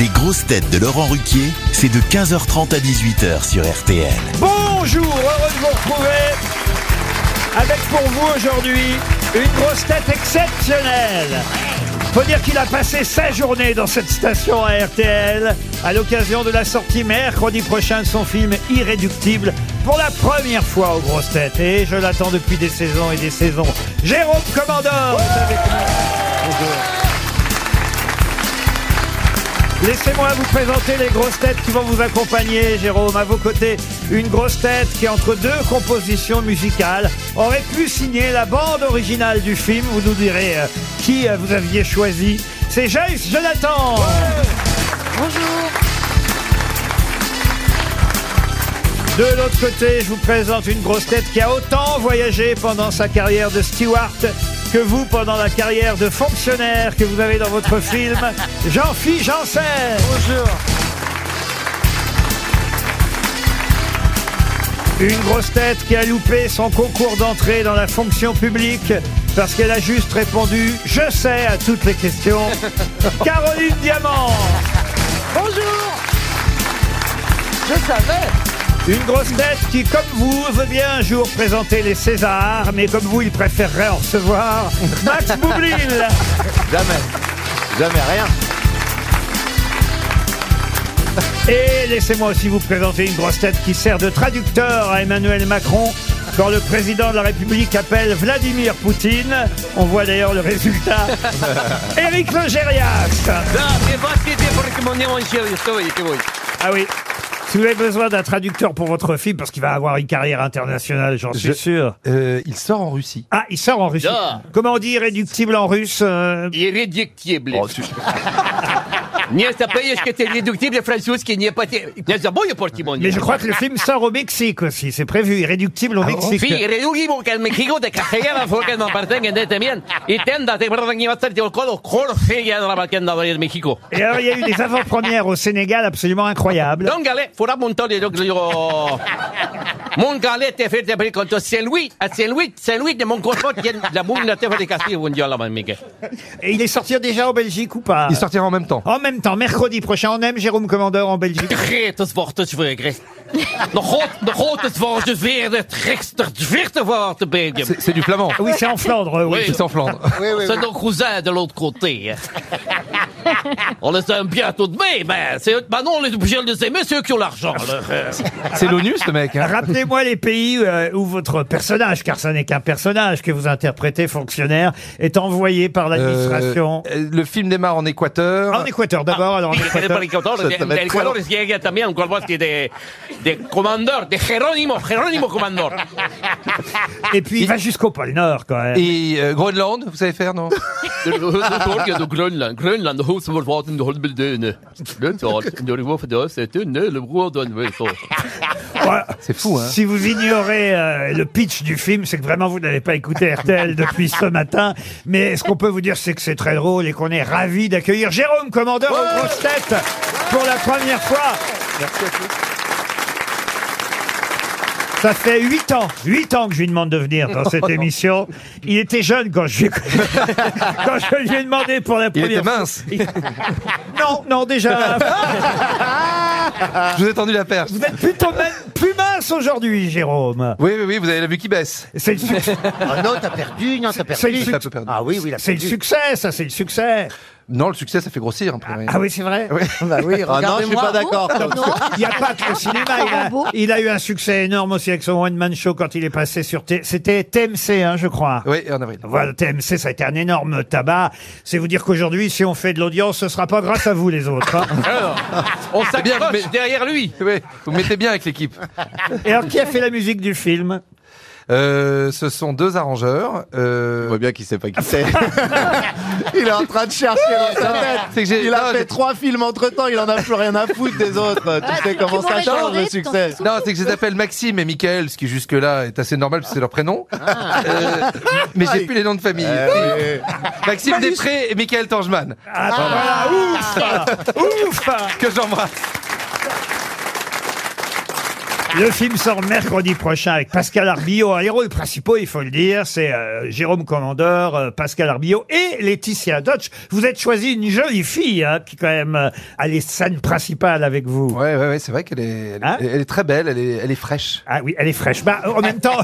Les grosses têtes de Laurent Ruquier, c'est de 15h30 à 18h sur RTL. Bonjour, heureux de vous retrouver avec pour vous aujourd'hui une grosse tête exceptionnelle. Faut dire qu'il a passé sa journée dans cette station à RTL à l'occasion de la sortie mercredi prochain de son film Irréductible pour la première fois aux grosses têtes. Et je l'attends depuis des saisons et des saisons. Jérôme Commandant est avec nous. Laissez-moi vous présenter les grosses têtes qui vont vous accompagner, Jérôme. À vos côtés, une grosse tête qui, entre deux compositions musicales, aurait pu signer la bande originale du film. Vous nous direz euh, qui euh, vous aviez choisi. C'est Joyce Jonathan De l'autre côté, je vous présente une grosse tête qui a autant voyagé pendant sa carrière de steward que vous pendant la carrière de fonctionnaire que vous avez dans votre film, Jean-Philippe Janssen. Bonjour. Une grosse tête qui a loupé son concours d'entrée dans la fonction publique parce qu'elle a juste répondu « Je sais » à toutes les questions. Caroline Diamant Bonjour Je savais Une grosse tête qui, comme vous, veut bien un jour présenter les Césars, mais comme vous, il préférerait en recevoir Max Boublil. Jamais. Jamais rien. Et laissez-moi aussi vous présenter une grosse tête qui sert de traducteur à Emmanuel Macron quand le président de la République appelle Vladimir Poutine. On voit d'ailleurs le résultat. Éric Logérias. Да, мне вообще только мне он сделал, что вы сегодня. Ah oui. Si vous avez besoin d'un traducteur pour votre film, parce qu'il va avoir une carrière internationale, j'en suis Je- sûr. Euh, il sort en Russie. Ah, il sort en russe. Да. Comment on dit irréductible en russe euh, Ирредиктибли. Не запоешь, что ты редуктибли французский не поте... Не забыл я портимон. Mais je crois que le film sort au Mexique aussi, c'est prévu, irréductible Ah au Mexique. Fi, редуктибли, как мы хигу, да кахаява, фукен, но партен, генде, темен. И тенда, ты брата, не ватсар, тел коло, коло, хигя, на бакен, на варит, Мехико. Et alors, il y a eu des avant-premières au Sénégal absolument incroyables. Донгале, фура мунтори, доглио. Монгале, те фер, те брик, конто, Сен-Луи, а Сен-Луи, Сен-Луи, де монголфот, ген, ла мумна, те фер, касси, вундиола, ман, миге. Et il est sorti déjà en Belgique ou pas Il sortira en même temps. En même temps, mercredi prochain, on aime Jérôme Commandeur en Belgique. gretes wordt het weer. De god, de god het wordt het weer, het gekste, het vierde wordt het Belgium. C'est c'est du flamand. Oui, c'est en Flandre, euh, oui. Oui. C'est en Flandre. C'est nos cousins de l'autre côté. hein. On les aime bien tout de même, hein. C'est- Maintenant, on est obligé de les aimer, c'est eux qui ont l'argent. alors, euh. C'est l'ONU, ce mec. hein. Rappelez-moi les pays euh, où votre personnage, car ce n'est qu'un personnage que vous interprétez, fonctionnaire, est envoyé par l'administration. Euh, euh, le film démarre en Équateur. En Équateur d'abord, alors en Il y a des Équateur. barricadeurs, Ça, ça des- va être des quoi, barricadeurs, il y a- il y a también un colbot qui est des- des commandeurs, des Jerónimo, Jerónimo commandeur. Et puis il va jusqu'au pôle Nord quand même. Et euh, Groenland, vous savez faire, non De- de- de- Norge, de Groenland. Groenland, de hoofd wordt wat in de hoofdbedoene. De taal, de hoofd, de hoofd, c'est une, le roi d'un vaisseau. Voilà. C'est fou, hein Si vous ignorez euh, le pitch du film, c'est que vraiment vous n'avez pas écouté RTL depuis ce matin. Mais ce qu'on peut vous dire, c'est que c'est très drôle et qu'on est ravis d'accueillir Jérôme Commandeur aux grosses têtes pour la première fois. Ça fait huit ans, huit ans que je lui demande de venir dans cette émission. Il était jeune quand je, quand je lui ai demandé pour la Il première était mince. Non, non, déjà. Euh, Je vous ai tendu la perche. Vous êtes plutôt min- plus mince aujourd'hui, Jérôme. Oui, oui, oui, vous avez la vue qui baisse. C'est le succès. Ah non, t'as perdu, non, t'as C'est le perdu. succès. Ça peut perdre. Ah oui, oui, il a C'est le perdu. succès, ça, c'est le succès. Non, le succès, ça fait grossir. un peu, oui. Ah oui, c'est vrai. Bah oui, Ah non, je suis regardez-moi. pas d'accord. Il n'y a pas que le cinéma. Il a, il a eu un succès énorme aussi avec son one-man show quand il est passé sur... T- C'était TMC, hein, je crois. Oui, en avril. Voilà, TMC, ça a été un énorme tabac. C'est vous dire qu'aujourd'hui, si on fait de l'audience, ce sera pas grâce à vous, les autres. hein. Alors, on bien, s'accroche mais- derrière lui. Ah Oui, vous mettez bien avec l'équipe. Et alors, qui a fait la musique du film Euh, ce sont deux arrangeurs. Je euh, vois bien qu'il sait pas qui c'est. il est en train de chercher dans sa tête. C'est que j'ai- Il a non, j'ai- fait trois films entre temps, il en a plus rien à foutre des autres. Ah, Tu sais comment tu ça m'aurais change demandé le de succès. Non, c'est que je les appelle Maxime et Michael, ce qui jusque-là est assez normal parce que c'est leur prénom. Euh, mais Ah, j'ai plus les noms de famille. Euh, Maxime Després et Michael Tangeman, Ah, bah, voilà, ouf Ouf que j'embrasse. Le film sort mercredi prochain avec Pascal Arbillot. Les héros principaux, il faut le dire, c'est euh, Jérôme Commandeur, euh, Pascal Arbillot et Laetitia Dodge. Vous êtes choisi une jolie fille hein, qui quand même euh, a les scènes principales avec vous. Ouais, ouais, ouais, c'est vrai qu'elle est, elle, est- Hein elle est très belle, elle est, elle est fraîche. Ah oui, elle est fraîche. Bah, en même temps,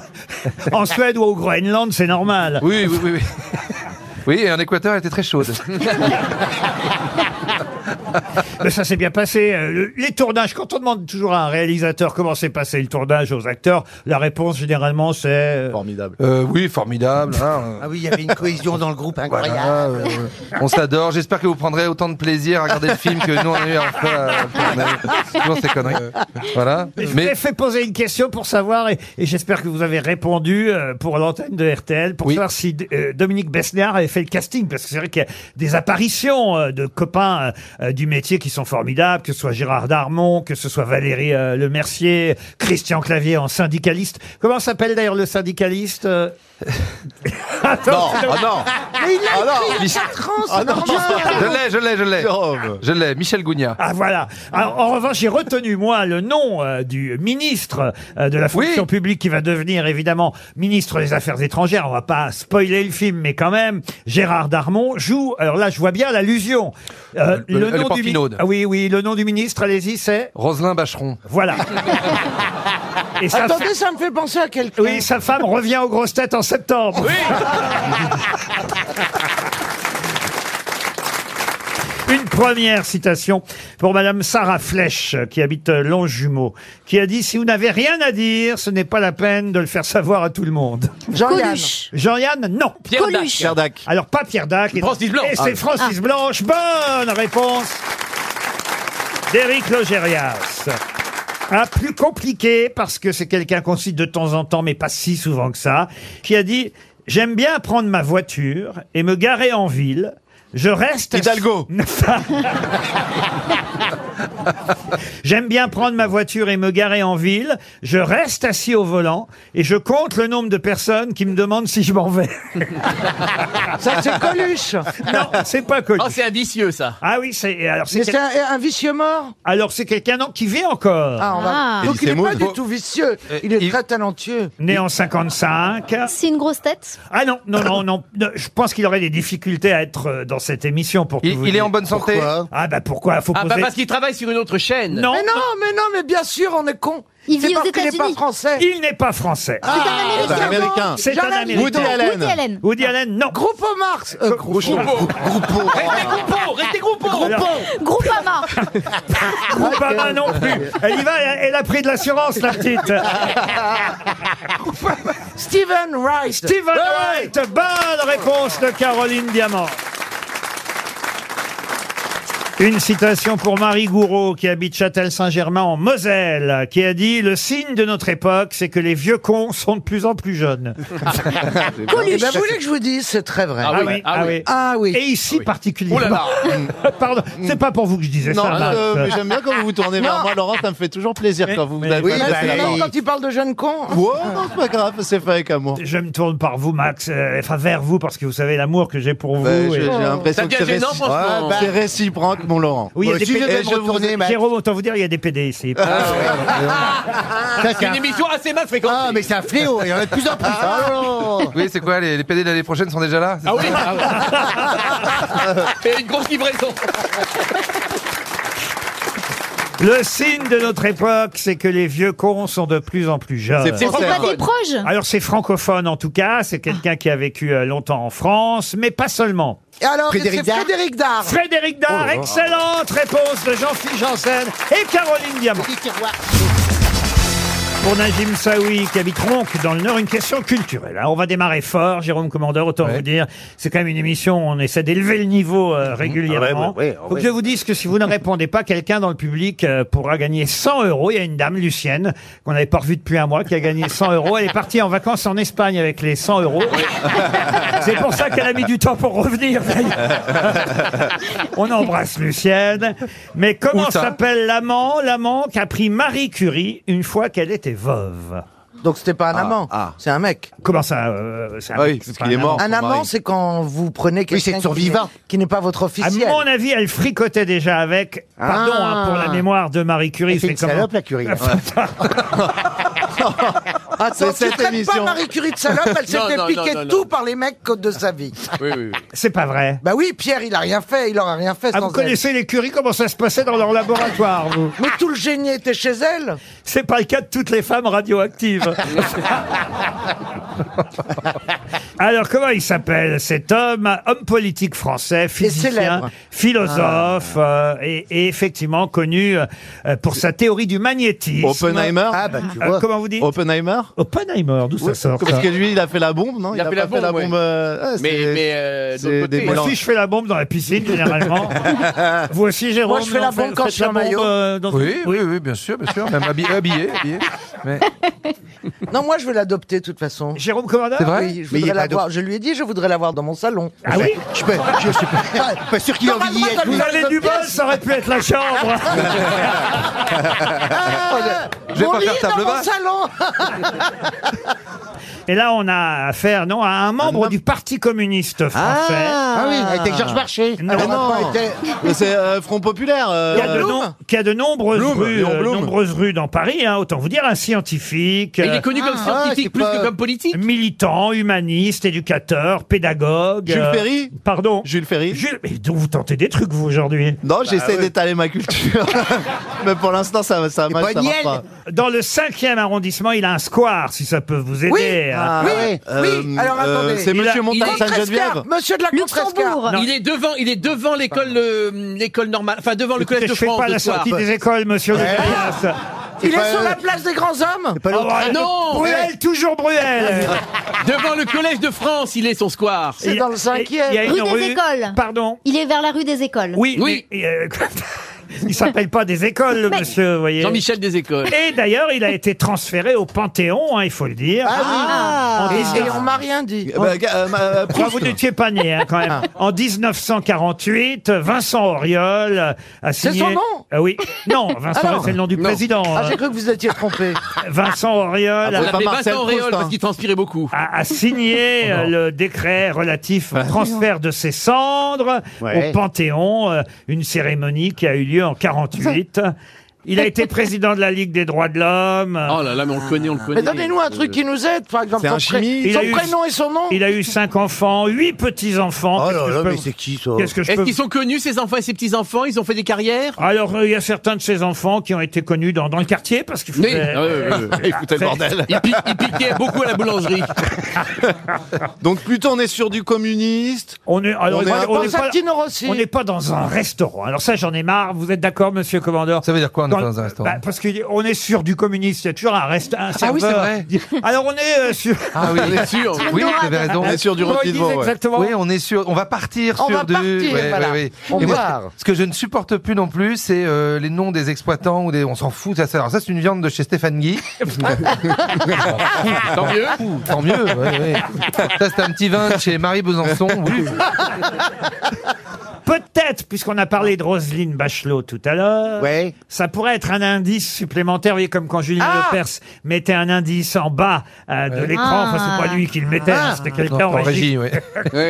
en Suède ou au Groenland, c'est normal. Oui, oui, oui, oui. Oui, et en Équateur, elle était très chaude. Mais ça s'est bien passé. Euh, le- Les tournages, quand on demande toujours à un réalisateur comment s'est passé le tournage aux acteurs, la réponse généralement c'est... euh, Formidable. Euh, oui, formidable. hein, euh, Ah oui, il y avait une cohésion dans le groupe voilà, incroyable. euh, on s'adore. J'espère que vous prendrez autant de plaisir à regarder le film que nous on a eu à faire, euh, tourner. Toujours ces conneries. Voilà. Je vous ai Mais fait poser une question pour savoir, et, et j'espère que vous avez répondu euh, pour l'antenne de RTL, pour Oui. savoir si euh, Dominique Besnard avait fait le casting, parce que c'est vrai qu'il y a des apparitions euh, de copains euh, euh, du métier qui sont formidables, que ce soit Gérard Darmon, que ce soit Valérie euh, Lemercier, Christian Clavier en syndicaliste. Comment s'appelle d'ailleurs le syndicaliste euh Non, ah non. ah non. Oh, Ah non. je l'ai, je l'ai, je l'ai. Jérôme. Je l'ai, Michel Gougnat. Ah voilà. Alors, en revanche, j'ai retenu moi le nom euh, du ministre euh, de la fonction Oui. publique qui va devenir évidemment ministre des Affaires étrangères. On va pas spoiler le film, mais quand même, Gérard Darmon joue. Alors là, je vois bien l'allusion. Euh, Elle- elle est du mi- porpinaude. Ah oui, oui, le nom du ministre. Allez-y, c'est Roselyne Bacheron. voilà. Et sa, Attendez, ça me fait penser à quelqu'un. oui, sa femme revient aux grosses têtes en septembre. Une première citation pour Madame Sarah Flèche, qui habite euh, Longjumeau, qui a dit Si vous n'avez rien à dire, ce n'est pas la peine de le faire savoir à tout le monde. Jean-Yann. Coluche. Jean-Yann, non. Pierre Dac. Coluche. Pierre Dac. Alors, pas Pierre Dac. Et- Francis Blanche. Ah. Et Eh, c'est Francis Blanche. Bonne réponse d'Éric Logérias. Un plus compliqué, parce que c'est quelqu'un qu'on cite de temps en temps, mais pas si souvent que ça, qui a dit J'aime bien prendre ma voiture et me garer en ville. Je reste. Hidalgo. J'aime bien prendre ma voiture et me garer en ville. Je reste assis au volant et je compte le nombre de personnes qui me demandent si je m'en vais. Ça, c'est Coluche. non, c'est pas connu. Oh, c'est indicieux, ça. Ah oui, c'est alors c'est Mais quel- c'est un, un vicieux mort. alors c'est quelqu'un non, qui vit encore. Ah, on va... Ah. Donc, il n'est Zemmour. pas du tout vicieux. Il est Euh, il- très talentueux. Né en 55. C'est une grosse tête. Ah non, non, non, non. non, Je pense qu'il aurait des difficultés à être euh, dans cette émission pour tout Il, vous il est dire. en bonne santé. Pourquoi Ah bah pourquoi Faut Ah, bah, poser. parce qu'il travaille sur une autre chaîne. non, Mais non, mais non, mais bien sûr, on est con. Il C'est vit aux parce qu'il n'est pas États-Unis. français. il n'est pas français. C'est un C'est un américain. américain. C'est un Jean-Yann américain. Woody Allen. Woody Allen. Woody Allen, non. Groupe Marx. Euh, Groucho. Groucho. Restez groupo, restez groupo. Groupama. Groupama non plus. Elle y va, elle, elle a pris de l'assurance, la petite. Steven Rice. Steven Wright, bonne réponse de Caroline Diamant. Une citation pour Marie Gouraud, qui habite Châtel-Saint-Germain en Moselle, qui a dit Le signe de notre époque, c'est que les vieux cons sont de plus en plus jeunes. Eh ben, vous voulez que je vous dise, c'est très vrai. Ah oui, ah oui. Ah oui. Et ici particulièrement. Oh là là. Pardon, c'est pas pour vous que je disais Non, ça. Marc. euh, mais j'aime bien quand vous vous tournez vers Non. moi, Laurent, ça me fait toujours plaisir quand vous vous mais- avez Oui, bah, pas parce laissé la que non, parole. quand tu parles de jeunes cons, Wow, non, c'est pas grave, c'est fait avec amour. Je me tourne par vous, Max, euh, enfin vers vous, parce que vous savez l'amour que j'ai pour vous. Ouais, Ben, J'ai et- j'ai l'impression Ça que c'est devient gênant, réci- franchement. Ouais, bah, c'est réciproque, mon Laurent. Oui, il y a Moi des aussi, je PD. vais me je vous- retourner, Max. Jérôme, autant vous dire, il y a des PD ici. C'est une émission assez mal fréquentée. Ah, mais c'est un fléau, il y en a de plus en plus. Ah, non. Oui, c'est quoi les, les PD de l'année prochaine sont déjà là Ah oui, ah oui. Et une grosse livraison. Le signe de notre époque, c'est que les vieux cons sont de plus en plus jeunes. C'est On français. a des proches. Alors c'est francophone en tout cas, c'est quelqu'un qui a vécu euh, longtemps en France, mais pas seulement. Et alors, c'est Frédéric Dard. Oh Frédéric Dard. Frédéric Dard, excellente réponse de Jean-Philippe Janssen et Caroline Diamant. Petit tiroir. Pour Najim Saoui, qui habite Ronc, dans le Nord, une question culturelle. Alors, on va démarrer fort, Jérôme Commandeur, autant Ouais. vous dire. C'est quand même une émission où on essaie d'élever le niveau euh, régulièrement. Mmh. Ah ouais, ouais, Faut que je vous dise que si vous ne répondez pas, quelqu'un dans le public euh, pourra gagner 100 euros. Il y a une dame, Lucienne, qu'on n'avait pas revue depuis un mois, qui a gagné 100 euros. Elle est partie en vacances en Espagne avec les 100 euros. C'est pour ça qu'elle a mis du temps pour revenir. d'ailleurs. On embrasse Lucienne. Mais comment Où ça s'appelle l'amant L'amant qu'a pris Marie Curie une fois qu'elle était veuve. Donc c'était pas un Ah, amant, ah. c'est un mec. Comment ça euh, c'est un Ah oui, mec, parce c'est pas qu'il est un mort. Un son amant, mari. c'est quand vous prenez quelqu'un c'est qui survivant. n'est- qui n'est pas votre À officiel. mon avis, elle fricotait déjà avec. Pardon Ah. hein, pour la mémoire de Marie Curie. Elle fait une comment- Ah, salope, la Curie. Attends, C'est tu cette traites pas émission. Marie Curie de salope, elle s'est Non, fait non, piquer non, non, tout non. par les mecs de sa vie. Oui, oui, oui. C'est pas vrai. Bah oui, Pierre, il a rien fait, il aura rien fait Ah, sans vous elle. connaissez les Curie, comment ça se passait dans leur laboratoire, vous Mais tout le génie était chez elle. C'est pas le cas de toutes les femmes radioactives. Alors, comment il s'appelle cet homme Homme politique français, physicien, célèbre. philosophe, euh, Ah. et, et effectivement connu euh, pour sa théorie du magnétisme. Oppenheimer Ah bah tu Euh, vois. comment vous dites Oppenheimer Oppenheimer, d'où ça sort ça Parce que lui, il a fait la bombe, non Il a fait pas la bombe, ouais. euh, ouais, Mais, c'est- mais euh, c'est d'autre des côté, Moi mélanges. aussi, je fais la bombe dans la piscine, généralement. Vous aussi, Jérôme Moi, je fais la non, bombe faites- quand faites je suis la en bombe, maillot. euh, dans- Oui, oui, oui, bien sûr, bien sûr. Même habillé, habillé. habillé. Mais Non, moi, je vais l'adopter de toute façon. Jérôme Commandeur c'est vrai Oui, je Mais il y voudrais a pas l'avoir. Je lui ai dit, je voudrais l'avoir dans mon salon. Ah oui Je peux, je, suis pas, pas sûr qu'il a envie d'y être. Vous avez du bol, ça aurait pu être la chambre Ah, je vais mon pas lit faire est table dans mon basse. salon. Et là, on a affaire, non, à un membre du Parti communiste français. Ah oui, elle était avec Georges Marchais. Ah, Non, Elle a non. pas été- Mais C'est euh, Front Populaire. euh, Qui a, de Blum nom- qui a de nombreuses, Blum, rues, Léon euh, Blum. nombreuses rues dans Paris, hein, autant vous dire, un scientifique, il euh, est connu comme Ah, c'est scientifique plus pas- que comme politique. militant, humaniste, éducateur, pédagogue. Jules euh, Ferry Pardon Jules Ferry. Jules- mais donc vous tentez des trucs, vous, aujourd'hui. Bah, Non, j'essaie d'étaler ma culture. mais pour l'instant, ça, ça, marche, pas ça marche Niel. pas. Dans le 5e arrondissement, il a un square, si ça peut vous aider. Oui. Ah, hein. oui, ouais. oui. Alors euh, attendez. C'est Il Monsieur a- Montagne Contrescar, Sainte-Geneviève. Monsieur de la Contrescar. Luxembourg. Non. Il est devant, il est devant l'école, euh, l'école normale, enfin devant le Écoutez, collège je de fais France. pas la le soir. sortie des écoles, monsieur Le Drias. Il est pas- sur la place des grands hommes. pas Oh, l'autre. arrête. bah, non Bruel, toujours Bruel Devant le collège de France, il est son square. C'est dans le cinquième. Il y a une Rue des Écoles. Pardon Il est vers la rue des écoles. Oui, Oui. mais- euh, il s'appelle pas des écoles, le Mais- monsieur, vous voyez. Jean-Michel des écoles. Et d'ailleurs, il a été transféré au Panthéon, hein, il faut le dire. Ah, En et, Bah, 19 et on m'a rien dit. Eh ben, ga- euh, ma- euh, Ah, Proust. vous n'étiez pas né, hein, quand Ah. même. En 1948, Vincent Auriol euh, a C'est signé... son nom Ah Oui. Non, Vincent Ah non. Auriol, c'est le nom du président. Ah, euh, j'ai cru que vous étiez trompé. Vincent Ah Auriol On bon a- l'appelait pas Marcel Vincent Auréole Proust, hein. parce qu'il transpirait beaucoup. Oh a, a signé euh, le décret relatif au transfert de ses cendres Ouais. au Panthéon, euh, une cérémonie qui a eu lieu en 48. Il a été président de la Ligue des droits de l'homme. Oh là là, mais on le connaît, on le connaît. Mais donnez-nous un truc qui nous aide, par exemple. C'est un son pré- chimiste. Il a Son eu- prénom et son nom. Il a eu cinq enfants, huit petits-enfants. Oh Qu'est-ce là que je là, peux mais vous- c'est qui ça Qu'est-ce que je Est-ce peux qu'ils sont connus, ces enfants et ces petits-enfants Ils ont fait des carrières Alors, euh, il y a certains de ces enfants qui ont été connus dans, dans le quartier parce qu'ils Oui. faisaient... Ah, oui, oui, oui. Il foutait le bordel. Il, pi- il piquait beaucoup à la boulangerie. Donc plutôt on est sur du communiste. On est, alors, On est Ah on un- Pense est Pense à pas, Tino Rossi. on n'est pas dans un restaurant. Alors ça, j'en ai marre. Vous êtes d'accord, monsieur Commandeur Ça veut dire quoi, on est Dans- pas dans un restaurant Bah, Parce qu'on est sûr du communiste. Il y a toujours un, reste, un Ah oui, c'est serveur. vrai. Alors, on est euh, sûr... Ah oui, On est sûr. oui, vous avez raison. On est sur du Comment rôti ils de disent veau. ouais. exactement Oui, on est sûr, on va partir On sur va du. partir, Ouais, voilà. ouais, ouais. On Et moi, part. ce que je ne supporte plus non plus, c'est euh, les noms des exploitants ou des. On s'en fout. Ça, ça- alors ça, c'est une viande de chez Stéphane Guy. Tant mieux. Ouh, Tant mieux. ouais, ouais. Ça, c'est un petit vin de chez Marie Besançon. Oui. Peut-être, puisqu'on a parlé de Roselyne Bachelot tout à l'heure, Ouais. ça pourrait être un indice supplémentaire. Vous voyez, comme quand Julien Ah Lepers mettait un indice en bas euh, de l'écran. Enfin, c'est pas lui qui le mettait, hein, c'était quelqu'un en régie. ouais.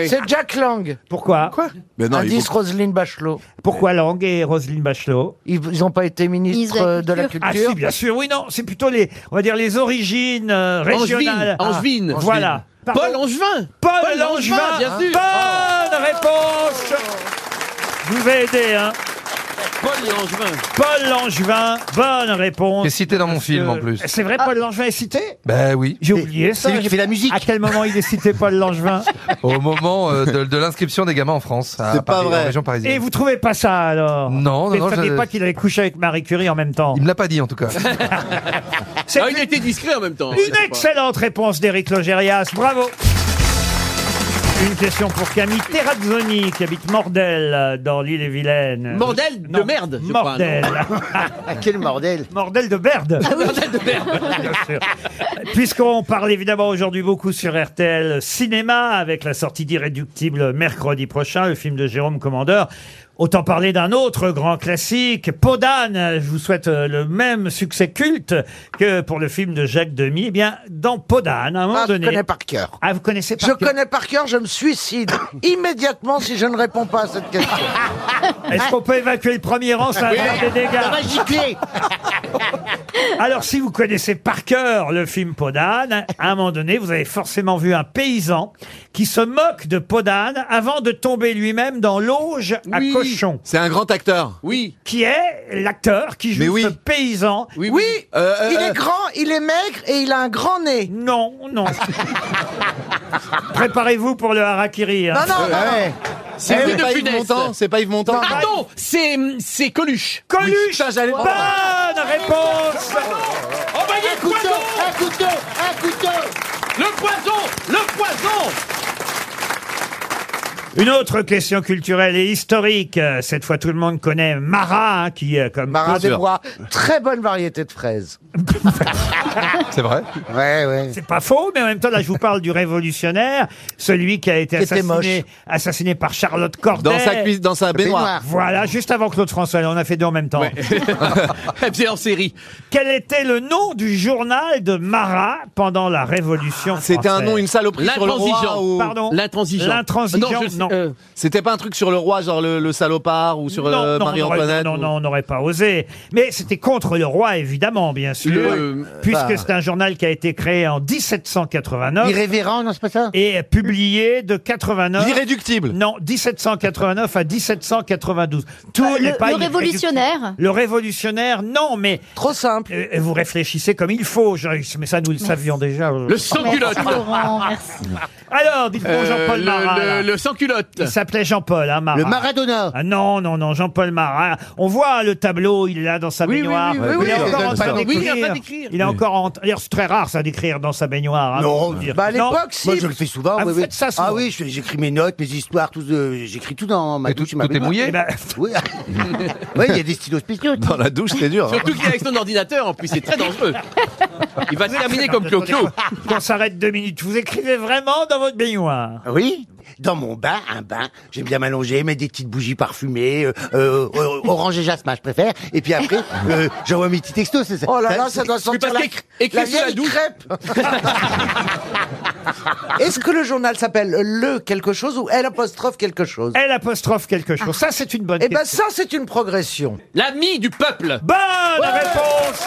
C'est Jack Lang. Pourquoi Mais non, il Indice faut- Roselyne Bachelot. Pourquoi Lang et Roselyne Bachelot Ils n'ont pas été Ils ministres ont la euh, de la culture. Ah culture. si, bien sûr. Oui, non, c'est plutôt les, on va dire, les origines euh, régionales. Ah, Angevine, Angevine. Voilà. Pardon Paul Angevin. Paul, Paul Langevin. Langevin, bien sûr. Bonne réponse Je vous ai aidé, hein. Paul Langevin. Paul Langevin, bonne réponse. C'est cité dans mon film en Euh, plus. C'est vrai, Paul Langevin est cité Ben oui. J'ai oublié ça. C'est lui qui fait la musique. À quel moment il est cité, Paul Langevin Au moment euh, de, de l'inscription des gamins en France. à C'est pas Ah, Paris, vrai. En région parisienne. Et vous trouvez pas ça alors Non, non, Mais non, Vous saviez je- pas qu'il avait couché avec Marie Curie en même temps. Il me l'a pas dit en tout cas. C'est Ah, il était discret en même temps. Une excellente réponse d'Éric Logérias, bravo Une question pour Camille Terrazzoni, qui habite Mordel, euh, dans l'île et Vilaine. Mordel de merde, je crois, Mordel. Ah, quel bordel Mordel de merde Mordel de merde. bien sûr. Puisqu'on parle évidemment aujourd'hui beaucoup sur RTL Cinéma, avec la sortie d'Irréductible mercredi prochain, le film de Jérôme Commandeur, Autant parler d'un autre grand classique, Podane. Je vous souhaite euh, le même succès culte que pour le film de Jacques Demy. Eh bien, dans Podane, à un moment Ah, je donné. connais par cœur. Ah, vous connaissez par Je cœur. connais par cœur, je me suicide immédiatement si je ne réponds pas à cette question. Est-ce qu'on peut évacuer le premier rang Ça va faire des Ça va dégâts. gicler. Alors, si vous connaissez par cœur le film Podane, à un moment donné, vous avez forcément vu un paysan qui se moque de Podane avant de tomber lui-même dans l'auge à Oui. cochon. C'est un grand acteur. Oui. Qui est l'acteur qui joue Mais oui. ce paysan Oui. Oui, Euh, euh, il euh. est grand, il est maigre et il a un grand nez. Non, non. Préparez-vous pour le harakiri. hein. Non, non, non. Ouais. Eh, C'est Louis de pas Yves Funès. Montand. C'est pas Yves Montand. Pardon, c'est c'est Coluche. Coluche Ça, j'allais- Bonne réponse Oh ben Un le couteau, poison un couteau, un couteau. Le poison Le poison Une autre question culturelle et historique. Euh, Cette fois, tout le monde connaît Marat, hein, qui, euh, comme Marat des sûr. Bois, très bonne variété de fraises. C'est vrai Ouais, ouais. C'est pas faux, mais en même temps, là, je vous parle du révolutionnaire, celui qui a été Qui était assassiné, assassiné par Charlotte Corday. Dans sa cuisse, dans sa Baignoire. baignoire. Voilà, juste avant Claude François, là, on a fait deux en même temps. Et puis en série. Quel était le nom du journal de Marat pendant la Révolution Ah, C'était un française nom, une saloperie sur le L'intransigeant. roi. ou- euh, Pardon L'intransigeant. L'intransigeant, Non, non. je sais- euh. non. C'était pas un truc sur le roi, genre le, le salopard ou sur Non, euh, non, on aurait- Marie-Antoinette. non, ou- non, on n'aurait pas osé. Mais c'était contre le roi, évidemment, bien sûr. Le- puisque bah. c'est un journal qui a été créé en 1789 Irrévérent, non, c'est pas ça et publié de 89. L'irréductible. Non, 1789 à 1792. Tout Euh, n'est le- pas le irréductible. révolutionnaire. Le révolutionnaire, non, mais Trop simple. euh, vous réfléchissez comme il faut. Joyce, Mais ça, nous le savions déjà. euh. Le sans-culotte. Merci Laurent, merci. Alors, dites moi Jean-Paul le, Marat. là. le, le sans-culotte. Il s'appelait Jean-Paul, hein, Marat. Le Maradona. Ah non, non, non, Jean-Paul Marat. On voit le tableau, il l'a dans sa Oui, oui, baignoire. oui, oui, oui, il est oui, encore oui, en train oui, oui, il est en train d'écrire. d'écrire. Il est encore en D'ailleurs, c'est très rare, ça, d'écrire dans sa baignoire. hein, Non, faut dire. Bah, à Non. l'époque, si. Moi, je le fais souvent. Ah, oui, vous oui. faites ça souvent ah oui, je- j'écris mes notes, mes histoires, tout, euh, j'écris tout dans ma Et tout, douche. et ma tout est baignoire. mouillé Eh ben, Oui, Ouais, il y a des stylos spéciaux. Dans la douche, c'est dur. hein. Surtout qu'il est avec son ordinateur, en plus, c'est très dangereux. Il va terminer comme Clo-Clo. qu'on s'arrête deux minutes. Vous écrivez vraiment dans votre baignoire. Oui, dans mon bain, un bain, j'aime bien m'allonger, mettre des petites bougies parfumées, euh, euh, euh, orange et jasmin, je préfère. Et puis après, euh, j'envoie mes petits textos. c'est ça. Oh là là, ça doit sentir la, parce qu'éc- écrit la sous la vieille douche. crêpe. Est-ce que le journal s'appelle le quelque chose ou L apostrophe quelque chose Elle apostrophe quelque chose. Ça, c'est une bonne Eh question. ben ça, c'est une progression. L'ami du peuple. Bonne réponse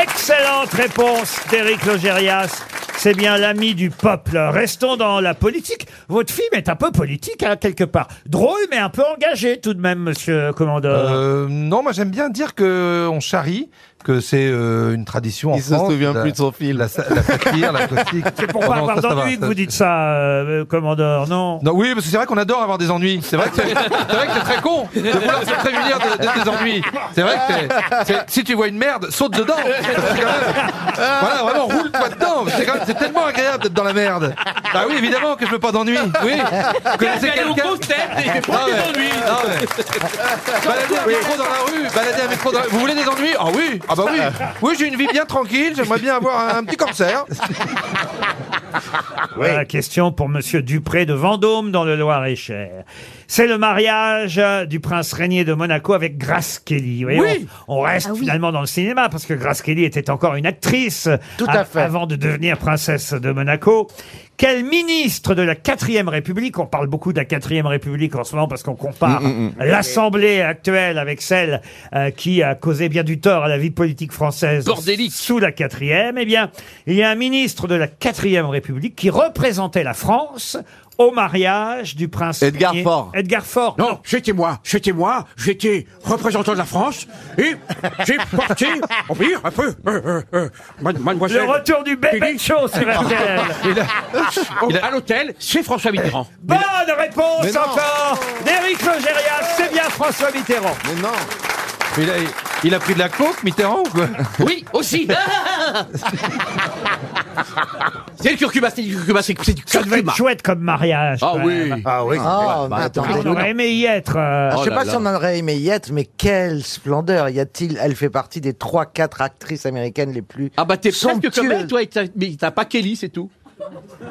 Excellente réponse d'Éric Logérias. C'est bien l'ami du peuple. Restons dans la politique. Votre film est un peu politique, hein, quelque part. Drôle, mais un peu engagé tout de même, monsieur commandeur. Euh, non, moi j'aime bien dire que on charrie, que c'est euh, une tradition en Il se France. souvient la- plus de son film. La, sa- la satire, la caustique. C'est pour Oh pas non, avoir ça, ça va, d'ennui que ça- vous dites ça, euh, euh, commandeur, non Non, oui, parce que c'est vrai qu'on adore avoir des ennuis. C'est vrai que c'est c'est vrai que c'est très con de vouloir se prémunir de, de tes ennuis. C'est vrai que c'est- c'est- si tu vois une merde, saute dedans. Parce que, euh, voilà, vraiment, roule-toi dedans. C'est quand même- c'est tellement agréable d'être dans la merde. Bah oui, évidemment que je veux pas d'ennui. Oui. Vous Je vais connaissez aller au quelqu'un concept hein, et Ah je vais Non, prendre mais- des ennuis. non, mais- Balader un métro dans la rue, balader un métro dans la rue. Vous voulez des ennuis Ah oui, ah bah oui. Oui, j'ai une vie bien tranquille, j'aimerais bien avoir un petit cancer. Voilà, Euh, question pour Monsieur Dupré de Vendôme dans le Loir-et-Cher. C'est le mariage euh, du prince régné de Monaco avec Grace Kelly. Vous voyez, Oui. on, on reste Ah oui. finalement dans le cinéma parce que Grace Kelly était encore une actrice Tout à av- fait. avant de devenir princesse de Monaco. Quel ministre de la quatrième République, on parle beaucoup de la quatrième République en ce moment parce qu'on compare l'Assemblée actuelle avec celle euh, qui a causé bien du tort à la vie politique française Bordélique. sous la quatrième, eh bien, il y a un ministre de la quatrième République qui représentait la France au mariage du prince Edgar Régnier- Faure. Edgar Faure. Non, j'étais moi, c'était moi, j'étais représentant de la France, et j'ai porté, on peut dire, un peu, euh, euh, euh, mad- Le mademoiselle... retour du bébé Kelly. show sur RTL. au- à l'hôtel, c'est François Mitterrand. Bonne réponse encore d'Éric Logérias, c'est bien François Mitterrand. Mais non. Mais il a, il a pris de la coke, Mitterrand ou quoi Oui, aussi. Ah c'est le curcuma, c'est du curcuma, c'est c'est du Ça devait être curcuma. chouette comme mariage. Ah quand oui. bah, même. Ah oui, c'est Ah, vrai. mais attends. On aurait aimé y être. euh, Ah, je Oh sais là pas là. si on en aurait aimé y être, mais quelle splendeur y a-t-il Elle fait partie des 3-4 actrices américaines les plus Ah bah t'es presque comme somptueuses. elle, toi, et t'as- mais t'as pas Kelly, c'est tout.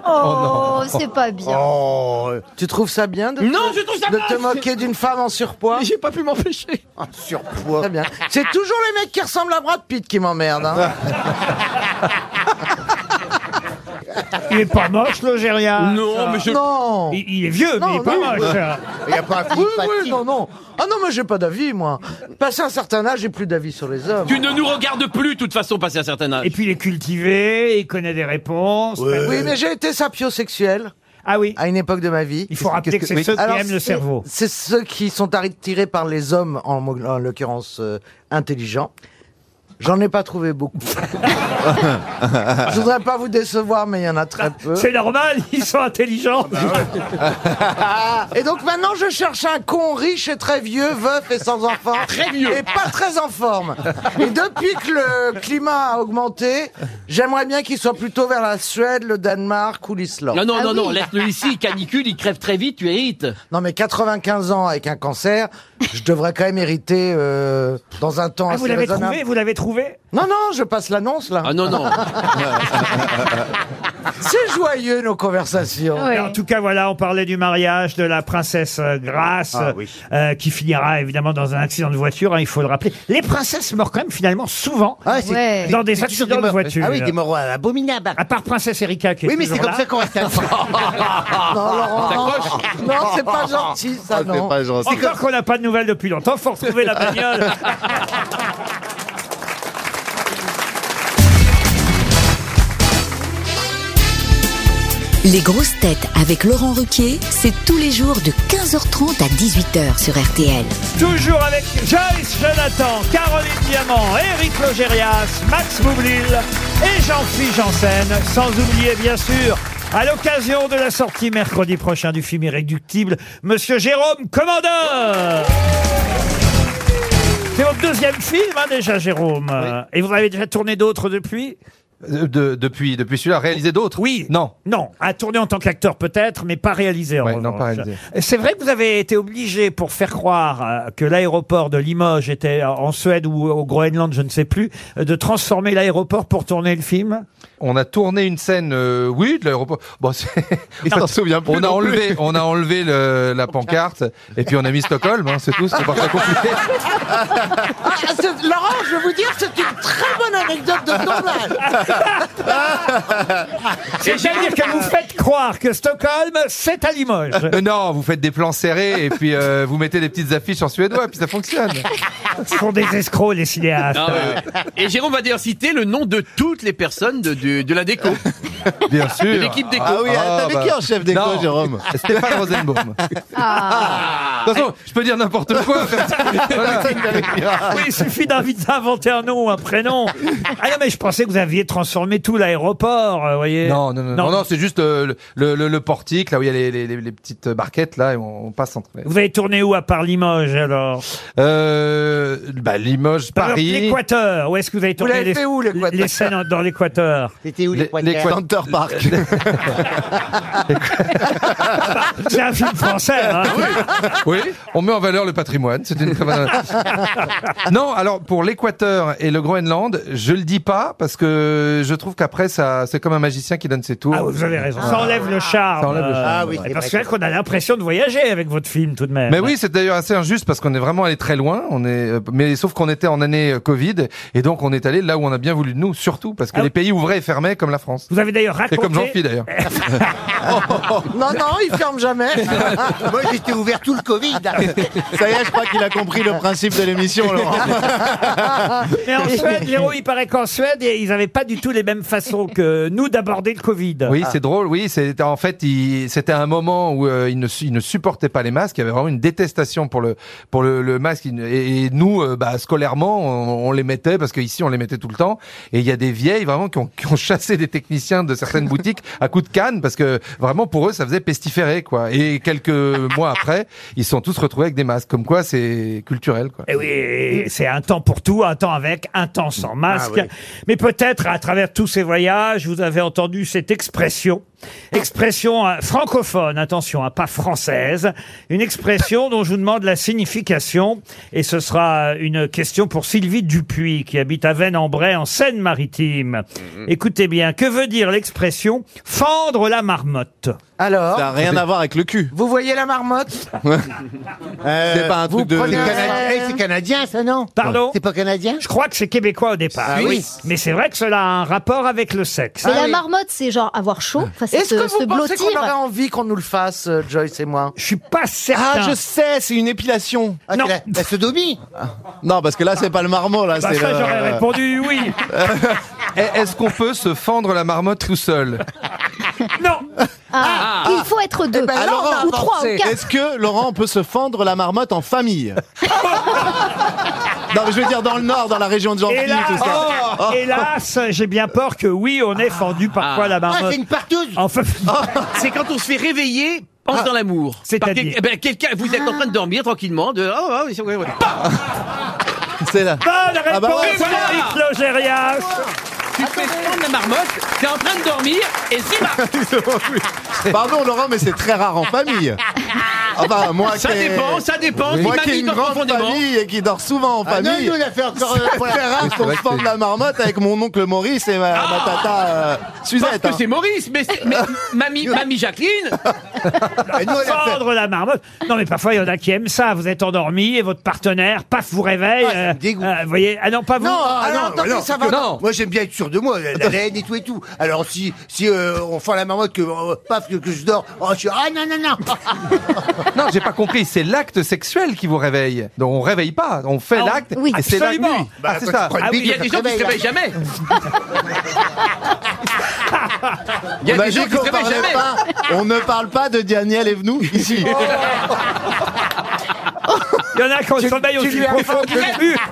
Oh, c'est pas bien. Oh, euh, Tu trouves ça bien de, Non, te, je trouve ça de moche. te moquer d'une femme en surpoids J'ai pas pu m'empêcher. un surpoids. Très bien. C'est toujours les mecs qui ressemblent à Brad Pitt qui m'emmerdent. hein. Il est pas moche, l'Algérien. Non, mais je. Non Il, il est vieux, mais Non, il est pas oui. moche. Il n'y a pas un Oui, physique oui, facile. non, non. Ah non, mais j'ai pas d'avis, moi. Passé un certain âge, j'ai plus d'avis sur les hommes. Tu ne nous regardes plus, de toute façon, passer un certain âge. Et puis il est cultivé, il connaît des réponses. Oui, mais j'ai été sapiosexuel Ah oui, à une époque de ma vie. il faut rappeler que, c'est ceux qui Alors, aiment le c'est- cerveau. C'est ceux qui sont attirés par les hommes, en, mo- en l'occurrence euh, intelligents. J'en ai pas trouvé beaucoup. Je voudrais pas vous décevoir, mais il y en a très peu. C'est normal, ils sont intelligents. Ah, bah Et donc maintenant, je cherche un con riche et très vieux, veuf et sans enfant. Très vieux. Et pas très en forme. Et depuis que le climat a augmenté, j'aimerais bien qu'il soit plutôt vers la Suède, le Danemark ou l'Islande. Non, non, Ah non, oui. non, laisse-le ici, canicule, il crève très vite, tu hérites. Non, mais 95 ans avec un cancer, je devrais quand même hériter euh, dans un temps Ah, assez vous l'avez raisonnable. trouvé, vous l'avez trouvé Non, non, je passe l'annonce là. Ah non, non. C'est joyeux nos conversations. Ouais. Mais En tout cas, voilà, on parlait du mariage de la princesse euh, Grace, Ah, oui. euh, qui finira évidemment dans un accident de voiture, hein, il faut le rappeler. Les princesses meurent quand même finalement souvent Ah, c'est- Ouais. dans des c'est toujours accidents de morts- voiture. Ah oui, des morts abominables. À part princesse Erika qui est Oui, mais c'est toujours comme là. ça Ah, qu'on reste à Non, Laurent, non, non, c'est pas gentil Ah, ça, C'est non. pas gentil. Encore qu'on n'a pas de nouvelles depuis longtemps, faut retrouver la bagnole. Les grosses têtes avec Laurent Ruquier, c'est tous les jours de 15h30 à 18h sur RTL. Toujours avec Joyce Jonathan, Caroline Diamant, Eric Logérias, Max Boublil et Jean-Philippe Janssen. Sans oublier, bien sûr, à l'occasion de la sortie mercredi prochain du film Irréductible, Monsieur Jérôme Commandeur. C'est votre deuxième film, hein, déjà, Jérôme. Et vous en avez déjà tourné d'autres depuis Euh, de- depuis depuis celui-là, réaliser d'autres Oui. Non. Non, à tourner en tant qu'acteur peut-être, mais pas réalisé en Ouais, non, revanche. pas réalisé. C'est vrai que vous avez été obligé pour faire croire euh, que l'aéroport de Limoges était euh, en Suède ou au Groenland, je ne sais plus, euh, de transformer l'aéroport pour tourner le film. On a tourné une scène, euh, oui, de l'aéroport. Bon, c'est- Il s'en souvient plus. on a non plus. enlevé, on a enlevé le- la pancarte et puis on a mis Stockholm. hein, c'est tout. C'est pas très compliqué. Ah, c'est- Laurent, je vais vous dire, c'est une très bonne anecdote de tournage. C'est-à-dire que vous faites croire que Stockholm, c'est à Limoges. Euh, non, vous faites des plans serrés et puis euh, vous mettez des petites affiches en suédois, puis ça fonctionne. Ce sont des escrocs, les cinéastes. Ah, ouais, ouais. Et Jérôme va d'ailleurs citer le nom de toutes les personnes de, de, de la déco. Bien sûr. De l'équipe déco. Ah oui, Ah, t'avais bah. qui en chef des Non. coins, Jérôme Stéphane Rosenbaum. Ah. De toute façon, je peux dire n'importe quoi. Voilà. Oui, il suffit d'inviter d'inventer un nom, un prénom. Ah non, mais je pensais que vous aviez transformé tout l'aéroport, euh, voyez. Non, non, non, non, non, c'est juste euh, le, le- le- le portique, là où il y a les, les- les- les petites barquettes, là, et on, on passe entre. Vous avez tourné où à part Limoges, alors Euh, bah, Limoges, Par exemple, Paris. L'Équateur. Où est-ce que vous avez tourné l'avez les, fait où, l'Équateur les scènes en- dans l'Équateur C'était où Les- les poignets les- Center Park. C'est un film français. hein. Oui, on met en valeur le patrimoine. C'est une très bonne- non, alors pour l'Équateur et le Groenland, je le dis pas parce que je trouve qu'après ça, c'est comme un magicien qui donne ses tours. Ah, vous avez raison. Ça enlève le charme. Ça enlève le charme. Ah oui, Et c'est parce que vrai. c'est vrai qu'on a l'impression de voyager avec votre film tout de même. Ah. Mais oui, c'est d'ailleurs assez injuste parce qu'on est vraiment allé très loin. On est, euh, mais sauf qu'on était en année euh, Covid et donc on est allé là où on a bien voulu de nous, surtout parce que Ah oui. les pays ouvraient et fermaient comme la France. Vous avez d'ailleurs Et raconté. comme Jean-Philippe d'ailleurs. Non, non, il ferme jamais. Moi, j'étais ouvert tout le Covid. Ça y est, je crois qu'il a compris le principe de l'émission, Laurent. Mais en Suède, Léo, il paraît qu'en Suède, ils n'avaient pas du tout les mêmes façons que nous d'aborder le Covid. Oui, c'est drôle. Oui, c'était en fait, il- c'était un moment où euh, ils, ne, su- ils ne supportaient pas les masques. Il y avait vraiment une détestation pour le pour le, le masque. Ils ne- Et, et nous, euh, bah, scolairement, on, on les mettait parce qu'ici on les mettait tout le temps. Et il y a des vieilles vraiment qui ont, qui ont chassé des techniciens de certaines boutiques à coups de canne parce que vraiment pour eux ça faisait pestiférer quoi. Et quelques mois après, ils se sont tous retrouvés avec des masques. Comme quoi, c'est culturel quoi. Et Eh oui, et c'est un temps pour tout, un temps avec, un temps sans masque. Mais peut-être à travers tous ces voyages, vous avez entendu cette expression Expression euh, francophone, attention, hein, pas française. Une expression dont je vous demande la signification. Et ce sera une question pour Sylvie Dupuis, qui habite à Vennes-en-Bray, en Seine-Maritime. Écoutez bien, que veut dire l'expression fendre la marmotte Alors Ça n'a a rien à voir avec le cul. Vous voyez la marmotte C'est pas un truc de- prenez- de- Cana- Eh, C'est canadien, ça, non Pardon C'est pas canadien Je crois que c'est québécois au départ. Ah oui. Mais c'est vrai que cela a un rapport avec le sexe. Mais la marmotte, c'est genre avoir chaud, enfin, c'est Ah Est-ce se, que se vous pensez qu'on aurait blottir. envie qu'on nous le fasse, euh, Joyce et moi Je suis pas certain. Ah, je sais, c'est une épilation. non. La, sodomie Non, parce que là, c'est pas le marmot, Ah, là. Bah, c'est ça, le- j'aurais euh, répondu oui. Est-ce qu'on peut se fendre la marmotte tout seul Ah, il faut être Eh deux, ben, Ah, Laurent, ou trois, ou quatre. Est-ce que, Laurent, on peut se fendre la marmotte en famille Non, mais je veux dire dans le Nord, dans la région de Gentilly, Hélas, tout ça. Oh, hélas, j'ai bien peur que oui, on ait fendu parfois la marmotte. Ah, c'est une partouze Enfin, C'est quand on se fait réveiller Ah. pendant l'amour. C'est-à-dire Par quel- eh ben, quelqu'un, vous êtes en train de dormir tranquillement, de oh, oh, c'est- ouais, ouais. Pam C'est là. Bonne Ah bah réponse, ouais, voilà. Eric Logérias. tu fais prendre la marmotte, t'es en train de dormir et c'est là. Pardon, Laurent, mais c'est très rare en famille. Enfin, moi Ça qui ai- dépend, ça dépend. Si Moi qui mamie ai une dort grande profondément. famille et qui dort souvent en Ah non, famille. nous, on a fait encore... euh, pour la- C'est rare qu'on se fende la marmotte avec mon oncle Maurice et ma, ma tata euh, Ah Parce Suzette. que hein. c'est Maurice, mais, c'est- mais mamie, mamie Jacqueline, Et nous, on l'a fait- Fendre la marmotte. Non, mais parfois, il y en a qui aiment ça. Vous êtes endormi et votre partenaire, paf, vous réveille. Ah, ça me euh, dégoûte. euh, vous voyez, ah non, pas vous. Non, ah, Alors, non, attendez, mais non, ça va- Non. Moi, j'aime bien être sûr de moi, la- l'haleine et tout et tout. Alors, si, si euh, on fend la marmotte, que, euh, paf, que, que je dors, oh, je suis... Ah, non, non, non Non, j'ai pas compris. C'est l'acte sexuel qui vous réveille. Donc on réveille pas, on fait Ah, on- l'acte oui. et c'est l'acte. Absolument. Bah, Ah, c'est ça. Ah oui, il y a des gens qui se hein. réveillent jamais. Il y a On a des dit gens qui se qu'on réveillent parlait jamais. Bah, Oh. pas- on ne parle pas de Daniel et Venou ici. Il y en a qui ont le sommeil tu aussi lui as profond que le cul.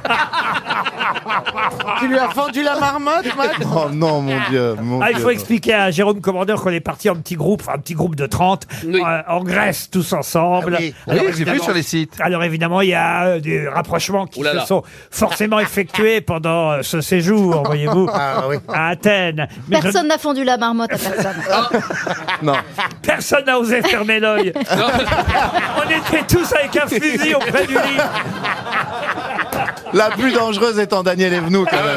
Tu lui as fendu la marmotte, Matt Oh non, mon Dieu. Mon Ah, il Dieu. faut expliquer à Jérôme Commandeur qu'on est parti en petit groupe, enfin, un petit groupe de 30, Oui. euh, en Grèce, tous ensemble. Ah oui. Oui, Alors, j'ai vu sur les sites. Alors évidemment, il y a euh, des rapprochements qui Ouh là là. se sont forcément effectués pendant euh, ce séjour, voyez-vous, Ah à Athènes. Mais je- Ah. Personne n'a fendu la marmotte à personne. Non. personne n'a osé fermer l'œil. on était tous avec un fusil auprès du lit. La plus dangereuse étant Daniel et Venou quand même.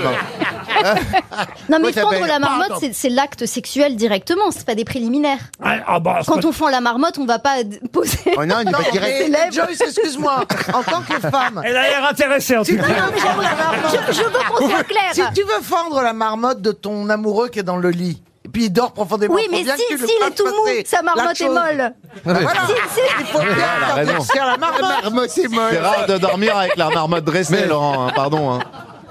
Non, mais Moi, ça fendre m'appelle la pas, marmotte, attends. c'est- c'est l'acte sexuel directement, c'est pas des préliminaires. Ah, ah, bon, c'est Quand pas- on fend la marmotte, on va pas d- poser. Oh non, il Non, va direct. mais Célèbre. Joyce, excuse-moi, en tant que femme, Elle a l'air intéressée en tout tu- cas. Non, mais j'avoue, je, je veux qu'on soit clair. si tu veux fendre la marmotte de ton amoureux qui est dans le lit, et puis il dort profondément, Oui, faut mais bien si, que tu le si, il est fasses tout mou, passer sa la marmotte est chose. molle. Voilà. Si, si. Il faut bien elle a raison. faire la marmotte. c'est molle. C'est rare de dormir avec la marmotte dressée, Mais- Laurent, hein, pardon. hein.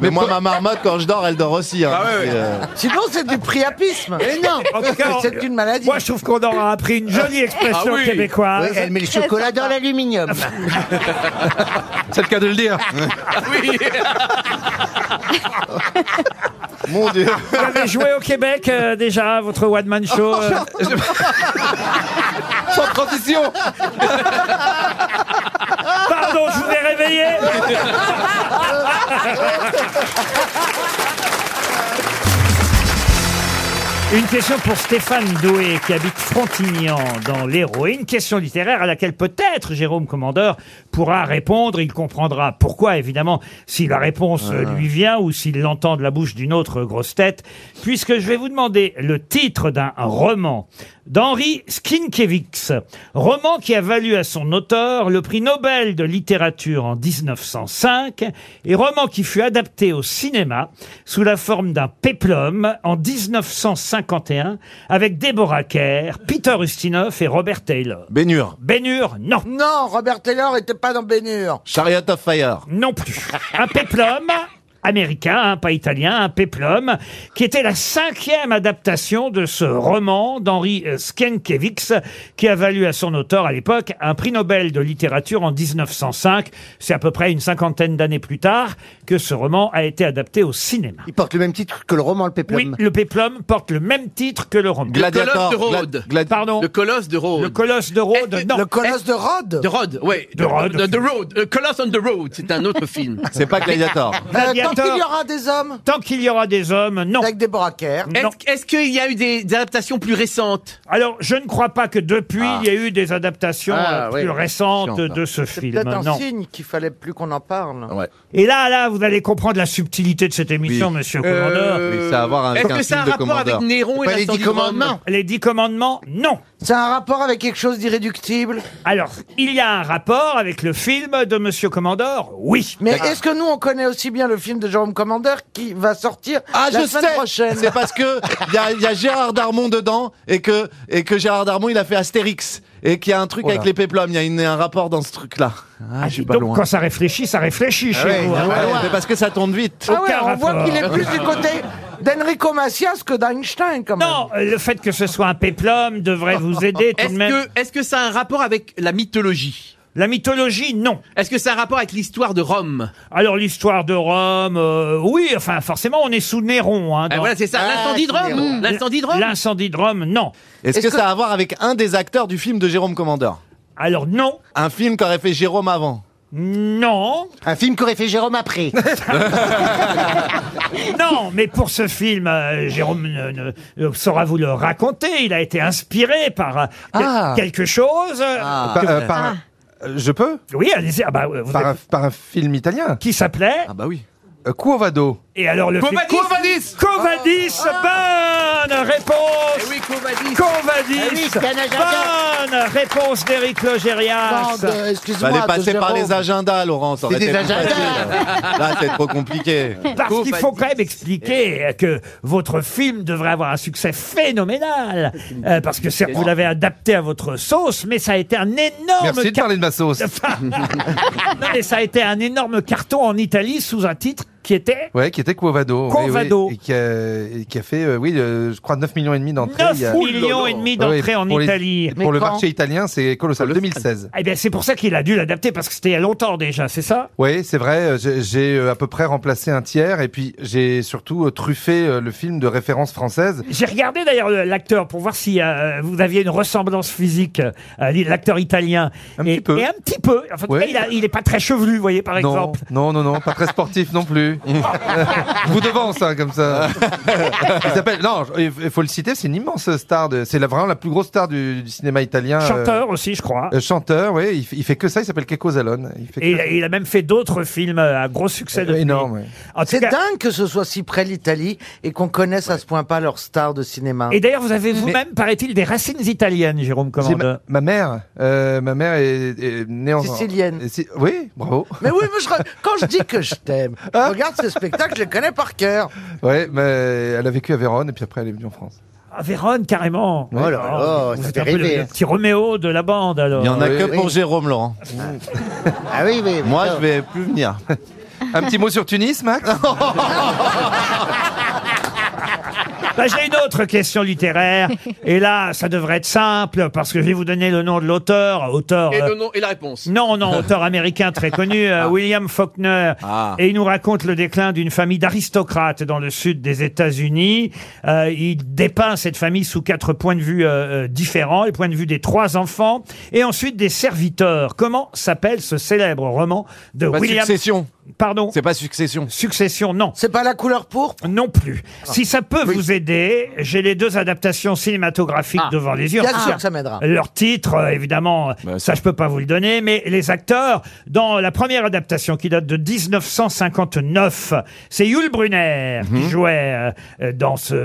Mais, moi, ma marmotte, quand je dors, elle dort aussi. hein. Ah ouais, ouais. C'est, euh, Sinon, c'est du priapisme. Mais non En tout cas, on- C'est une maladie. Moi, je trouve qu'on aura appris une jolie expression Ah oui. Oui, québécoise. Elle met le chocolat dans l'aluminium. C'est le cas de le dire. Mon Dieu. Ah, Vous avez joué au Québec euh, déjà, votre one-man show euh, Sans transition. Pardon, je vous ai réveillé Une question pour Stéphane Doué, qui habite Frontignan, dans l'Hérault. Et Une question littéraire à laquelle peut-être Jérôme Commandeur pourra répondre. Il comprendra pourquoi, évidemment, si la réponse euh, lui vient ou s'il l'entend de la bouche d'une autre grosse tête. Puisque je vais vous demander le titre d'un roman d'Henri Skinkiewicz. Roman qui a valu à son auteur le prix Nobel de littérature en 1905 et roman qui fut adapté au cinéma sous la forme d'un péplum en 1951 avec Deborah Kerr, Peter Ustinov et Robert Taylor. Bénure. Bénure, non. Non, Robert Taylor était pas dans Bénure. Chariot of Fire. Non plus. Un péplum américain, hein, pas italien, un péplum, qui était la cinquième adaptation de ce roman d'Henri euh, Sienkiewicz, qui a valu à son auteur à l'époque un prix Nobel de littérature en 1905. C'est à peu près une cinquantaine d'années plus tard que ce roman a été adapté au cinéma. Il porte le même titre que le roman Le Péplum. Oui, le péplum porte le même titre que le roman. Gladiator. de Gla- Rhodes. Glad- Pardon. Le Le, colosse de Rhodes. colosse de Rhodes. Eh, Non. Le colosse de Rhodes. de Rhodes, Euh, ouais. De Rhodes. The, Road. The Colosse on the Road, c'est un autre film. C'est pas Gladiator. Ah. Euh, Tentacle, Tant qu'il y aura des hommes. Tant qu'il y aura des hommes, non. Avec des braquaires. Est-ce qu'il y a eu des, adaptations plus récentes Alors, je ne crois pas que depuis, il y a eu des adaptations Ah, euh, oui. plus récentes Chiant, ça. de ce C'est film. peut-être un non. signe qu'il fallait plus qu'on en parle. Et là, là, vous allez comprendre la subtilité de cette émission, monsieur Euh, Commandeur. oui, ça a à voir avec Est-ce un que ça a film un de rapport Commandeur. avec Néron C'est et pas les les l'ascendant dix dix du commandements commandements Rhum Les dix commandements, non. C'est un rapport avec quelque chose d'irréductible Alors, il y a un rapport avec le film de monsieur Commandeur, oui. Mais est-ce que nous, on connaît aussi bien le film de Jérôme Commander qui va sortir Ah, la je semaine sais prochaine C'est parce que il y a, y a Gérard Darmon dedans et que, et que Gérard Darmon, il a fait Astérix et qu'il y a un truc Oh là. avec les péplums. Il y a une- un rapport dans ce truc-là. Ah, je suis pas Donc, loin. quand ça réfléchit, ça réfléchit Ah chez ouais, vous. ah hein. ouais, mais parce que ça tourne vite. Ah ouais, on voit qu'il est plus du côté d'Enrico Macias que d'Einstein, quand même. Non, euh, le fait que ce soit un péplum devrait vous aider tout de même. Est-ce que ça a un rapport avec la mythologie La mythologie, non. Est-ce que ça a un rapport avec l'histoire de Rome Alors l'histoire de Rome, euh, oui, enfin forcément on est sous Néron. Hein, Ah, voilà, c'est ça, Ah, l'incendie de sous Rome. Néron. L'incendie de Rome L'incendie de Rome, non. Est-ce que, ça a à voir avec un des acteurs du film de Jérôme Commandeur Alors non. Un film qu'aurait fait Jérôme avant Non. Un film qu'aurait fait Jérôme après. Non, mais pour ce film, euh, Jérôme ne- ne- ne saura vous le raconter. Il a été inspiré par euh, quel- Ah. quelque chose. euh, Ah. que- Par- euh, par- Euh, Je peux Oui, allez-y. Ah bah, euh, vous par, êtes- un, par un film italien. Qui s'appelait Ah bah oui. Cuovado. Et alors le Covadis film... Covadis Covadis Ah. Bonne réponse Eh oui, Covadis Covadis Eh oui, c'est un agenda. Bonne réponse d'Éric Logérias Bande, excuse-moi, Fallait passer par les agendas, Laurent. ça aurait C'est été des plus agendas. facile. Là, c'est trop compliqué. Parce qu'il faut quand même expliquer que votre film devrait avoir un succès phénoménal. Euh, parce que certes, vous l'avez adapté à votre sauce, mais ça a été un énorme... Merci de car- parler de ma sauce. Non, mais ça a été un énorme carton en Italie sous un titre qui était... Ouais, qui était Cuovado. oui, Cuovado. oui, et, qui a, et qui a fait, euh, oui, euh, je crois 9 millions et demi d'entrées. 9 il y a- millions et demi d'entrées Ouais, en pour les- Italie. pour Mais le quand marché italien, c'est colossal. 2016. Eh bien, c'est pour ça qu'il a dû l'adapter, parce que c'était il y a longtemps déjà, c'est ça Oui, c'est vrai. euh, j'ai- J'ai euh, à peu près remplacé un tiers, et puis j'ai surtout euh, truffé euh, le film de référence française. J'ai regardé d'ailleurs le- l'acteur pour voir si euh, vous aviez une ressemblance physique, euh, à l'acteur italien. Un et, petit peu. Et un petit peu. Enfin, en tout Ouais. cas, il, a- il est pas très chevelu, vous voyez, par non, exemple. non, non, non, pas très sportif non plus. Je vous devance, hein, comme ça. Il s'appelle. Non, je- il faut le citer. C'est une immense star. de- C'est la- vraiment la plus grosse star du, du cinéma italien. euh, Chanteur aussi, je crois. euh, chanteur, oui. Il, f- il fait que ça. Il s'appelle Keiko Zalone. Il fait Et que il a, ça. il a même fait d'autres films euh, à gros succès de énorme, ouais. C'est dingue que ce soit si près l'Italie et qu'on connaisse à ce point pas leur star de cinéma. Et d'ailleurs, vous avez vous-même, paraît-il, des racines italiennes, Jérôme C'est ma, Commandeur. ma mère. euh, ma mère est, est née en Sicilienne. et si- oui, bravo. Mais oui, mais je re- quand je dis que je t'aime, Hein regarde ce spectacle, je le connais par cœur. Ouais, mais elle a vécu à Vérone et puis après elle est venue en France. Ah, Vérone, carrément. Oh là là, Alors, ça vous êtes fait un peu le, rêver, Ah le hein. petit Roméo de la bande, alors. Il y en a que pour Jérôme, Laurent. Ah oui, oui. Moi, je vais plus venir. Un petit mot sur Tunis, Max Bah, J'ai une autre question littéraire. Et là, ça devrait être simple, parce que je vais vous donner le nom de l'auteur. Auteur. et, euh, le nom- et la réponse Non, non, auteur américain très connu, euh, Ah. William Faulkner. Ah. Et il nous raconte le déclin d'une famille d'aristocrates dans le sud des États-Unis. Euh, il dépeint cette famille sous quatre points de vue euh, euh, différents, les points de vue des trois enfants et ensuite des serviteurs. Comment s'appelle ce célèbre roman de Pas William Succession. Pardon C'est pas Succession. Succession, non. C'est pas la couleur pourpre Ah. Non plus. Si ça peut vous aider, j'ai les deux adaptations cinématographiques Ah. devant les yeux. Bien sûr que ça m'aidera. Leur titre, euh, évidemment, Bah, ça je peux pas vous le donner, mais les acteurs, dans la première adaptation qui date de 1959, c'est Yul Brunner qui jouait euh, euh, dans ce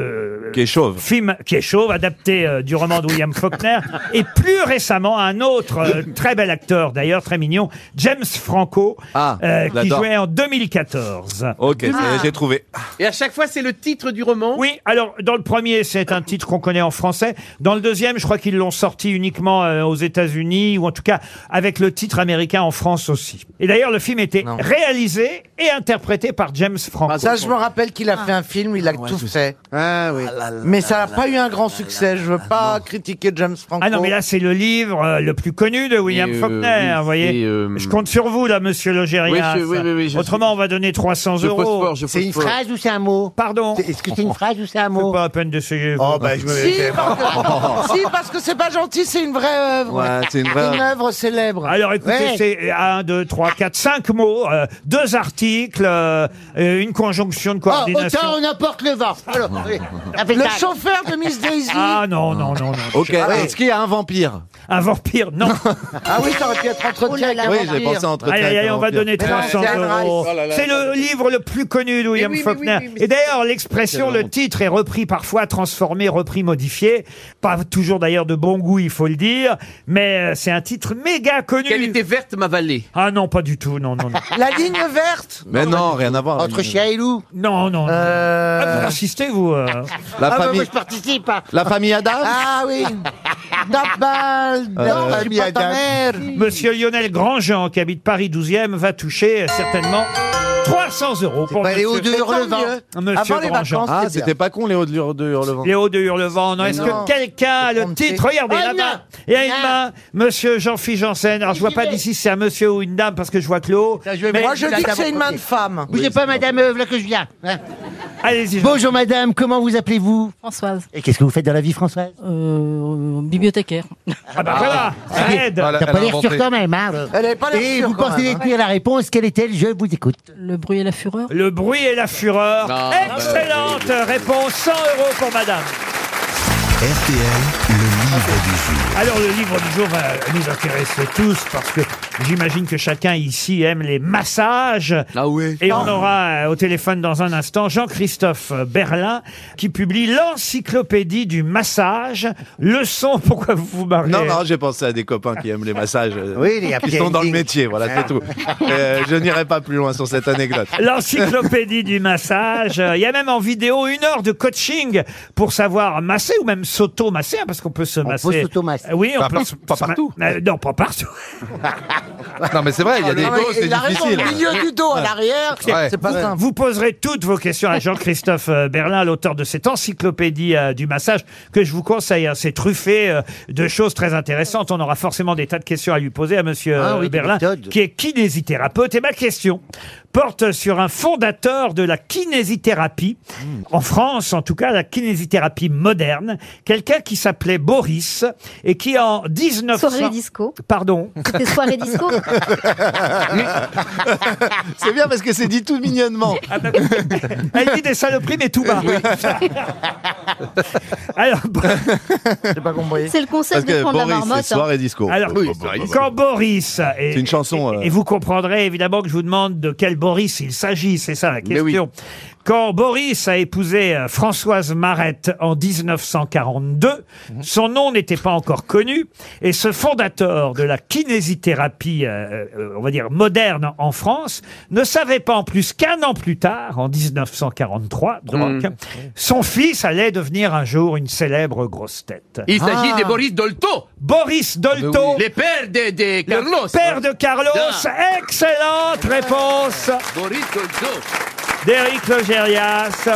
Mhm. Qui est chauve. film qui est chauve, adapté euh, du roman de William Faulkner, et plus récemment un autre euh, très bel acteur d'ailleurs, très mignon, James Franco, euh, qui Ah, j'adore. jouait en 2014. Ok, ça y est, j'ai trouvé. Et à chaque fois, c'est le titre du roman Oui, alors dans le premier, c'est un titre qu'on connaît en français. Dans le deuxième, je crois qu'ils l'ont sorti uniquement euh, aux États-Unis, ou en tout cas avec le titre américain en France aussi. Et d'ailleurs, le film était réalisé et interprété par James Franco. Bah, Ça, je me rappelle qu'il a fait un film, il a tout fait. Ah oui. Mais ça n'a pas eu un grand succès. Je veux pas critiquer James Franco. Ah non, mais là, c'est le livre euh, le plus connu de William euh, Faulkner, oui, euh, vous voyez. c'est, Je compte sur vous, là, monsieur Logérias. Oui, je- oui, oui, oui, oui, Autrement, on va donner 300 Je euros. phosphore, je C'est une phosphore. phrase ou c'est un mot Pardon Est-ce que c'est une phrase ou c'est un mot C'est pas la peine d'essayer. Oh, bah, je me- Si, parce que- Oh. si, parce que c'est pas gentil, c'est une vraie œuvre. Ouais, c'est une vraie œuvre. œuvre célèbre. Alors écoutez, Ouais. c'est 1, 2, 3, 4, 5 mots, euh, deux articles, euh, euh, une conjonction de Oh, coordination. autant on apporte le vent. Alors, oui. Le chauffeur de Miss Daisy. Ah non, non, non, non. Ok, Ah oui. est-ce qu'il y a un vampire Un vampire, non. Ah oui, ça aurait pu être Oh entretien. avec un Oui, j'ai vampire. pensé à entretien. Aïe, aïe, aïe, on va donner 300 euros. C'est le livre le plus connu de William oui, mais oui, Faulkner. oui, mais Et d'ailleurs, l'expression, Quelle le titre est repris parfois, transformé, repris, modifié. Pas toujours d'ailleurs de bon goût, il faut le dire. Mais euh, c'est un titre méga connu. Qualité verte, ma vallée. Ah non, pas du tout, non, non, non. La ligne verte. Mais non, rien à voir. Entre chien et loup. Non, non. Ah, vous insistez, vous euh. La ah, bah, famille- moi, je participe. hein. La famille Adam Ah oui. Dabal, Euh, Dabal, je suis pas ta mère. Monsieur Lionel Grandjean, qui habite Paris 12e, va toucher euh, certainement 300 euros pour pas Bah, les Monsieur, Hauts de Mais tant Hurlevent. mieux, monsieur Avant les Grandjean. vacances, Ah, c'est c'était bien. pas con, les hauts de Hurlevent. Les hauts de Hurlevent, non. Mais Est-ce non. que quelqu'un a le trompé. titre Regardez, Oh, là-bas. non. Il y a une main, monsieur Jean-Philippe Janssen. Alors, je vois pas d'ici si c'est un monsieur ou une dame, parce que je vois que le haut. Mais- Moi, je dis que c'est une main de femme. Bougez pas, madame, euh, voilà que je viens. hein. Allez-y. Bonjour, madame, comment vous appelez-vous Françoise. Euh, Et qu'est-ce que vous faites dans la vie française Bibliothécaire. Ah bah voilà, ça aide. T'as pas l'air sûr quand même, hein Elle n'avait pas l'air Et sûre vous quand pensez même, hein. détenir la réponse, quelle est-elle Je vous écoute. Le bruit et la fureur. Le bruit et la fureur. Ah, Excellente réponse. 100 euros pour madame. RTL, le livre du jour. Alors le livre du jour va nous intéresser tous parce que j'imagine que chacun ici aime les massages. Ah oui. Et on aura euh, au téléphone dans un instant Jean-Christophe euh, Berlin qui publie l'encyclopédie du massage. Leçon, pourquoi vous vous marrez Non, non, j'ai pensé à des copains qui aiment les massages. euh, Oui, les happy qui sont dans le ending. métier, voilà, c'est tout. Euh, je n'irai pas plus loin sur cette anecdote. L'encyclopédie du massage. Euh, Il y a même en vidéo une heure de coaching pour savoir masser ou même s'auto-masser, hein, parce qu'on peut se masser. s'auto-masser. Euh, Oui, on Pas peut par- se- pas se ma- partout. Euh, non, pas partout. Non, mais c'est vrai, il y a des non, gosses, Ah, mais c'est il arrive au difficile. milieu du dos, à l'arrière, Ouais. c'est pas vous, simple. vous poserez toutes vos questions à Jean-Christophe euh, Berlin, l'auteur de cette encyclopédie euh, du massage que je vous conseille. hein. C'est truffé euh, de choses très intéressantes. On aura forcément des tas de questions à lui poser à Monsieur Ah euh, oui, des Berlin, méthodes. qui est kinésithérapeute. Et ma question porte sur un fondateur de la kinésithérapie, Hmm. en France en tout cas, la kinésithérapie moderne, quelqu'un qui s'appelait Boris et qui en 1900... Soirée disco. Pardon C'était soirée disco. c'est bien parce que c'est dit tout mignonnement. Ah, bah, Elle dit des saloperies, mais tout bas. Alors, J'ai pas compris. C'est le concept de prendre la marmotte. hein. Alors, quand Boris. et- C'est une chanson, Et, euh. et vous comprendrez évidemment que je vous demande de quel Boris il s'agit, c'est ça la question. Quand Boris a épousé euh, Françoise Marette en 1942, son nom n'était pas encore connu et ce fondateur de la kinésithérapie, euh, euh, on va dire moderne en France, ne savait pas en plus qu'un an plus tard, en 1943, donc, Mhm. son fils allait devenir un jour une célèbre grosse tête. Il s'agit de Boris Dolto. Ah. Boris Ah, ben Dolto. Les pères de, de Carlos. Le père de Carlos. Ah. Excellente réponse Boris Dolto. d'Éric Logérias.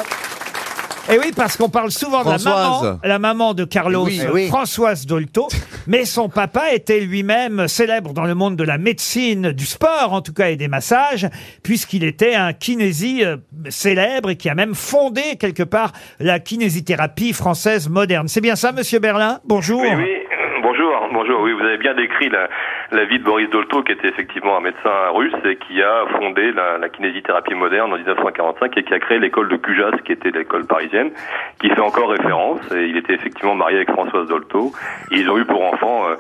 Et oui, parce qu'on parle souvent de la Françoise. maman, la maman de Carlos, Oui, eh oui. Françoise Dolto, mais son papa était lui-même célèbre dans le monde de la médecine, du sport en tout cas et des massages, puisqu'il était un kinési euh, célèbre et qui a même fondé quelque part la kinésithérapie française moderne. C'est bien ça, Monsieur Berlin Bonjour. Oui, oui. Bonjour, bonjour. Oui, vous avez bien décrit la, la vie de Boris Dolto, qui était effectivement un médecin russe et qui a fondé la, la kinésithérapie moderne en 1945 et qui a créé l'école de Cujas, qui était l'école parisienne, qui fait encore référence. Et il était effectivement marié avec Françoise Dolto. Et ils ont eu pour enfant euh,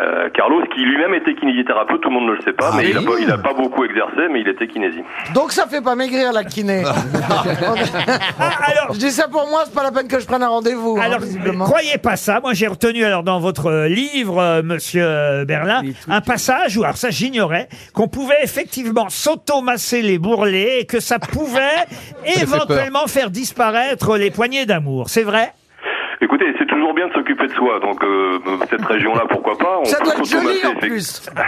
euh, Carlos, qui lui-même était kinésithérapeute. Tout le monde ne le sait pas, Ah mais il a oui. pas- il n'a pas beaucoup exercé, mais il était kinésithérapeute. Donc ça fait pas maigrir la kiné. Ah. Oh, alors, je dis ça pour moi, c'est pas la peine que je prenne un rendez-vous. hein. Alors, Croyez pas ça. Moi, j'ai retenu alors dans votre euh, livre, euh, Monsieur euh, Berlin, un passage où alors ça j'ignorais qu'on pouvait effectivement s'automasser les bourrelets et que ça pouvait fait éventuellement faire disparaître les poignées d'amour. C'est vrai Écoutez, c'est toujours bien de s'occuper de soi, donc euh, cette région-là, pourquoi pas Ça doit être joli, s'automasser, en effect-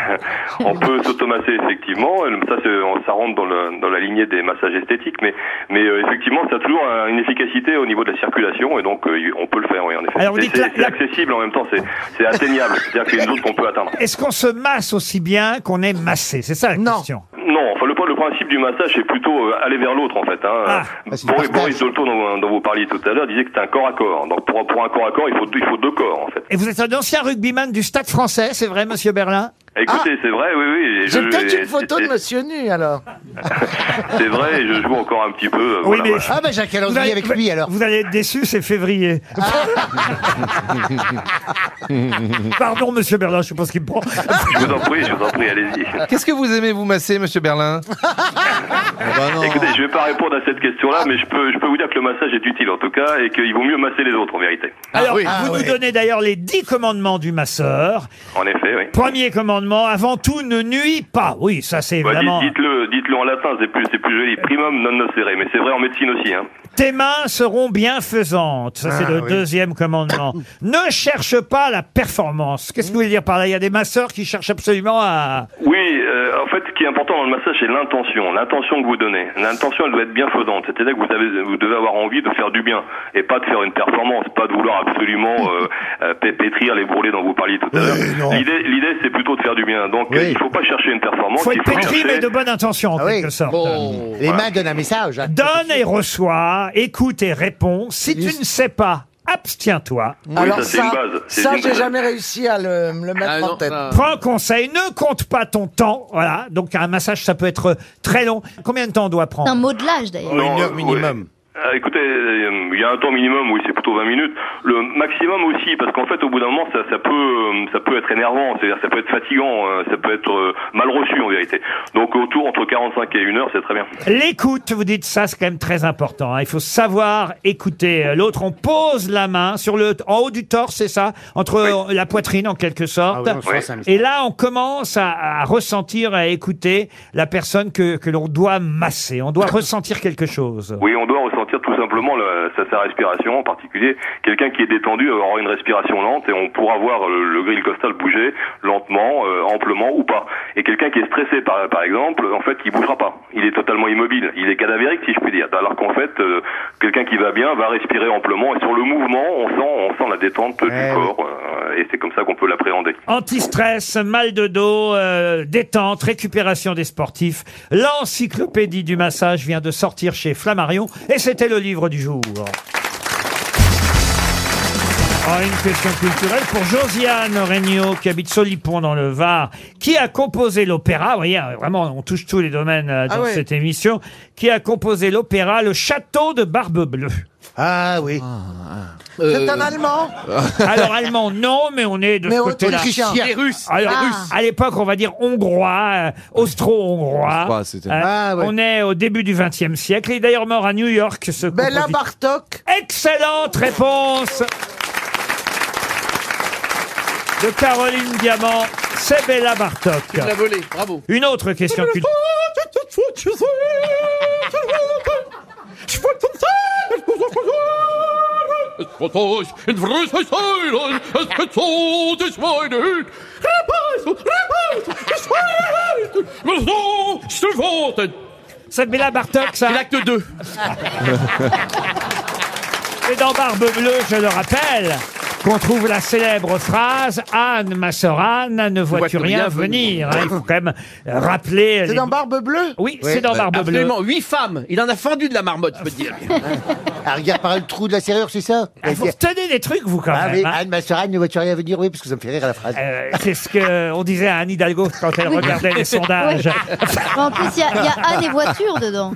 on peut s'automasser effectivement, et ça, c'est- ça rentre dans, le- dans la lignée des massages esthétiques, mais, mais euh, effectivement, ça a toujours euh, une efficacité au niveau de la circulation, et donc euh, y- on peut le faire, oui, en effet. Alors, vous Et dites c'est la- c'est accessible en même temps, c'est c'est atteignable, c'est-à-dire qu'il y a une zone qu'on peut atteindre. Est-ce qu'on se masse aussi bien qu'on est massé C'est ça la question. Non, enfin, le, point- le principe du massage, c'est plutôt euh, aller vers l'autre, en fait. Hein. Ah. Boris, Boris Dolto, dont, dont vous parliez tout à l'heure, disait que c'était un corps à corps. Donc, pour, pour un corps à corps, il faut, il faut deux corps, en fait. Et vous êtes un ancien rugbyman du Stade français, c'est vrai, monsieur Berlin Écoutez, c'est vrai, oui, oui. et Ah. J'ai je- peut-être et- une photo de et- monsieur nu, alors. C'est vrai, et je joue encore un petit peu. euh, voilà, voilà. Ah, ben, bah, j'ai un calendrier Vous allez- avec lui, alors. Vous allez être déçu, c'est février. Ah. Pardon, monsieur Berlin, je suppose qu'il me prend. Je vous en prie, je vous en prie, allez-y. Qu'est-ce que vous aimez vous masser, monsieur Berlin Écoutez, je vais pas répondre à cette question-là, mais je peux, je peux vous dire que le massage est utile en tout cas et qu'il vaut mieux masser les autres en vérité. Alors, Ah vous nous donnez d'ailleurs les dix commandements du masseur. En effet, oui. Premier commandement, avant tout, ne nuis pas. Oui, ça c'est Bah, dites- évidemment... dites-le, dites-le en latin, c'est plus, c'est plus joli. Primum non nocere, mais c'est vrai en médecine aussi. Hein. Tes mains seront bienfaisantes. Ça, c'est Ah, le oui. deuxième commandement. ne cherche pas la performance. Qu'est-ce que vous voulez dire par là Il y a des masseurs qui cherchent absolument à... Oui, euh, en fait, ce qui est important dans le massage, c'est l'intention, l'intention que vous donnez. L'intention, elle doit être bienfaisante. C'est-à-dire que vous, avez, vous devez avoir envie de faire du bien et pas de faire une performance, pas de vouloir absolument euh, euh, pé- pétrir les brûlés dont vous parliez tout à l'heure. L'idée, l'idée, c'est plutôt de faire du bien. Donc, euh, il faut pas chercher une performance. faut il être faut pétri, chercher- mais de bonne intention, Ah en quelque sorte. Les mains donnent un message. hein. Donne et reçois, écoute et réponds. Si tu ne sais pas, abstiens-toi. bah, Alors ça, ça j'ai jamais réussi à le, me le mettre en tête. Prends conseil, ne compte pas ton temps. Voilà, donc un massage, ça peut être très long. Combien de temps on doit prendre C'est un modelage d'ailleurs. Non, euh, ouais. Euh, écoutez, euh, il y a un temps minimum, oui, c'est plutôt 20 minutes. Le maximum aussi, parce qu'en fait, au bout d'un moment, ça, ça peut, euh, ça peut être énervant, c'est-à-dire ça peut être fatigant, euh, ça peut être euh, mal reçu en vérité. Donc autour entre 45 et 1 heure, c'est très bien. L'écoute, vous dites ça, c'est quand même très important. hein. Il faut savoir écouter euh, l'autre. On pose la main sur le, en haut du torse, c'est ça, entre euh, la poitrine en quelque sorte. Ah oui, on se Oui. fait ça, mais- et là, on commence à, à ressentir, à écouter la personne que, que l'on doit masser. On doit ressentir quelque chose. Oui, on doit ressentir tout simplement la- sa, sa respiration en particulier. Quelqu'un qui est détendu euh, aura une respiration lente et on pourra voir euh, le, le grill costal bouger lentement, euh, amplement ou pas. Et quelqu'un qui est stressé par, par exemple, en fait, il bougera pas. Il est totalement immobile. Il est cadavérique si je puis dire. Alors qu'en fait, euh, quelqu'un qui va bien va respirer amplement et sur le mouvement, on sent, on sent la détente du corps euh, et c'est comme ça qu'on peut l'appréhender. Anti-stress, mal de dos, euh, détente, récupération des sportifs. L'encyclopédie du massage vient de sortir chez Flammarion et c'était le livre du jour. Ah, une question culturelle pour Josiane Regnault, qui habite Solipon dans le Var, qui a composé l'opéra, vous voyez, euh, vraiment, on touche tous les domaines euh, dans Ah ouais. cette émission, qui a composé l'opéra Le Château de Barbe Bleue. Ah oui. Euh, C'est un Allemand Alors allemand non, mais on est de Mais ce côté-là. autrichien. Les Les Russes. Alors Ah. Russes. À l'époque, on va dire hongrois, euh, austro-hongrois. Hongrois, c'était- Euh, Ah, ouais. On est au début du XXe siècle. Il est d'ailleurs mort à New York. Ce Bella compositeur. Excellente réponse de Caroline Diamant. C'est Bella Bartok. Tu l'as volé, bravo. Une autre question culturelle. C'est Béla Bartok, ça. L'acte 2. C'est dans Barbe Bleue, je le rappelle, qu'on trouve la célèbre phrase Anne, ma sœur Anne, ne vois-tu rien venir hein. Il faut quand même rappeler. C'est les- dans Barbe Bleue Oui, c'est dans Ah, Barbe Bleue. Absolument, huit femmes. Il en a fendu de la marmotte, je peux te dire. Ah, regarde par le trou de la serrure, c'est ça Ah, vous retenez des trucs, vous, quand ah, même, oui, hein. Anne, ma sœur Anne, ne vois-tu rien venir Oui, parce que ça me fait rire à la phrase. Euh, c'est ce que on disait à Anne Hidalgo quand elle Oui. regardait les sondages. Ouais. Mais Bah, En plus, il y, a- il y a Anne et voiture dedans.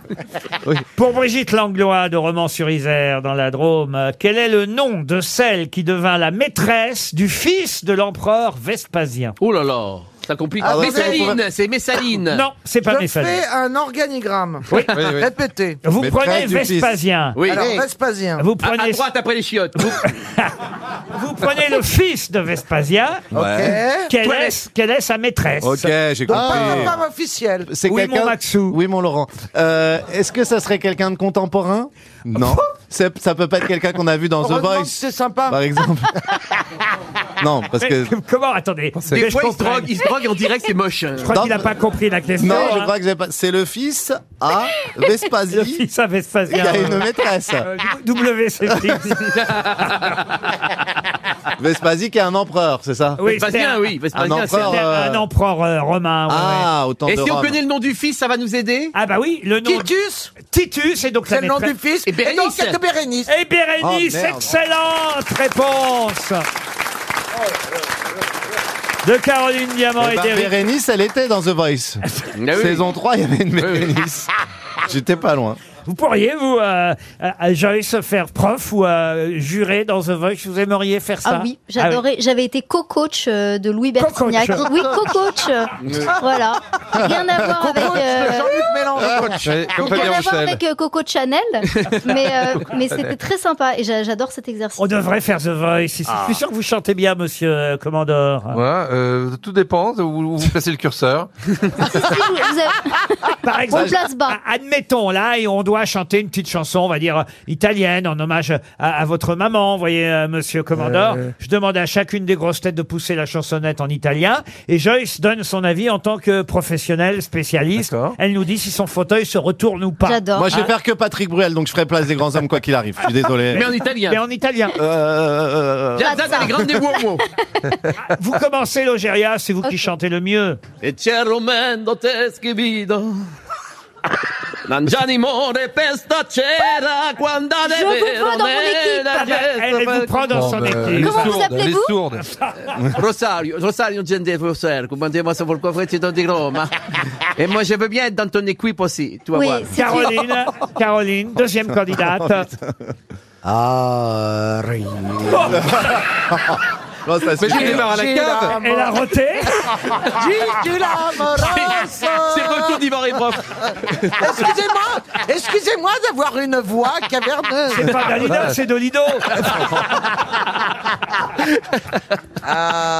Pour Brigitte Langlois de Romans-sur-Isère, dans la Drôme, euh, quel est le nom de celle qui devint la maîtresse du fils de l'empereur Vespasien Oh là là, ça complique. Ah ouais, Messaline, c'est- c'est Messaline. Non, c'est pas Je Messaline. fais un organigramme. Oui. Oui, oui. Répétez. Vous prenez Vespasien. Ah. Oui. Alors, Oui. Vespasien. Vous À, à prenez, droite après les chiottes. vous prenez le fils de Vespasien. Ouais. Quelle, Ouais. est, quelle est sa maîtresse Ok, j'ai Donc, pas compris. la femme officielle. C'est quelqu'un- Oui, mon Laurent. Euh, Est-ce que ça serait quelqu'un de contemporain Non. C'est- ça peut pas être quelqu'un qu'on a vu dans The Heureusement que Voice. c'est sympa. Par exemple. non, parce que. Comment Attendez. Des fois, il se drogue, il se drogue et on dirait que c'est moche. Je crois qu'il n'a pas compris la question. Non, je hein. crois que j'ai pas. C'est le fils à Vespasie. Le fils à Il Vespasien. y a une maîtresse. W, c'est fils. Vespasique est un empereur, c'est ça Vespasien, oui. Vespasien, un empereur. c'est- euh, Un empereur euh, romain. ouais, Ah, ouais. autant Et si on connaît le nom du fils, ça va nous aider Ah bah oui, le nom. Titus Titus, et donc la C'est le nom maîtresse- du fils, Et Bérénice. et donc, c'est de Bérénice. Et Bérénice, Oh, merde. excellente réponse de Caroline Diamant Eh et ben, Ah d'Éric Bérénice, elle était dans The Voice. Saison 3, il y avait une Bérénice. J'étais pas loin. Vous pourriez, vous, euh, euh, Joyce, faire prof ou euh, jurer dans The Voice Vous aimeriez faire ça Ah oui, j'adorais. J'avais été co-coach euh, de Louis Bertignac. Co-coach. Oui, co-coach. euh, Oui. voilà. Rien à voir avec. euh, Ouais, comme Rien Fabien à voir Roussel. avec euh, Coco Chanel, mais, euh, mais c'était Chanel. très sympa et j'a- j'adore cet exercice. On devrait faire The Voice. ici. Je suis sûr que vous chantez bien, monsieur euh, Commandeur. Ah. Ouais, euh, tout dépend de où où vous placez le curseur. Par On place bas. a- Ah, admettons là et on doit chanter une petite chanson, on va dire euh, italienne, en hommage à, à votre maman, vous voyez, euh, Monsieur Commandeur. Euh. Je demande à chacune des grosses têtes de pousser la chansonnette en italien et Joyce donne son avis en tant que professionnelle spécialiste. Elle nous dit si son fauteuil se retourne ou pas. Ah. Moi, je vais faire que Patrick Bruel, donc je ferai place des grands hommes quoi qu'il arrive. Je suis désolé. Mais en italien. Mais en italien. Euh, euh, euh, Là, là, t'as les grandes des uomo. Vous commencez l'Ogeria, c'est vous qui chantez le mieux. E c'è Romendo te scrivido. Non già di more per stasera quando Je vous veux dans mon équipe. ben, Ah bah, elle- elle vous prend dans son équipe. Comment vous appelez-vous Rosario, Rosario gente Rosario, comandiamo se vuol fare di Roma. hein. Et moi je veux bien être dans ton équipe aussi, tu vas voir. Caroline, Caroline, deuxième Oh, candidate. euh. Ah, rien. ça, Mais je démarre à la cave. Elle a roté. C'est le retour d'Ivan Rebrov. Excusez-moi, excusez-moi d'avoir une voix caverneuse. C'est pas Ah. Dalida, c'est Dolido.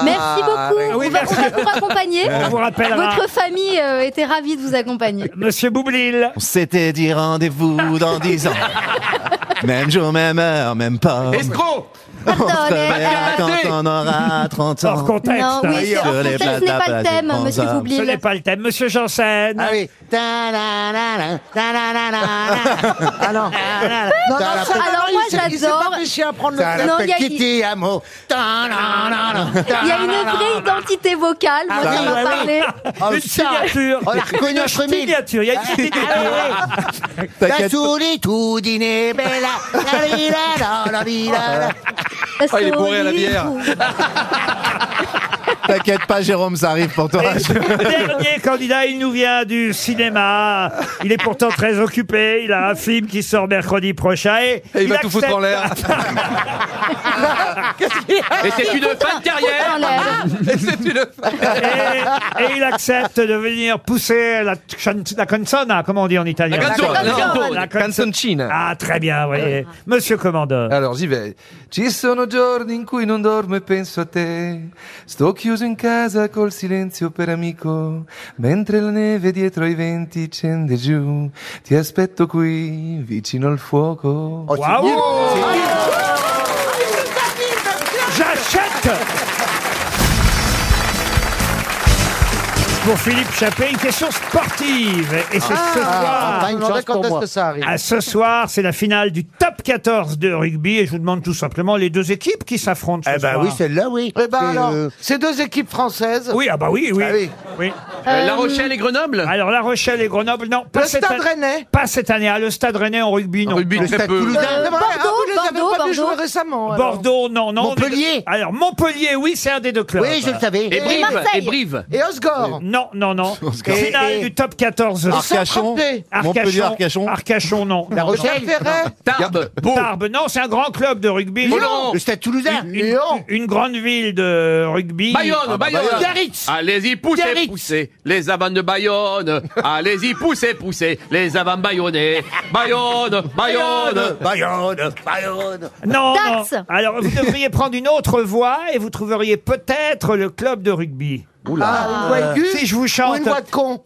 Merci beaucoup. Ah, Oui, on, va, merci. on va vous accompagner. On vous rappellera. Votre famille euh, était ravie de vous accompagner. Monsieur Boublil. On s'était dit rendez-vous dans 10 ans. Même jour, même heure, même pas. Escroc On se reverra quand Maté. on aura 30 ans. Hors contexte. Non, oui, c'est hors contexte, ce n'est pas le thème, monsieur Boublil. Ce n'est pas le thème. Monsieur Janssen. Ah oui. Alors, non, T'as la ça, pe- Alors moi il s'est- il s'est pas j'adore. péché à prendre le T'as la Non, il y a- petite amour. Il y a une vraie identité vocale, moi Ah ça oui, m'a oui, bah, parlé. Ah, une signature. On l'a reconnu une en chemin. signature. Il y a une signature. La solitudine bella, la vita, la, la vita, Oh, il est bourré à la bière. T'inquiète pas, Jérôme, ça arrive pour toi. Dernier candidat, il nous vient du cinéma. Il est pourtant très occupé. Il a un film qui sort mercredi prochain. Et, Et il va tout foutre accepte- en l'air. Et c'est une fin de Tout en l'air. carrière. Ah, Et c'est une Et, et il accepte de venir pousser la, chan- la canzona, comment on dit en italien La canzone, La canzone. la canzoncina. Ah, très bien, voyez. Monsieur Commandeur. Alors j'y vais. Ci sono giorni in cui non dormo e penso a te. Sto chiuso in casa col silenzio per amico. Mentre la neve dietro i venti scende giù. Ti aspetto qui, vicino al fuoco. Waouh Ah, J'achète Pour Philippe Chappé, une question sportive. Et c'est Ah, ce soir. enfin, une Je me demandais chance quand pour est-ce moi. que ça arrive. Ah, ce soir, c'est la finale du top 14 de rugby. Et je vous demande tout simplement les deux équipes qui s'affrontent ce Eh ben soir. oui, celle-là, oui. Eh ben C'est, alors, euh, ces deux équipes françaises. Oui, ah bah oui, oui. Ah oui. Oui. Euh, La Rochelle et Grenoble Alors La Rochelle et Grenoble, non. Pas Le cette Stade an- Rennais. Pas cette année. Ah, le Stade Rennais en rugby, non. rugby, Non. très peu. Euh, c'est vrai, ah, vous les avez Bordeaux, pas vu Bordeaux. jouer récemment. alors. Bordeaux, non, non. Montpellier. Alors Montpellier, oui, c'est un des deux clubs. Oui, je le savais. Et Et Brive, Marseille. et Brive. Et Osgore. Euh, Non, non, non. Oscar. Finale Et- et- du top 14. Arcachon. Montpellier, Arcachon. Arcachon. Arcachon, non. La Rochelle. Ferret. Tarbes. Tarbes, non, c'est un grand club de rugby. Lyon. Le Stade Toulousain. Une, une- une grande ville de rugby. Ah bah Bayonne, Bayonne. Biarritz. Ah, bah Allez-y, poussez, Biarritz. poussez. Les avants de Bayonne. Allez-y, poussez, poussez. Les avants bayonnais. Bayonne, Bayonne. Bayonne, Bayonne. Non, non. Dax. Alors, vous devriez prendre une autre voie et vous trouveriez peut-être le club de rugby. Ah, une voix aiguë Si je vous ou chante. une voix de con.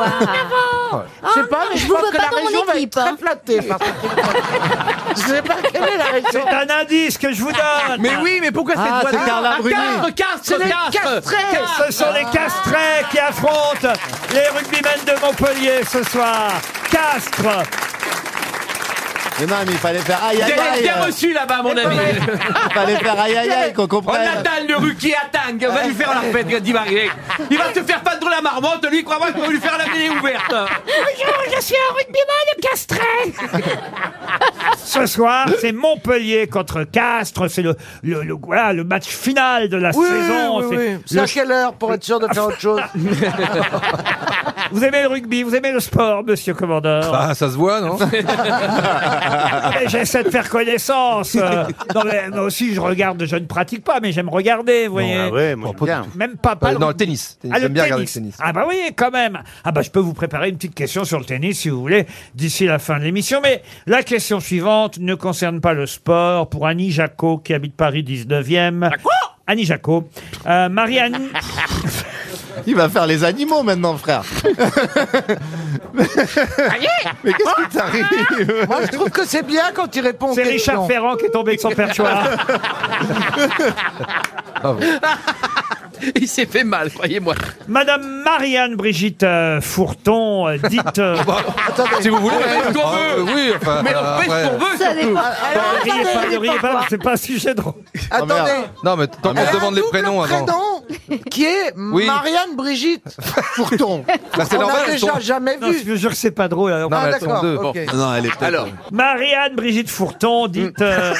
Ah, Je sais pas, mais je, Ah, Je vous pense veux que pas la dans mon région va être équipe, hein. très flattée. par cette- je sais pas quelle est la région. C'est un indice que je vous donne. Mais oui, mais pourquoi Ah, cette c'est voix Carla Bruni. Castres, Castres, C'est les Castres. Castrets. Ce sont les Castrets qui affrontent les rugbymen de Montpellier ce soir. Castres. Mais non, mais il fallait faire aïe aïe Vous allez aïe. être bien reçu là-bas, mon ami. Il fallait faire aïe aïe aïe, qu'on comprenne. On attend le Ruki Atang, on va lui faire la fête quand il va arriver. Il va se faire pendre la marmotte, lui, crois-moi qu'on va lui faire la mêlée ouverte. Ah, Bonjour, je suis un rugbyman de Castré. Ce soir, c'est Montpellier contre Castres. C'est le, le, le- voilà, le match final de la Oui, saison. oui, C'est oui. le C'est à ch- quelle heure pour être sûr de faire autre chose Vous aimez le rugby, vous aimez le sport, monsieur Commandeur Ah, ça se voit, non Mais J'essaie de faire connaissance. euh. Non, mais moi aussi, je regarde, je ne pratique pas, mais j'aime regarder, vous voyez. ah ouais, moi, j'aime bien. Même pas, pas Euh, non, rugby. le tennis. Tennis, Ah, le j'aime bien regarder tennis. le tennis. Ah bah oui, quand même. Ah bah je peux vous préparer une petite question sur le tennis, si vous voulez, d'ici la fin de l'émission. Mais la question suivante ne concerne pas le sport. Pour Annie Jacot, qui habite Paris 19e. Annie Jacot. Euh, Marie-Annie... Il va faire les animaux maintenant, frère. Mais qu'est-ce qui t'arrive Moi, je trouve que c'est bien quand il répond aux C'est Richard questions. Ferrand qui est tombé de son perchoir. Il s'est fait mal, croyez-moi. Madame Marianne Brigitte euh, Fourton, euh, dite. euh, Si vous voulez, hein. on fait ce qu'on Ah, veut. euh, Mais on fait ce qu'on veut, Ça surtout. dépend. Ah, Alors, Alors, riez attendez, ça pas, ne riez dépend pas, quoi. c'est pas un sujet drôle. Ah, Non, mais Ah, tant qu'on se demande les prénoms avant. Prénom qui est Oui. Marianne Brigitte Fourton. Bah, c'est On normal, a elles déjà sont- jamais Non, vu. je vous jure que c'est pas drôle. alors. Non, Ah, mais elles sont d'accord, deux. ok. Bon. Non, elle est Mm. peut-être- Alors. Marianne Brigitte Fourton, dite. euh,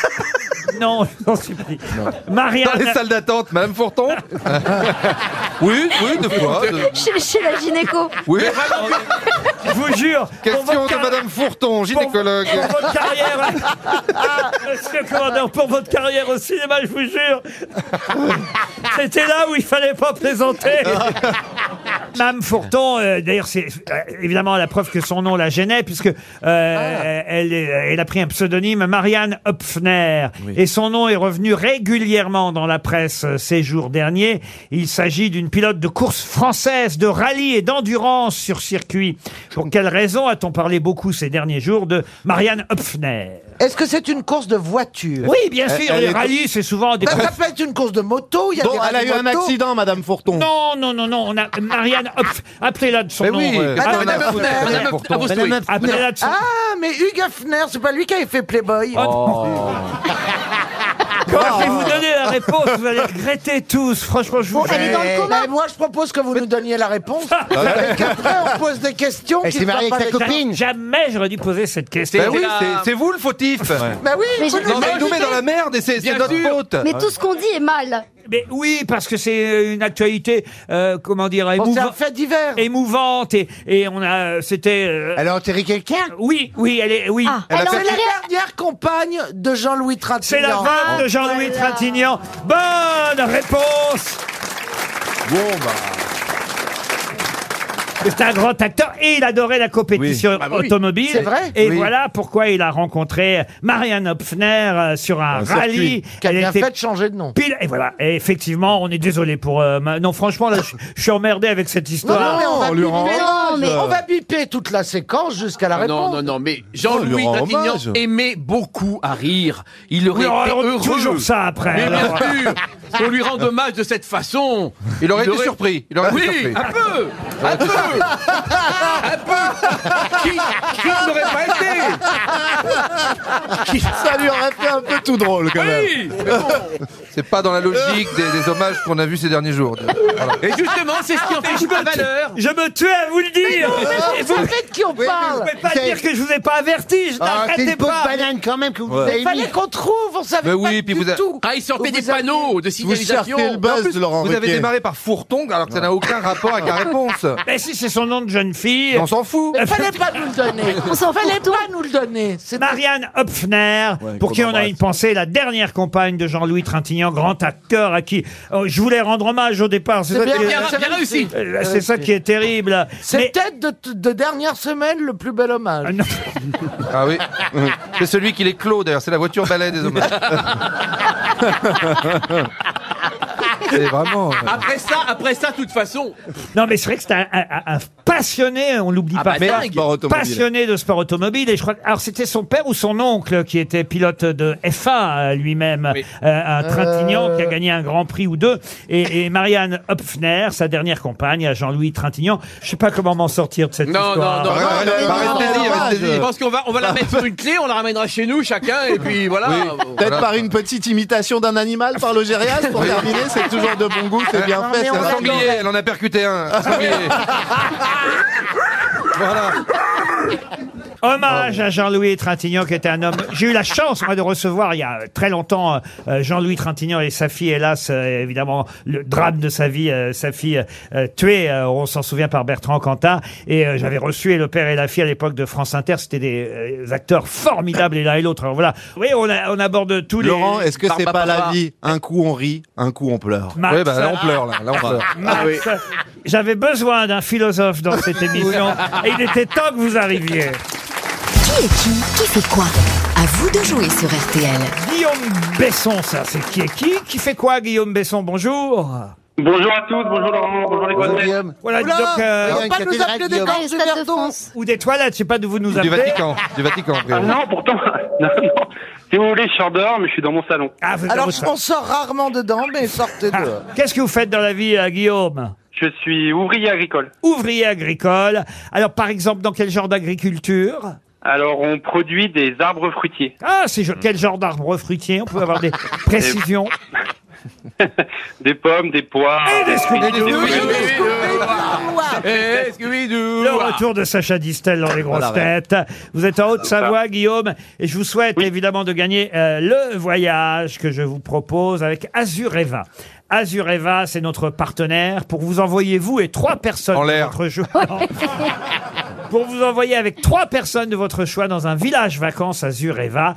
Non, je n'en suis plus. Marianne. Dans les salles d'attente, Madame Fourton Oui, oui, de quoi de- Chez, chez la gynéco. Oui. Je vous jure. Question de Madame Fourton, gynécologue. Pour votre carrière. Ah, Monsieur le commandeur, pour votre carrière au cinéma, je vous jure. C'était là où il fallait pas plaisanter. Mme Fourton, euh, d'ailleurs, c'est euh, évidemment la preuve que son nom la gênait, puisque euh, elle, est- elle a pris un pseudonyme, Marianne Hopfner. Et son nom est revenu régulièrement dans la presse euh, ces jours derniers. Il s'agit d'une pilote de course française, de rallye et d'endurance sur circuit. Pour quelle raison a-t-on parlé beaucoup ces derniers jours de Marianne Hopfner Est-ce que c'est une course de voiture Oui, bien sûr, les rallyes, c'est souvent des Bah, Ça peut être une course de moto. Il y a Donc, des elle a rallyes eu un moto. accident, Madame Fourton. Non, non, non, non, on a Marianne Hopf, appelez-la de son Mais nom. oui, Ah, euh, Madame appelez-la de son Hopfner, nom. Madame Hop- Fourton. Madame Hopfner. Appelez-la de son Ah, mais Hugues Hefner, c'est pas lui qui avait fait Playboy. Oh. Oh. Quand je vais vous donner la réponse, vous allez regretter tous. Franchement, je vous Eh, mais moi, je propose que vous nous donniez la réponse. Ah, Parce qu'après, on pose des questions. qui ne sont pas les- Jamais j'aurais dû poser cette question. Bah oui, c'est- c'est vous le fautif. Bah oui, Mais Non, je- mais elle nous met dans la merde et c'est c'est notre faute. Mais tout ce qu'on dit est mal. Mais oui, parce que c'est une actualité, euh, comment dire, émouvante. Émouvante et, et on a, c'était. euh, Elle a enterré quelqu'un Oui, oui, elle est, oui. Ah, Elle c'est la dernière compagne de Jean-Louis Trintignant. C'est la femme de Jean-Louis Trintignant. Bonne réponse. Bon, bah. C'est un grand acteur et il adorait la compétition Oui. Ah bah oui. automobile. C'est vrai Et Oui. voilà pourquoi il a rencontré Marianne Hopfner euh, sur un Un rallye. circuit. Qui a bien était fait de changer de nom. pile- Et voilà. Et effectivement, on est désolé pour. euh, ma- Non, franchement, là, je- je suis emmerdé avec cette histoire. mais on va on lui biper- rend non, hommage. mais on va biper toute la séquence jusqu'à la Ah, Non, réponse. non, non, mais Oh, Jean-Louis lui rend Trintignant hommage. aimait beaucoup à rire. Il aurait Oui, on été raconte heureux. toujours ça après, Mais bien alors. sûr, qu'on lui rende hommage de cette façon. Il aurait été surpris. Il Ah aurait été oui, surpris. un peu. Un peu. un peu. Qui, qui n'aurait pas été Ça lui aurait fait un peu tout drôle quand même. Oui. mais bon. C'est pas dans la logique des, des hommages qu'on a vus ces derniers jours. Voilà. Et justement, c'est ce qui Ah, en fait toute la valeur. Je me tuais à vous le dire. Mais vous vous savez de qui on ne parle pouvez pas c'est- dire que je vous ai pas averti. Ah, Je n'arrêtais pas. banane quand même que vous Il fallait qu'on trouve, on savait Mais pas oui, puis du vous a- tout. Ah, il sortait Vous des avez- panneaux de Vous signalisation. cherchez le En buzz plus, de Laurent vous avez Ruquier. démarré par Fourton alors que ça n'a aucun rapport avec la réponse. Mais si c'est son nom de jeune fille. On s'en fout. Il fallait pas nous le donner. On s'en fout fallait de toi. pas nous le donner. C'est Marianne Hopfner, Ouais, pour qu'on qui on a embrasse. une pensée, la dernière compagne de Jean-Louis Trintignant, grand acteur à qui euh, je voulais rendre hommage au départ. C'est bien, qui est- Bien, C'est bien réussi. euh, c'est ça qui est terrible. c'est Mais- peut-être de, de dernière semaine le plus bel hommage. Ah, non. Ah oui. C'est celui qui les clos d'ailleurs. C'est la voiture balai des hommages. C'est vraiment. euh, Après ça, après ça, de toute façon. Non, mais c'est vrai que c'est un, un- un- un passionné, on l'oublie Ah pas. bah, Mais dingue. sport automobile. passionné de sport automobile. Et je crois. que- Alors, c'était son père ou son oncle qui était pilote de F1 euh, lui-même, euh, un Trintignant qui a gagné un Grand Prix ou deux. Et, et Marianne Hopfner, sa dernière compagne, à Jean-Louis Trintignant. Je sais pas comment m'en sortir de cette Non, non, histoire. non, non, non, non, Je pense qu'on va, on va la mettre sur une clé, on la ramènera chez nous chacun, et puis voilà. Peut-être par une petite imitation d'un animal par le Gérias pour Oui. terminer, c'est toujours de bon goût, c'est bien fait. c'est ça. un sanglier, elle en a percuté un. un sanglier. voilà. Hommage à Jean-Louis Trintignant, qui était un homme. J'ai eu la chance, moi, de recevoir il y a très longtemps euh, Jean-Louis Trintignant et sa fille, hélas, euh, évidemment, le drame de sa vie, euh, sa fille euh, tuée, euh, on s'en souvient par Bertrand Cantat. Et euh, j'avais reçu et le père et la fille à l'époque de France Inter. C'était des euh, acteurs formidables, et l'un et l'autre. Alors voilà. Oui, on, a- on aborde tous les. Laurent, est-ce que c'est Barba pas la Papa. vie Un coup on rit, un coup on pleure. Max. Ouais, bah, là, on pleure, là, là, on pleure. Max, Ah oui. J'avais besoin d'un philosophe dans cette émission et il était temps que vous arriviez. Qui est qui Qui fait quoi À vous de jouer sur RTL. Guillaume Besson, ça, c'est qui est qui Qui fait quoi, Guillaume Besson Bonjour. Bonjour à tous, bonjour Laurent, bonjour les grosses têtes. Voilà, dis donc, euh, du Verdon ou des toilettes, je sais pas d'où vous nous appelez. Du Vatican. Du Vatican, a Ah priori. non, pourtant, non, non. Si vous voulez, je sors dehors, mais je suis dans mon salon. Ah, Ah. Alors, on sort rarement dedans, mais sortez dehors. Qu'est-ce que vous faites dans la vie, euh, Guillaume Je suis ouvrier agricole. Ouvrier agricole. Alors, par exemple, dans quel genre d'agriculture Alors, on produit des arbres fruitiers. Ah, c'est jo- quel genre d'arbre fruitier On peut avoir des précisions. Des pommes, des poires. Et des Scooby-Doo. des- Oui, oui, des- Eh, Le retour de Sacha Distel dans les grosses têtes. Vous êtes en Haute-Savoie, Guillaume, et je vous souhaite évidemment de gagner euh, le voyage que je vous propose avec Azureva. Azureva, c'est notre partenaire pour vous envoyer vous et trois personnes en l'air. pour vous envoyer avec trois personnes de votre choix dans un village vacances à Zureva.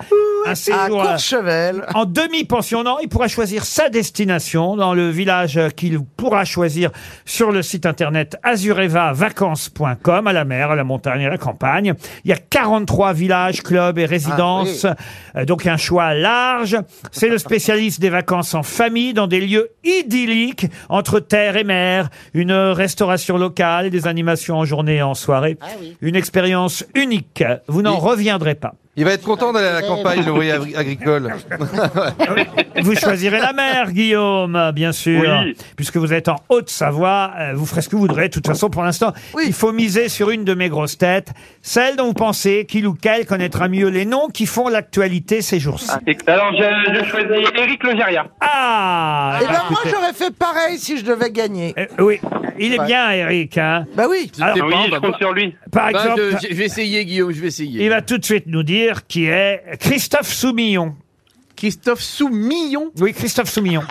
Un séjour à Courchevel. En demi-pension, non, il pourra choisir sa destination dans le village qu'il pourra choisir sur le site internet azurevavacances.com, à la mer, à la montagne, à la campagne. Il y a 43 villages, clubs et résidences. Ah Euh, Donc un choix large. C'est le spécialiste des vacances en famille dans des lieux idylliques entre terre et mer, une restauration locale, des animations en journée et en soirée. Une expérience unique. Vous n'en reviendrez pas. Il va être content d'aller à la campagne, l'ouvrier agri- agricole. Vous choisirez la mer, Guillaume, bien sûr. Oui. Puisque vous êtes en Haute-Savoie, euh, vous ferez ce que vous voudrez. De toute façon, pour l'instant, il faut miser sur une de mes grosses têtes, celle dont vous pensez qu'il ou qu'elle connaîtra mieux les noms qui font l'actualité ces jours-ci. Alors, Ah, je, je choisis Eric Logéria. Ah Eh ben, moi, écoutez. Eh, j'aurais fait pareil si je devais gagner. Oui, il est Ouais. bien, Eric. Hein bah oui. Ah Alors- Par Bah, exemple, je, je vais essayer, Guillaume, je vais essayer. il va tout de suite nous dire qui est Christophe Soumillon. Christophe Soumillon Oui, Christophe Soumillon.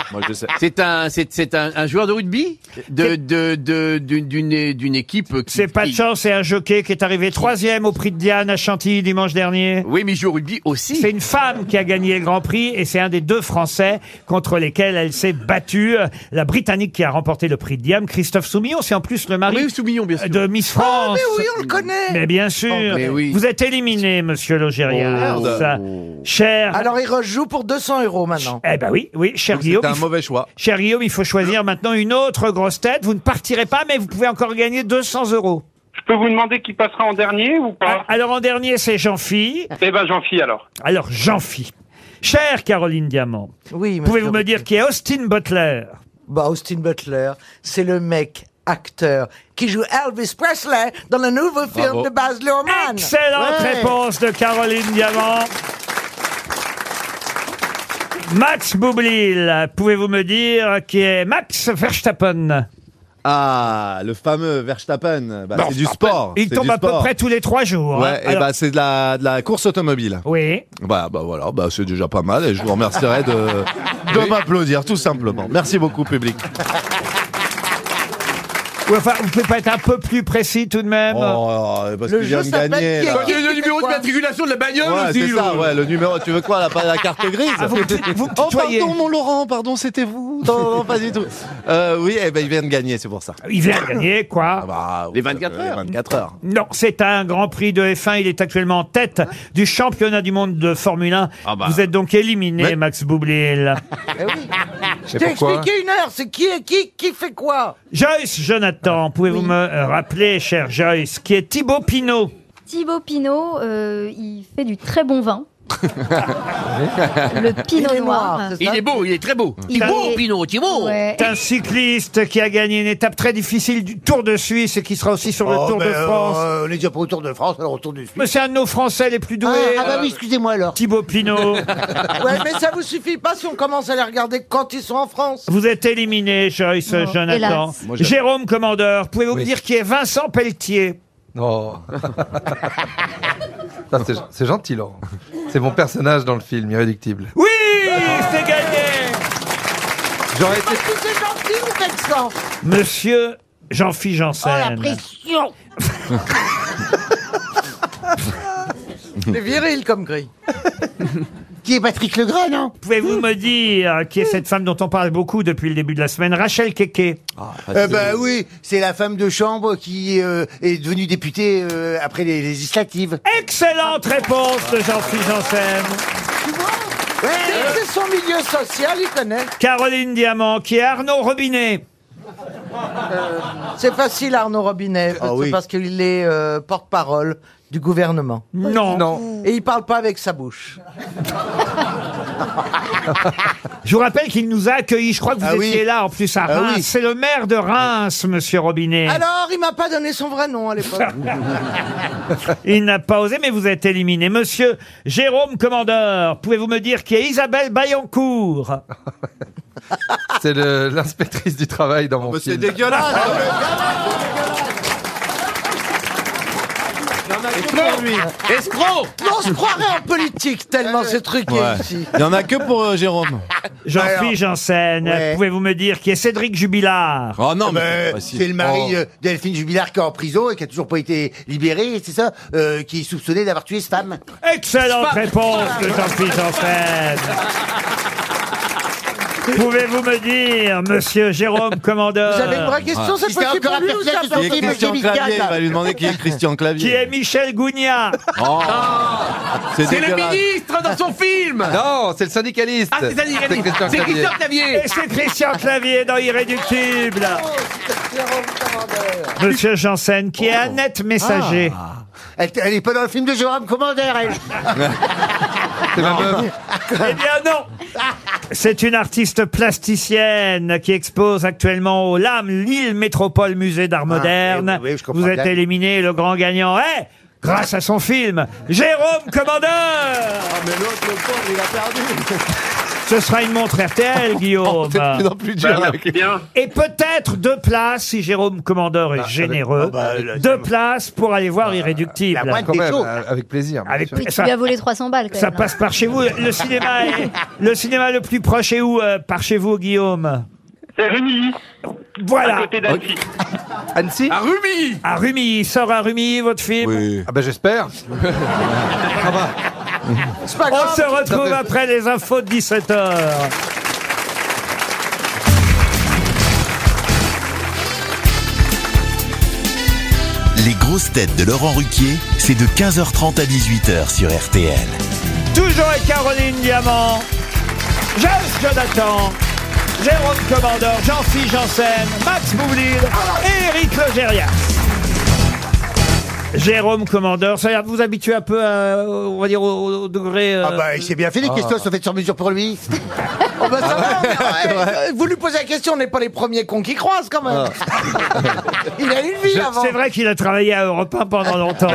C'est un, c'est, c'est un, un joueur de rugby de, de, de, d'une, d'une, d'une équipe qui. C'est pas de chance, c'est un jockey qui est arrivé troisième au prix de Diane à Chantilly dimanche dernier. Oui, mais il joue au rugby aussi. C'est une femme qui a gagné le Grand Prix et c'est un des deux Français contre lesquels elle s'est battue. La Britannique qui a remporté le prix de Diane, Christophe Soumillon, c'est en plus le mari de Miss France. Ah, mais oui, on le connaît. Mais bien Oh, sûr. Mais oui. Vous êtes éliminé, monsieur Logérias. Oh, merde. Cher. Alors, il rejoue pour 200 euros maintenant. Eh ben oui, oui, cher Guillaume. un mauvais choix. Cher Guillaume, il faut choisir maintenant une autre grosse tête. Vous ne partirez pas, mais vous pouvez encore gagner 200 euros. Ah, Je peux vous demander qui passera en dernier ou pas Alors, en dernier, c'est Jean-Phi. Eh ben, j'en fie alors. Alors, Jean-Phi. Chère Caroline Diamant, pouvez-vous me dire qui est Austin Butler Bah, Austin Butler, c'est le mec acteur qui joue Elvis Presley dans le nouveau film Bravo. de Baz Luhrmann. Excellente Ouais. réponse de Caroline Diamant. Max Boublil, pouvez-vous me dire qui est Max Verstappen Ah, le fameux Verstappen, bah, Non, c'est du sport. Il c'est tombe du à peu sport. près tous les trois jours. Ouais, hein. et Alors, bah, c'est de la, de la course automobile. Oui. Bah, bah voilà, bah, c'est déjà pas mal et je vous remercierai de, de m'applaudir, tout simplement. Merci beaucoup, public. ouais, enfin, vous pouvez pas être un peu plus précis tout de même bah. Oh, parce Le qu'il jeu vient de s'appelle gagner, qui est là. qui, le numéro de matriculation de la bagnole Ouais, aussi. c'est ça, ouais, le numéro, tu veux quoi, la, la carte grise Ah, vous me tu- vous me Oh, tutoyez. pardon, mon Laurent, pardon, c'était vous Non, non, non, pas du tout. Euh, oui, eh ben, il vient de gagner, c'est pour ça. Il vient de gagner, quoi Les 24 heures Les 24 heures. Non, c'est un Grand Prix de F1. Il est actuellement en Hein tête du championnat du monde de Formule 1. Ah bah. Vous êtes donc éliminé, Max Boublil. Eh Je t'ai expliqué une heure, c'est qui est qui, qui fait quoi Joyce Jonathan, pouvez-vous me euh, rappeler, cher Joyce, qui est Thibaut Pinot Thibaut Pinot, euh, il fait du très bon vin. Le Pinot noir. Il est beau, il est très beau. Il Thibaut, est- Pinot, Thibaut. Ouais. C'est un cycliste qui a gagné une étape très difficile du Tour de Suisse et qui sera aussi sur le Oh, Tour ben, de France. euh, on est déjà pas au Tour de France, alors au Tour de Suisse. Mais c'est un de nos Français les plus doués. Ah, ah bah oui, excusez-moi alors. Thibaut Pinot. Ouais, mais ça vous suffit pas si on commence à les regarder quand ils sont en France. Vous êtes éliminé, Joyce Non, Jonathan. hélas. Moi, j'aime. Jérôme Commandeur, pouvez-vous me dire qui est Vincent Pelletier Oh. Non. Ça, c'est- C'est gentil, Laurent. C'est mon personnage dans le film, irréductible. Oui, c'est gagné J'aurais été. Parce que c'est gentil ou vexant Monsieur Jean-Philippe Oh, Janssen. Pression C'est viril comme gris. qui est Patrick Legras, non Pouvez-vous me dire qui est cette femme dont on parle beaucoup depuis le début de la semaine Rachel Keke. Ah, Eh ben oui, c'est la femme de chambre qui euh, est devenue députée euh, après les législatives. Excellente réponse de Jean-Philippe Janssen. C'est son milieu social, il connaît. Caroline Diamant, qui est Arnaud Robinet. C'est facile, Arnaud Robinet. Ah c'est oui. parce qu'il est euh, porte-parole du gouvernement. Non. Et il parle pas avec sa bouche. Je vous rappelle qu'il nous a accueillis. Je crois que vous Ah oui. étiez là en plus à Ah Reims. oui. Ah, C'est le maire de Reims, monsieur Robinet. Alors, il m'a pas donné son vrai nom à l'époque. Il n'a pas osé, mais vous êtes éliminé. Monsieur Jérôme Commandeur, pouvez-vous me dire qui est Isabelle Bayancourt C'est le- l'inspectrice du travail Ah dans bah, mon film. dégueulasse. Escroc On se croirait en politique tellement ce truc est ici. Il y en a que pour euh, Jérôme. Jean-Philippe Janssen, Ouais. pouvez-vous me dire qui est Cédric Jubilard Oh non, mais c'est le Oh. mari euh, Delphine Jubilard qui est en prison et qui a toujours pas été libéré, c'est ça, euh, qui est soupçonné d'avoir tué cette femme. Excellente réponse de Jean-Philippe Janssen. Pouvez-vous me dire, monsieur Jérôme Commandeur Vous avez une vraie question, cette fois-ci pour lui ou c'est Qui est Christian Clavier Il va lui demander qui est Christian Clavier. Qui est Michel Gougnat Oh. C'est C'est le dégueulasse. ministre dans son film Non, c'est le syndicaliste Ah, c'est le syndicaliste. C'est Christian C'est Clavier. Christian Clavier. Et c'est Christian Clavier dans Irréductible. Monsieur Janssen, qui est Oh. Annette Messager. Ah. Elle, elle est pas dans le film de Jérôme Commandeur, elle. C'est Ah. Eh bien non C'est une artiste plasticienne qui expose actuellement au LAM, Lille Métropole Musée d'Art Moderne. Ah, eh oui, oui, je comprends Vous êtes bien. éliminé, le grand gagnant est, grâce à son film, Jérôme Commandeur Ah, mais l'autre, le pauvre, il a perdu. Ce sera une montre RTL, Guillaume. c'est de Oh, plus en plus dur, Bah, là. merci bien. Et peut-être deux places, si Jérôme Commandeur Bah, est généreux, ah, deux places pour aller voir Irréductible. moindre Quand des même, choses. avec plaisir. Avec, Puis tu ça, lui as volé 300 balles quand ça même. passe par chez vous. Le cinéma, est- le cinéma le plus proche est où euh, par chez vous, Guillaume C'est Rumilly. Voilà. À côté d'Annecy. Annecy À Rumilly. À Rumi, sort à Rumi votre film Ah ben j'espère. On grave. se retrouve Ça fait- après les infos de 17h. Les grosses têtes de Laurent Ruquier, c'est de 15h30 à 18h sur RTL. Toujours avec Caroline Diamant, Jess Jonathan, Jérôme Commandeur, Jean-Philippe Janssen, Max Boublil et Eric Logérias. Jérôme Commandeur, ça vous habitue un peu, à, on va dire, au, au degré... euh, Ah bah, il s'est bien fait les Ah. questions, elles sont faites sur mesure pour lui. Oh, bah, ça va, mais, ouais, euh, Vous lui posez la question, on n'est pas les premiers cons qui croisent quand même. Ah. Il a une vie avant. C'est vrai qu'il a travaillé à Europe 1 pendant longtemps.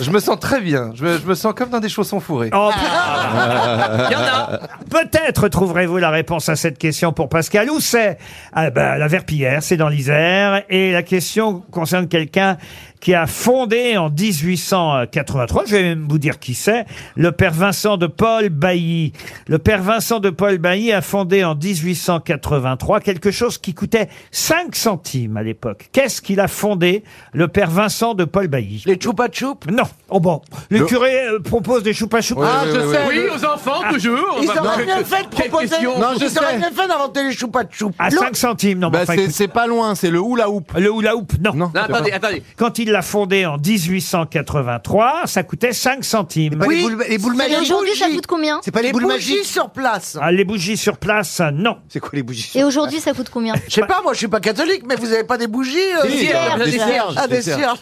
Je me sens très bien. Je me, je me sens comme dans des chaussons fourrés. Oh, Ah. Peut-être trouverez-vous la réponse à cette question pour Pascal. Où c'est ah ben, La Verpillière, c'est dans l'Isère. Et la question concerne quelqu'un qui a fondé en 1883, je vais même vous dire qui c'est, le père Vincent de Paul Bailly. Le père Vincent de Paul Bailly a fondé en 1883 quelque chose qui coûtait 5 centimes à l'époque. Qu'est-ce qu'il a fondé, le père Vincent de Paul Bailly Les choupa choups Non. Oh bon, le, Le- curé euh, propose des choupa choups. Ah, je sais. Oui, le- aux enfants, toujours. Ils Bah, auraient bah, bien fait de quelle proposer. question Ils auraient bien fait d'inventer les choupa choups. À 5 centimes, non, Bah, mais enfin, c'est- écoute- c'est pas loin, c'est le hula hoop. Le hula hoop, non. Non, attendez, attendez. Quand il l'a fondée en 1883. Ça coûtait 5 centimes. pas Bah, les Oui, boules- les boules c'est- magiques. et aujourd'hui, ça coûte combien C'est pas les Les boules bougies magiques sur place. Ah, les bougies sur place, non. C'est quoi les bougies Et aujourd'hui, ça coûte combien Je sais pas, moi je suis pas catholique, mais vous avez pas des bougies euh, Des cierges, euh, des cierges. Ah, des Des cierges. cierges.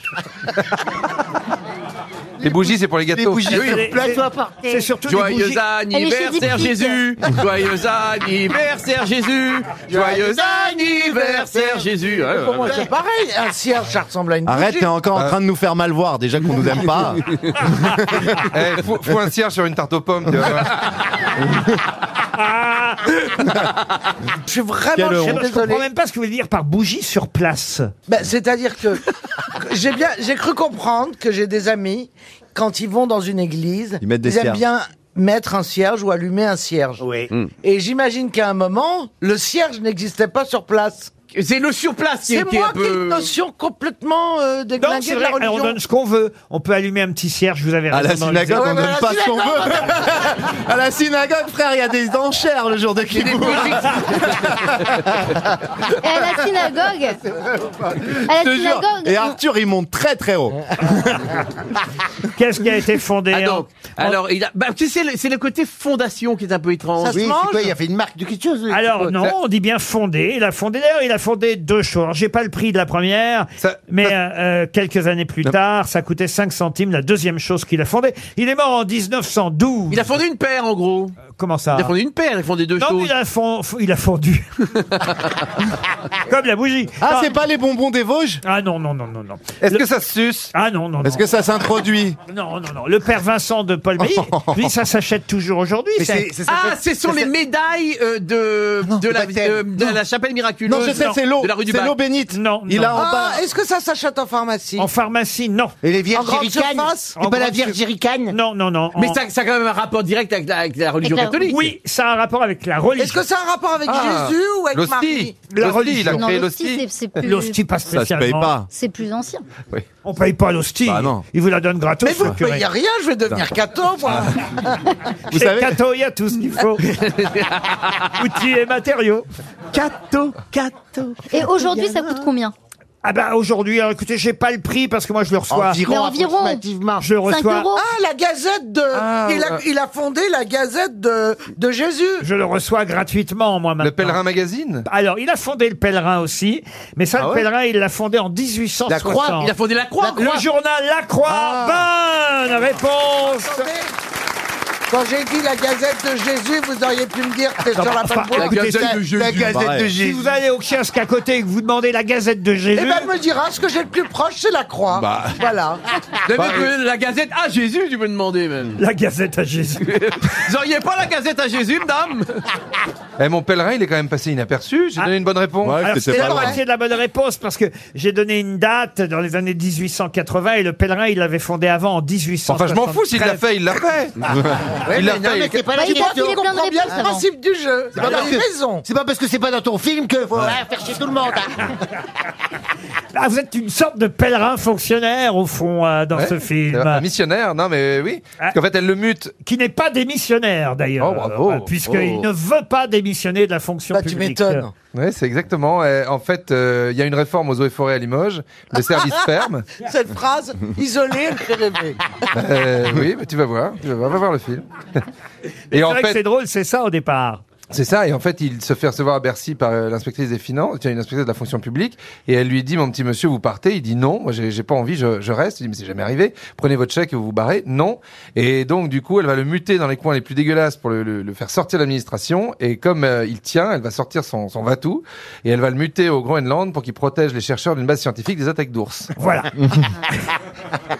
Les bougies, c'est pour les gâteaux. Ah Oui. C'est surtout des Joyeux bougies- anniversaire Jésus Joyeux anniversaire Jésus Joyeux anniversaire Jésus Ouais, Pour ouais, moi ouais. c'est pareil, un cierge ça ressemble à une Arrête, bougie. t'es encore en train de nous faire mal voir, déjà qu'on nous aime pas. Eh, faut, faut un cierge sur une tarte aux pommes. tu vois. Je suis Quelle vraiment je suis honte. Je désolé. comprends même pas ce que vous voulez dire par bougie sur place. Ben, C'est-à-dire que j'ai bien, j'ai cru comprendre que j'ai des amis quand ils vont dans une église, Ils mettent des aiment cierges. bien mettre un cierge ou allumer un cierge. Et j'imagine qu'à un moment, le cierge n'existait pas sur place. C'est le sur place qui est- C'est qui est moi un qui ai peu- une notion complètement euh, Donc, déglinguée c'est de vrai, la religion. on donne ce qu'on veut. On peut allumer un petit cierge, vous avez À la raison. dans les synagogue, on églises. donne pas ce qu'on veut. À la synagogue, frère, il y a des enchères le jour de Kippour. Et à la synagogue À la Je te jure. synagogue ah, Et Arthur, il monte très très haut. Qu'est-ce qui a été fondé hein Ah, donc, alors, il a- bah, tu sais, le- c'est le côté fondation qui est un peu étrange. Ça se Oui, c'est mange quoi, il a fait une marque de quelque chose. Alors non, on dit bien fondé. Il a fondé d'ailleurs, il a fondé deux choses. Alors, J'ai pas le prix de la première, mais euh, euh, quelques années plus tard, ça coûtait 5 centimes la deuxième chose qu'il a fondée. Il est mort en 1912. Il a fondé une paire en gros. Euh, Comment ça Il a fondé une paire, il a fondé deux Non, mais choses. il a, fon- f- il a fondu. Comme la bougie. Ah, Non. c'est pas les bonbons des Vosges Ah non, non, non, non, non. Est-ce que ça se suce Ah non, non. Est-ce que ça s'introduit Non, non, non. Le père Vincent de Paul Meilly, lui, ça s'achète toujours aujourd'hui. Mais ça- c'est- ah, ce sont les médailles euh, de, de, la, de- de la chapelle miraculeuse. Non, je sais, c'est l'eau. De la rue du C'est Bac. l'eau bénite. Non, Il non. a en bas. Ah, est-ce que ça s'achète en pharmacie En pharmacie, non. Et les Vierges En grande Jerrycans surface C'est Et pas la Vierge Jerrycan Non, non, non. Mais en- ça, ça a quand même un rapport direct avec la, avec la religion Avec la- catholique. Oui, ça a un rapport avec la religion. Est-ce que ça a un rapport avec Ah. Jésus ou avec L'hostie. Marie La L'hostie, religion. il a Non, créé l'hostie, l'hostie. c'est- c'est plus- L'hostie, pas Ça se paye spécialement. pas. C'est plus ancien. On paye pas l'hostie. Il vous la donne gratos. Mais vous le ne curé. payez rien, je vais devenir catho, moi. Vous savez Cato, il y a tout ce qu'il faut. Outils et matériaux. Cato, cato. Et aujourd'hui, ça coûte combien Ah bah aujourd'hui, alors, écoutez, j'ai pas le prix parce que moi je le reçois. Environ, Mais environ. Je le 5 reçois. Ah, euros. Ah, la gazette de. il, a, ouais. il a fondé la gazette de, de Jésus. Je le reçois gratuitement, moi, maintenant. Le Pèlerin Magazine Alors, il a fondé le Pèlerin aussi, mais ça, Ah le ouais Pèlerin, il l'a fondé en 1860. La Croix Il a fondé la Croix Le journal La Croix Ah. Bonne réponse Quand j'ai dit la gazette de Jésus, vous auriez pu me dire que c'est sur la bonne voie. Si vous allez au kiosque à côté et que vous demandez la Gazette de Et Jésus... ben, me dira ce que j'ai de plus proche, c'est la croix. Bah. Voilà. La, la gazette à Jésus, tu peux demander même. euh, La Gazette à Jésus. Vous auriez pas la gazette à Jésus, madame Eh, mon pèlerin, il est quand même passé inaperçu. J'ai donné une bonne réponse. Alors, c'est la moitié de la bonne réponse parce que j'ai donné une date dans les années 1880 et le Pèlerin, il l'avait fondé avant en 1800. Enfin, je m'en fous, s'il l'a fait, il l'a fait. mais il l'a non, Ah, mais fait. c'est pas Ah. la Tu vois, question. tu Il est plein de comprends bah, bien réponses le principe du jeu. C'est pas Il a parce que- raison. C'est pas parce que c'est pas dans ton film que faut ouais, faire chier tout le monde. hein. Ah, vous êtes une sorte de pèlerin fonctionnaire, au fond, euh, dans Ouais, ce film. Ah. c'est vrai. Un missionnaire, non mais oui. Parce qu'en fait, elle le mute. Qui n'est pas démissionnaire, d'ailleurs. Oh, bravo. euh, Puisqu'il Oh. ne veut pas démissionner de la fonction Ah, publique. Oui, c'est exactement. Eh, En fait, euh, il y a une réforme aux eaux et forêts à Limoges. Le service ferme. Cette phrase isolée, elle fait rêver. Euh, oui, mais tu vas voir. Tu vas voir, va voir le film. Et en fait, c'est drôle, c'est ça au départ. C'est ça, et en fait, il se fait recevoir à Bercy par euh, l'inspectrice des finances, tiens, une inspectrice de la fonction publique, et elle lui dit, mon petit monsieur, vous partez Il dit non, moi j'ai j'ai pas envie, je, je reste. Il dit, mais c'est jamais arrivé, prenez votre chèque et vous vous barrez. Non. Et donc, du coup, elle va le muter dans les coins les plus dégueulasses pour le, le- le faire sortir de l'administration, et comme euh, il tient, elle va sortir son, son vatou, et elle va le muter au Groenland pour qu'il protège les chercheurs d'une base scientifique des attaques d'ours. Voilà.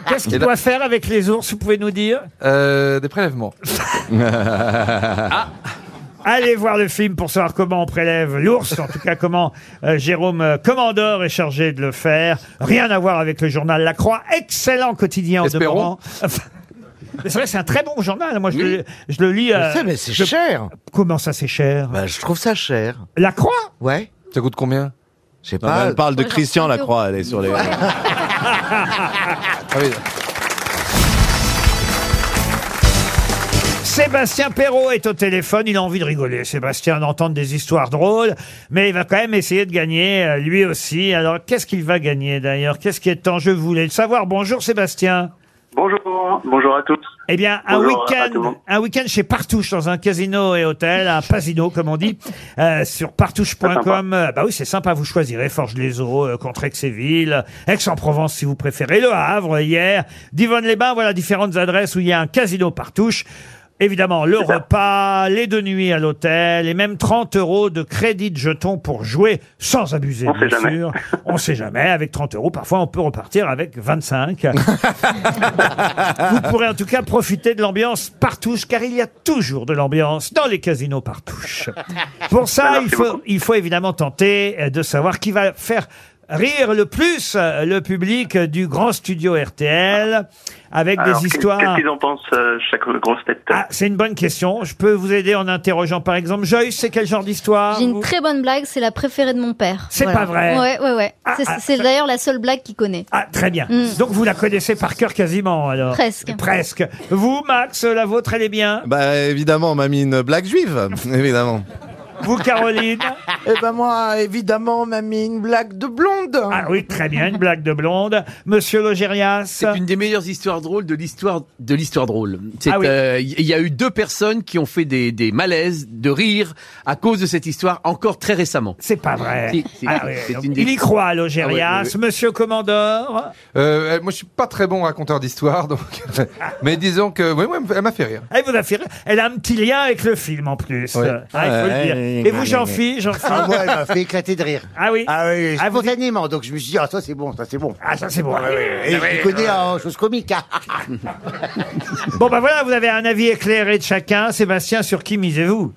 Qu'est-ce qu'il Et là- doit faire avec les ours, vous pouvez nous dire Euh, des prélèvements. Ah. Allez voir le film pour savoir comment on prélève l'ours, en tout cas comment euh, Jérôme euh, Commandeur est chargé de le faire. Rien à voir avec le journal La Croix, excellent quotidien en deux Espérons. moments. Mais C'est vrai, c'est un très bon journal. Moi, je, le, je le lis. euh, Je sais, mais c'est cher. Comment ça, c'est cher Bah, je trouve ça cher. La Croix Ouais. Ça coûte combien Je sais Non, mais Elle parle de Christian Lacroix, elle est sur les. Ah oui. Sébastien Perrault est au téléphone. Il a envie de rigoler. Sébastien d'entendre des histoires drôles, mais il va quand même essayer de gagner euh, lui aussi. Alors, qu'est-ce qu'il va gagner d'ailleurs Qu'est-ce qui est en jeu Vous voulez le savoir Bonjour Sébastien. Bonjour, bonjour à tous. Eh bien, un Bonjour à tout le week-end, monde. un week-end chez Partouche dans un casino et hôtel, un pasino comme on dit, euh, sur partouche.com. Euh, Bah oui, c'est sympa. Vous choisirez Forge-les-Eaux, euh, contre Aix-et-Ville, Aix-en-Provence si vous préférez, Le Havre hier, Divonne-les-Bains. Voilà différentes adresses où il y a un casino Partouche. Évidemment, le repas, les deux nuits à l'hôtel et même 30 euros de crédit de jetons pour jouer sans abuser, On sait bien jamais. sûr. On sait jamais. Avec 30 euros, parfois, on peut repartir avec 25. Vous pourrez en tout cas profiter de l'ambiance partouche, car il y a toujours de l'ambiance dans les casinos partouche. Pour ça, il faut, il faut évidemment tenter euh, de savoir qui va faire rire le plus euh, le public euh, du grand studio RTL avec Alors, des qu'est- histoires. Qu'est-ce qu'ils en pensent, euh, chaque grosse tête Ah, c'est une bonne question. Je peux vous aider en interrogeant par exemple Joyce, c'est quel genre d'histoire J'ai une Ah, vous très bonne blague, c'est la préférée de mon père. C'est pas vrai. Ouais, ouais, ouais. C'est- ah, c'est d'ailleurs la seule blague qu'il connaît. Ah, Très bien. Mm. Donc vous la connaissez par cœur quasiment alors. Presque. Presque. Vous, Max, la vôtre, elle est bien Bah évidemment, mamie, une blague juive, évidemment. Vous, Caroline Eh ben moi, évidemment, mamie, une blague de blonde. Ah oui, très bien, une blague de blonde. Monsieur Logérias C'est une des meilleures histoires drôles de l'histoire de l'histoire drôle. C'est, Ah oui. euh, Il y a eu deux personnes qui ont fait des, des malaises de rire à cause de cette histoire encore très récemment. C'est pas vrai. Si, si, Ah oui, c'est donc une des- Il y croit, Ah Logérias. oui, oui, Monsieur Commandeur Euh, euh, moi, je suis pas très bon raconteur d'histoire, donc. mais disons que, oui, oui, elle m'a fait rire. Elle vous a fait rire. Elle a un petit lien avec le film en plus. Oui. Ah, il faut le dire. Et vous, jean philippe jean Ah, moi, elle m'a fait éclater de rire. Ah oui Ah oui, spontanément. Donc je me suis dit, ah, ça c'est bon, ça c'est bon. Ah, ça c'est bon. Et Ah, oui, je connais oui. en choses comiques. hein. Bon, ben voilà, vous avez un avis éclairé de chacun. Sébastien, sur qui misez-vous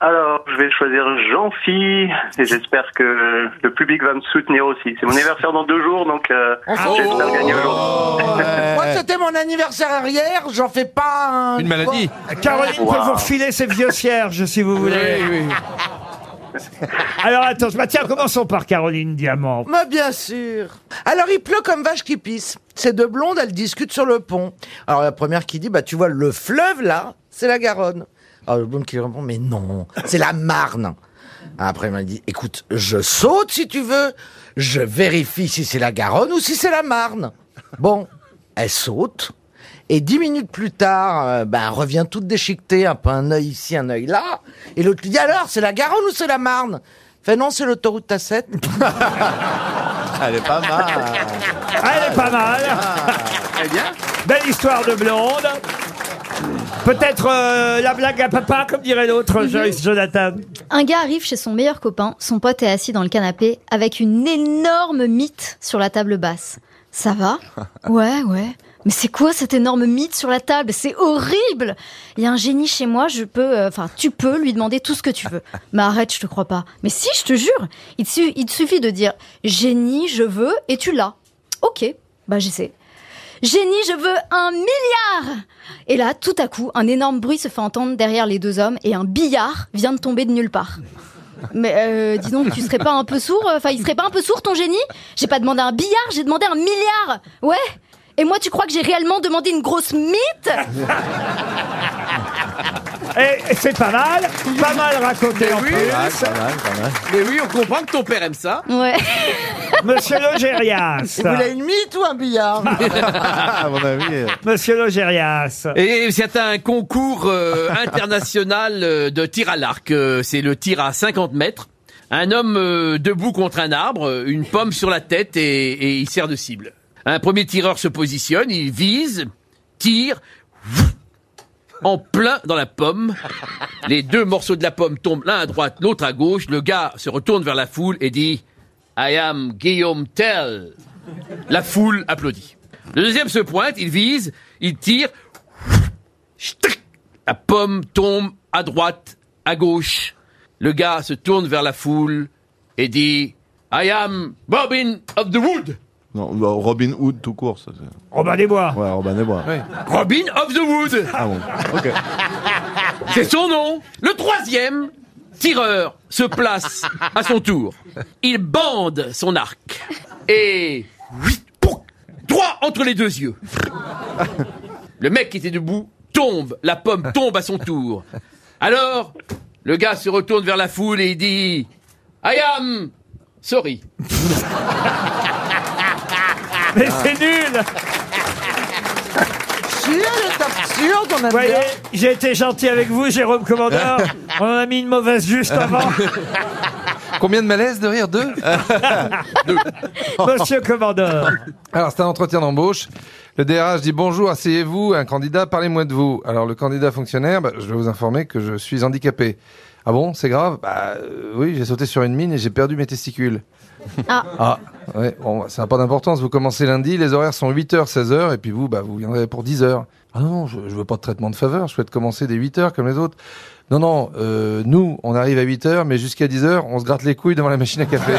Alors, je vais choisir Jean-Phi, et j'espère que le public va me soutenir aussi. C'est mon anniversaire dans deux jours, donc euh, j'espère gagner aujourd'hui. Moi, c'était mon anniversaire hier, j'en fais pas un... Caroline peut vous refiler ses vieux cierges, si vous voulez. Alors, attends, bah, tiens, commençons par Caroline Diamant. Mais bien sûr. Alors il pleut comme vache qui pisse. Ces deux blondes, elles discutent sur le pont. Alors la première qui dit, bah tu vois le fleuve là, c'est la Garonne. Alors le blonde qui répond, mais non, c'est la Marne. Après elle m'a dit, écoute, je saute si tu veux, je vérifie si c'est la Garonne ou si c'est la Marne. Bon, elle saute. Et dix minutes plus tard, euh, ben, elle revient toute déchiquetée, un peu un œil ici, un œil là. Et l'autre lui dit, alors, c'est la Garonne ou c'est la Marne Fait non, c'est l'autoroute A7. Elle est pas mal. Ah. Elle est pas mal. Belle histoire de blonde. Peut-être euh, la blague à papa, comme dirait l'autre, Joyce Jonathan. Un gars arrive chez son meilleur copain, son pote est assis dans le canapé avec une énorme mythe sur la table basse. Ça va Ouais, ouais. Mais c'est quoi cette énorme mythe sur la table C'est horrible Il y a un génie chez moi, je peux... euh, Enfin, tu peux lui demander tout ce que tu veux. Mais arrête, je te crois pas. Mais si, je te jure Il te, su- il te suffit de dire « Génie, je veux » et tu l'as. Ok, bah j'essaie. Génie, je veux un milliard Et là, tout à coup, un énorme bruit se fait entendre derrière les deux hommes et un billard vient de tomber de nulle part. Mais euh, dis donc, tu serais pas un peu sourd euh, Enfin, il serait pas un peu sourd ton génie J'ai pas demandé un billard, j'ai demandé un milliard Ouais Et moi, tu crois que j'ai réellement demandé une grosse mythe Et c'est pas mal, pas mal raconté en plus. Mais oui, on comprend que ton père aime ça. Ouais. Monsieur Logérias. Vous voulez une mythe ou un billard À mon avis. Monsieur Logérias. Et c'est un concours euh, international euh, de tir à l'arc. Euh, C'est le tir à 50 mètres. Un homme euh, debout contre un arbre, euh, une pomme sur la tête et, et il sert de cible. Un premier tireur se positionne, il vise, tire, en plein dans la pomme. Les deux morceaux de la pomme tombent l'un à droite, l'autre à gauche. Le gars se retourne vers la foule et dit I am Guillaume Tell. La foule applaudit. Le deuxième se pointe, il vise, il tire. Ch'tic La pomme tombe à droite, à gauche. Le gars se tourne vers la foule et dit I am Robin of the Wood. Non, bah, Robin Hood tout court. Ça, Robin des Bois. Ouais, Robin des Bois. Robin of the Wood. Ah bon, ok. C'est son nom. Le troisième tireur se place à son tour. Il bande son arc et oui, pouc, droit entre les deux yeux. Le mec qui était debout tombe, la pomme tombe à son tour. Alors, le gars se retourne vers la foule et il dit I am sorry. Mais c'est nul Si elle est absurde, on aime Voyez, bien. j'ai été gentil avec vous, Jérôme Commandeur. On en a mis une mauvaise juste avant. Combien de malaise de rire Deux Ah. Monsieur Commandeur. Alors, c'est un entretien d'embauche. Le DRH dit bonjour, asseyez-vous. Un candidat, parlez-moi de vous. Alors, le candidat fonctionnaire, bah, je vais vous informer que je suis handicapé. Ah bon, c'est grave Bah euh, oui, j'ai sauté sur une mine et j'ai perdu mes testicules. Ah. Ah, ouais, bon, ça n'a pas d'importance. Vous commencez lundi, les horaires sont 8h, 16h, et puis vous, bah, vous viendrez pour 10h. Ah non, je, je veux pas de traitement de faveur, je souhaite commencer dès 8h comme les autres. Non, non, euh, nous, on arrive à 8h, mais jusqu'à 10h, on se gratte les couilles devant la machine à café.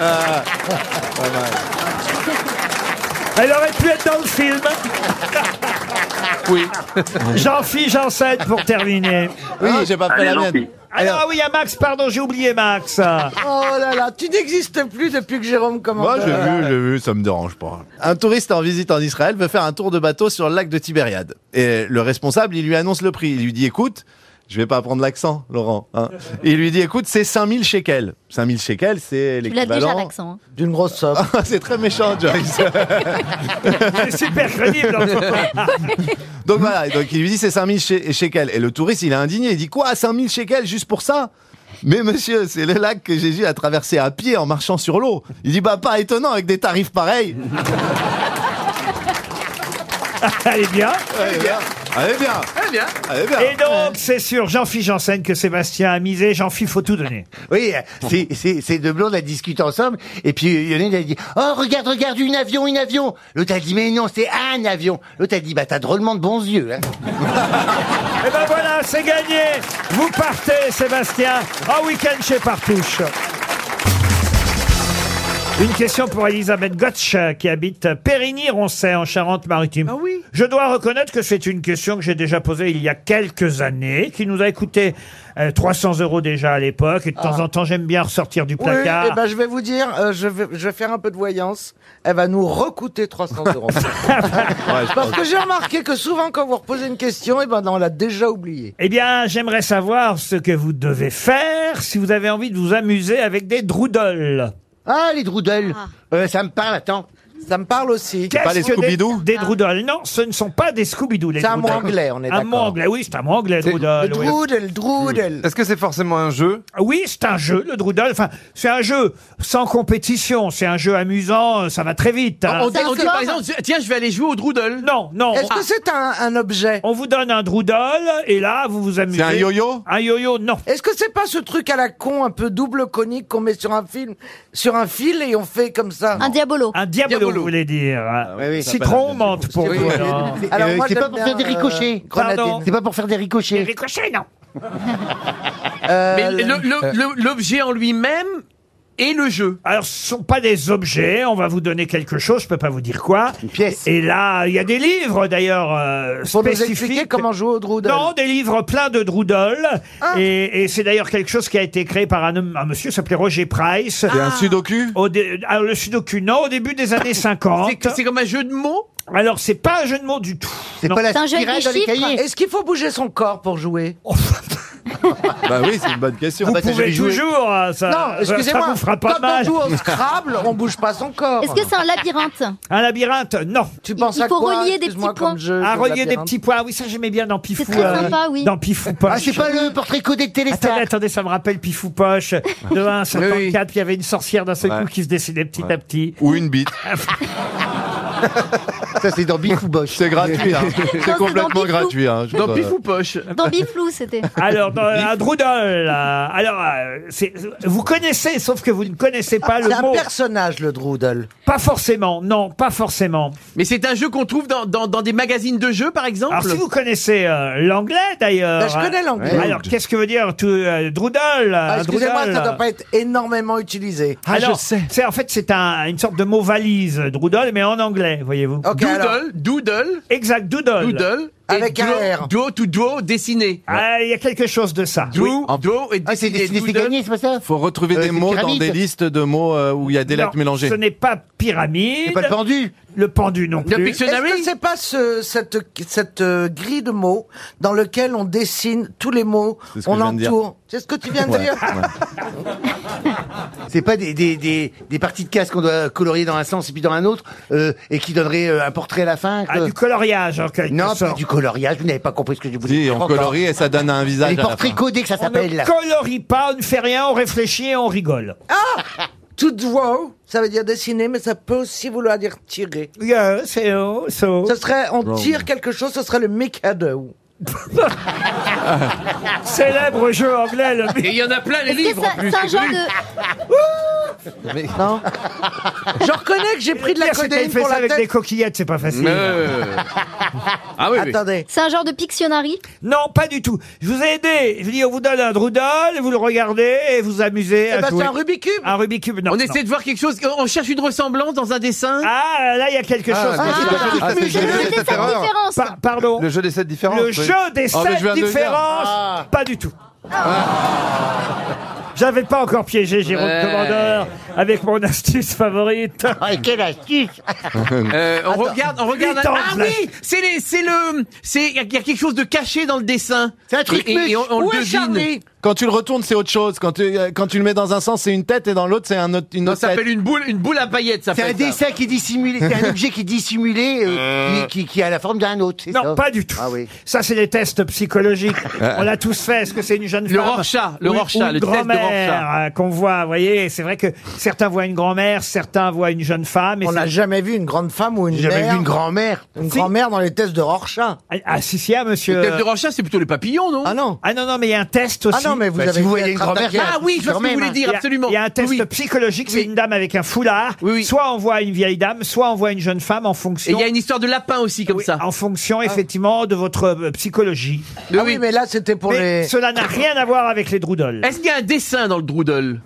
Ah. Elle aurait pu être dans le film. Oui. Jean-Philippe Janssen pour terminer. Oui, j'ai pas fait la mienne. Ah non, oui, il y a Max, pardon, j'ai oublié Max. Oh là là, tu n'existes plus depuis que Jérôme commence. Moi, j'ai vu, j'ai vu, ça me dérange pas. Un touriste en visite en Israël veut faire un tour de bateau sur le lac de Tibériade. Et le responsable, il lui annonce le prix. Il lui dit, écoute, je vais pas apprendre l'accent, Laurent. hein. Il lui dit, écoute, c'est 5000 shekels. 5000 shekels, c'est Tu l'as déjà l'équivalent... l'accent. hein. D'une grosse somme. c'est très méchant, Joyce. C'est super crédible. hein. en fait. donc voilà, et donc il lui dit c'est 5000 she- shekels. Et le touriste, il est indigné. Il dit quoi 5000 shekels juste pour ça mais monsieur, c'est le lac que Jésus a traversé à pied en marchant sur l'eau. Il dit bah pas étonnant avec des tarifs pareils. Elle est bien. Eh Elle est bien. Elle est Eh bien. Elle est bien. Et donc, c'est sur Jean-Philippe Janssen que Sébastien a misé. Jean-Philippe, faut tout donner. Oui, euh, c'est- c'est c'est deux blondes, elles discutent ensemble, et puis euh, il y en a une, elle dit « Oh, regarde, regarde, une avion, une avion !» L'autre a dit « Mais non, c'est un avion !» L'autre a dit « Bah, t'as drôlement de bons yeux, hein Et ben voilà, c'est gagné. Vous partez, Sébastien, en week-end chez Partouche. Une question pour Elisabeth Gotch euh, qui habite Périgny-Roncet en Charente-Maritime. Ah oui. Je dois reconnaître que c'est une question que j'ai déjà posée il y a quelques années, qui nous a coûté euh, 300 euros déjà à l'époque. Et de temps en temps, j'aime bien ressortir du Ah. Oui, placard. eh ben, je vais vous dire, euh, je, vais, je vais faire un peu de voyance. Elle va nous recouter 300 euros. Parce que j'ai remarqué que souvent, quand vous reposez une question, eh ben, on l'a déjà oubliée. Eh bien, j'aimerais savoir ce que vous devez faire si vous avez envie de vous amuser avec des droudles. Ah, les droudles Euh, Ça me parle, attends. Ça me parle aussi. Qu'est-ce que des- Des droudles. Non, ce ne sont pas des Scooby-Doo. les C'est un mot droudles. anglais, on est Un mot d'accord. anglais, oui, c'est un mot anglais, droudle. oui. droudle. Est-ce que c'est forcément un jeu Oui, c'est un jeu, le droudle. Enfin, c'est un jeu sans compétition, c'est un jeu amusant, ça va très vite. hein. On dit, on dit, par exemple, tiens, je vais aller jouer au droudle. Non, non. Ah. c'est un, objet On vous donne un droudle et là, vous vous amusez. C'est un yo-yo Un yo-yo, non. Est-ce que c'est pas ce truc à la con, un peu double conique qu'on met sur un film, sur un fil et on fait comme ça Un diabolo. Un diabolo, vous voulez dire. hein. Ah Citron, menthe pour Oui, vous. oui. alors. Et, euh, c'est pas pour faire des ricochets. Pardon C'est pas pour faire des ricochets. ricochets, non. Mais le- le- le- l'objet en lui-même et le jeu. Alors, ce sont pas des objets. On va vous donner quelque chose. Je peux pas vous dire quoi. Une pièce. Et là, il y a des livres d'ailleurs euh, Pour nous spécifiques. expliquer comment jouer au droudle. Non, des livres pleins de droudol. Et, et c'est d'ailleurs quelque chose qui a été créé par un, homme- un monsieur qui s'appelait Roger Price. C'est un sudoku Alors, le sudoku, non, au début des années 50. C'est- C'est comme un jeu de mots Alors, c'est pas un jeu de mots du tout. C'est pas la C'est un jeu avec spirale des dans les chiffres cahiers. Est-ce qu'il faut bouger son corps pour jouer Bah oui, c'est une bonne question. Vous pouvez toujours, euh, ça, Non, excusez-moi, ça vous fera pas quand mal. on joue au Scrabble, on bouge pas son corps. Est-ce que c'est un labyrinthe Un labyrinthe, non. Tu penses Il à faut quoi relier des Excuse-moi petits comme points. jeu, Ah, jeu relier des labyrinthe. petits points, oui, ça j'aimais bien dans Pifou. euh, très sympa, oui. Dans Pifou Poche. Ah, c'est pas le portrait codé de Téléstar Attendez, attendez, ça me rappelle Pifou Poche. De 1 à 54, Oui, oui. puis il y avait une sorcière d'un seul Ouais. coup qui se dessinait petit à petit. Ou une bite. Ça, c'est dans Biff ou Boche. C'est gratuit, hein. Non, c'est c'est complètement dans Bifou. gratuit. Hein. Je Dans sais pif pas. ou poche Dans Biflou, c'était. Alors, dans, un droudol. euh, Alors, euh, c'est- vous connaissez, sauf que vous ne connaissez Ah, pas C'est le un mot. personnage, le droudle. Pas forcément, non, pas forcément. Mais c'est un jeu qu'on trouve dans, dans, dans des magazines de jeux, par exemple Alors, si vous connaissez euh, l'anglais, d'ailleurs. Bah, Ben, je connais l'anglais. Ouais. Alors, qu'est-ce que veut dire tout, euh, droudol Ah, un Ah, Excusez-moi, droudol ça doit pas être énormément utilisé. Alors, C'est en fait c'est un- une sorte de mot valise, droodle, mais en anglais, voyez-vous. Ok, Doodle, alors. doodle, Exact, doodle. doodle. et Avec un duo- R. Duo to duo, dessiné. Ah, il y a quelque chose de ça. Duo, duo et Ah, c'est dessiné. dessiné, c'est doodle. gagné, c'est pas ça Faut retrouver Euh, des c'est mots dans pyramide. des listes de mots euh, où il y a des Non, lettres mélangées. Ce n'est pas pyramide. C'est pas le pendu Le pendu non plus. Est-ce que c'est pas ce- cette, cette euh, grille de mots dans lequelle on dessine tous les mots, C'est ce que on je viens de dire. entoure C'est ce que tu viens de Ouais, dire C'est pas des, des, des, des parties de casse qu'on doit colorier dans un sens et puis dans un autre euh, et qui donnerait euh, un portrait à la fin. Ah, du coloriage, en quelque non, sorte. pas du coloriage, vous n'avez pas compris ce que je voulais dire. on encore. colorie et ça donne un visage. Les portraits codés que ça On s'appelle. ne colorie pas, on ne fait rien, on réfléchit et on rigole. Ah To draw, ça veut dire dessiner, mais ça peut aussi vouloir dire tirer. Yeah, so, so. Ce serait, on Wrong. tire quelque chose, ce serait le mikado. Célèbre jeu anglais, le Et il y en a plein les livres en plus. C'est un genre de. Non Je reconnais que j'ai pris de la Pierre, c'est codéine qu'il fait pour ça la avec tête. des coquillettes, c'est pas facile. Euh. Ah oui, oui. Attendez. C'est un genre de Pictionary Non, pas du tout. Je vous ai aidé. Je vous dis, on vous donne un droudole, vous le regardez et vous amusez. à Eh ben, c'est jouer. un Rubik's Cube Un Rubik's Cube, non. On essaie de voir quelque chose. On cherche une ressemblance dans un dessin. Ah, là, il y a quelque Ah, chose. ah, ah, c'est le jeu des sept erreurs. Pa- pardon. Le jeu des sept Ah, différences. Le oui. jeu des Oh, mais je sept viens de le dire. Ah. différences. Ah. Pas du tout. Ah. J'avais pas encore piégé Jérôme Ouais. Commandeur avec mon astuce favorite. Ah, quelle astuce Euh, on regarde, on regarde. Huit un- ans, Ah là. oui, c'est les- c'est le, c'est il y, a il y a quelque chose de caché dans le dessin. C'est un Et, et on, on le devine. Quand tu le retournes, c'est autre chose. Quand tu, euh, quand tu le mets dans un sens, c'est une tête et dans l'autre, c'est un autre, une Non, autre ça tête. s'appelle une boule, une boule à paillettes. Ça C'est un s'appelle ça. dessin qui est dissimulé, c'est un objet qui est dissimulé, euh, qui, qui, qui a la forme d'un autre. Ah Non, pas du tout. Ça, c'est des tests psychologiques. On l'a tous fait. Est-ce que c'est une jeune Le femme Rorschach, le ou- ou Rorschach, une le test de grand-mère, Rorschach. euh, qu'on voit, vous voyez. C'est vrai que certains voient une grand-mère, certains voient une jeune femme. On n'a jamais vu une grande femme ou une J'ai jamais mère. vu une grand-mère. Une grand-mère dans les tests de Rorschach. Ah, si, si, ah, monsieur. Le test de Rorschach, c'est plutôt les papillons, non Ah non. Ah non, non, mais il y a un test aussi. Ah non, mais vous avez dû être attaqué. Ah oui, je vois ce que vous hein. voulez dire, Il y a- absolument. Il y a un test Oui. psychologique, c'est une dame avec un foulard. Soit on voit une vieille dame, soit on voit une jeune femme en Et fonction. il y a une histoire de lapin aussi comme Oui, ça. En fonction, effectivement, de votre euh, psychologie. Ah oui, mais là, c'était pour Mais les... cela n'a rien à voir avec les droudles. Est-ce qu'il y a un dessin dans le droudle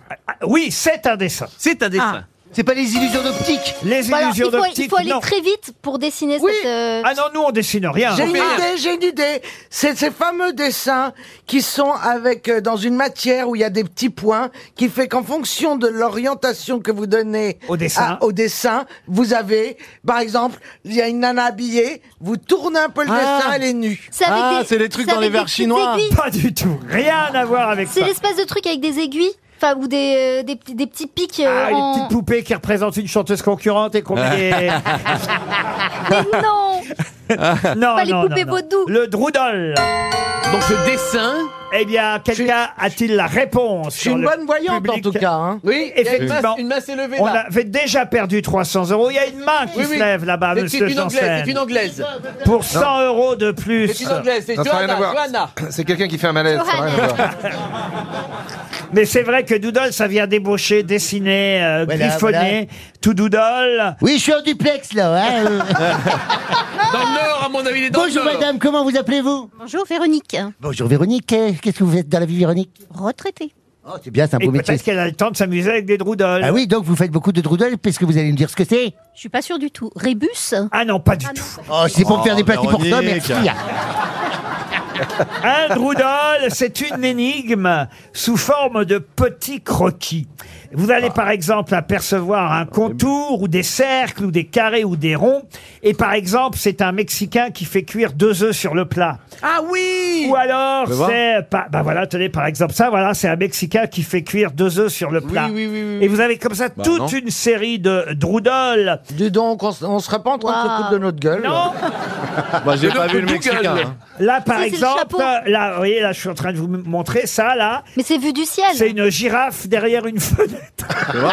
Oui, c'est un dessin. C'est un dessin. C'est pas les illusions d'optique. Les Bon, Ah. Bah alors, il, illusions faut, il d'optique, faut aller non. très vite pour dessiner cette. euh, Ah non, nous, on dessine rien. J'ai On une fait- idée, j'ai une idée. C'est ces fameux dessins qui sont avec euh, dans une matière où il y a des petits points qui fait qu'en fonction de l'orientation que vous donnez Au dessin. à- au dessin, vous avez, par exemple, il y a une nana habillée, vous tournez un peu le Ah. dessin, elle est nue. C'est avec Ah, des- c'est les trucs c'est dans les avec des verres petites chinois. aiguilles. Pas du tout. Rien à voir avec C'est ça. l'espèce de truc avec des aiguilles, enfin ou des, euh, des, petits- des petits pics. euh, Ah, les en- petites poupées qui représentent une chanteuse concurrente et qu'on met Mais non, des- non, Pas les non, poupées non, non. vaudou. Le droudol. Donc ce dessin. Eh bien, quelqu'un a-t-il la réponse Je suis une bonne voyante en tout cas. hein. Oui, il y a une Une masse- masse, une élevée On là. avait déjà perdu 300 euros. Il y a une main qui Oui, se oui. lève là-bas, C'est- monsieur C'est une anglaise. Janssen. C'est une anglaise. Pour 100 euros de plus. C'est une anglaise. C'est Non, ça n'a rien à Johanna. voir. Johanna. C'est quelqu'un qui fait un malaise. ça n'a rien à voir. Mais c'est vrai que Doodle, ça vient débaucher, dessiner, euh, Voilà, griffonner, tout Doodle. Oui, je suis en duplex là. hein, euh. Dans le Nord, à mon avis, il est dans le Bonjour Nord. madame, comment vous appelez-vous Bonjour Véronique. Bonjour Véronique, euh, qu'est-ce que vous faites dans la vie Véronique Retraitée. Oh, c'est bien, c'est un Et beau métier. peut-être qu'elle a le temps de s'amuser avec des Euh. Doodle. Ah oui, donc vous faites beaucoup de droudel, parce que vous allez me dire ce que c'est Je suis pas sûre du tout. Rébus Ah non, pas du tout. Oh, c'est pour Oh, me faire des papiers pour toi, Véronique. merci. Un droudole, c'est une énigme sous forme de petits croquis. Vous allez par exemple apercevoir un contour ou des cercles ou des carrés ou des ronds. Et par exemple, c'est un Mexicain qui fait cuire deux œufs sur le plat. Ah oui. Ou alors, Je vais voir. c'est... Pas, bah voilà, tenez par exemple ça, voilà, c'est un Mexicain qui fait cuire deux œufs sur le plat. oui, oui, oui, oui. Et vous avez comme ça toute non. une série de droudoles. Dis donc, on, se- on serait pas en train de se foutre de notre gueule. Non Bah, j'ai Le pas vu le Google. Mexicain. hein. Là, par Si, c'est le exemple, euh, chapeau. là, vous voyez, là, je suis en train de vous m- montrer ça, là. mais c'est vu du ciel. C'est une girafe derrière une fenêtre.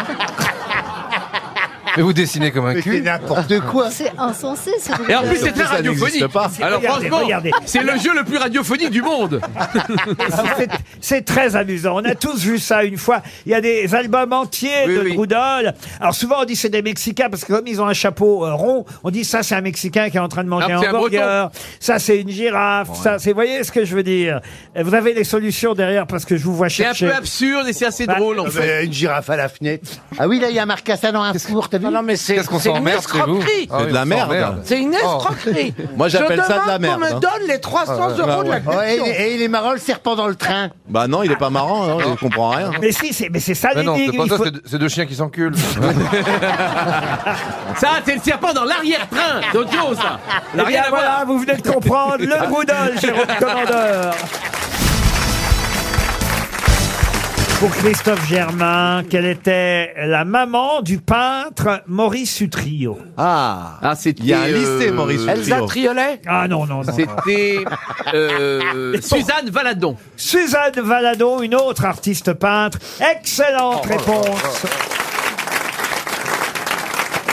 Mais vous dessinez comme un Mais c'est cul. n'importe quoi. C'est insensé. Ce Et en plus, c'est très ça radiophonique. n'existe pas. Alors Regardez, franchement, regardez. c'est le jeu le plus radiophonique du monde. Ah, Ah, C'est- C'est très amusant. On a tous vu ça une fois. Il y a des albums entiers Oui, de oui. Drudol. Alors souvent, on dit c'est des Mexicains parce que comme ils ont un chapeau euh, rond, on dit ça, c'est un Mexicain qui est en train de manger Ah, un c'est un hamburger. Ça, c'est une girafe. Ça, c'est, vous voyez ce que je veux dire? Et Vous avez les solutions derrière parce que je vous vois C'est un chercher. peu absurde et c'est assez drôle en fait. Ah Euh, une girafe à la fenêtre. Ah oui, là, il y a un marcassin dans un four, t'as vie Non, mais c'est Qu'est-ce qu'on c'est une s'emmerde, c'est vous escroquerie. Ah oui, on s'emmerde. C'est une escroquerie. Oh. Moi, j'appelle Je ça de demande la merde, qu'on hein. me donne les 300 Ah ouais. euros de la Bah ouais. question. Oh, et- et il est marrant le serpent dans le train. Bah non, il est pas marrant, hein, je comprends Ah. rien. Mais si, c'est, mais c'est ça Mais non, c'est l'énigme. pas il ça, faut- c'est deux- c'est deux chiens qui s'enculent. Ça, c'est le serpent dans l'arrière-train. C'est autre chose, ça. Eh bien, voilà, vous venez de comprendre le Boudol, Jérôme Commandeur. Pour Christophe Germain, quelle était la maman du peintre Maurice Utrio Ah, c'était, euh, Elsa Eh, Triolet Ah non, non, non. C'était euh, Suzanne Valadon. Suzanne Valadon, une autre artiste peintre. Excellente réponse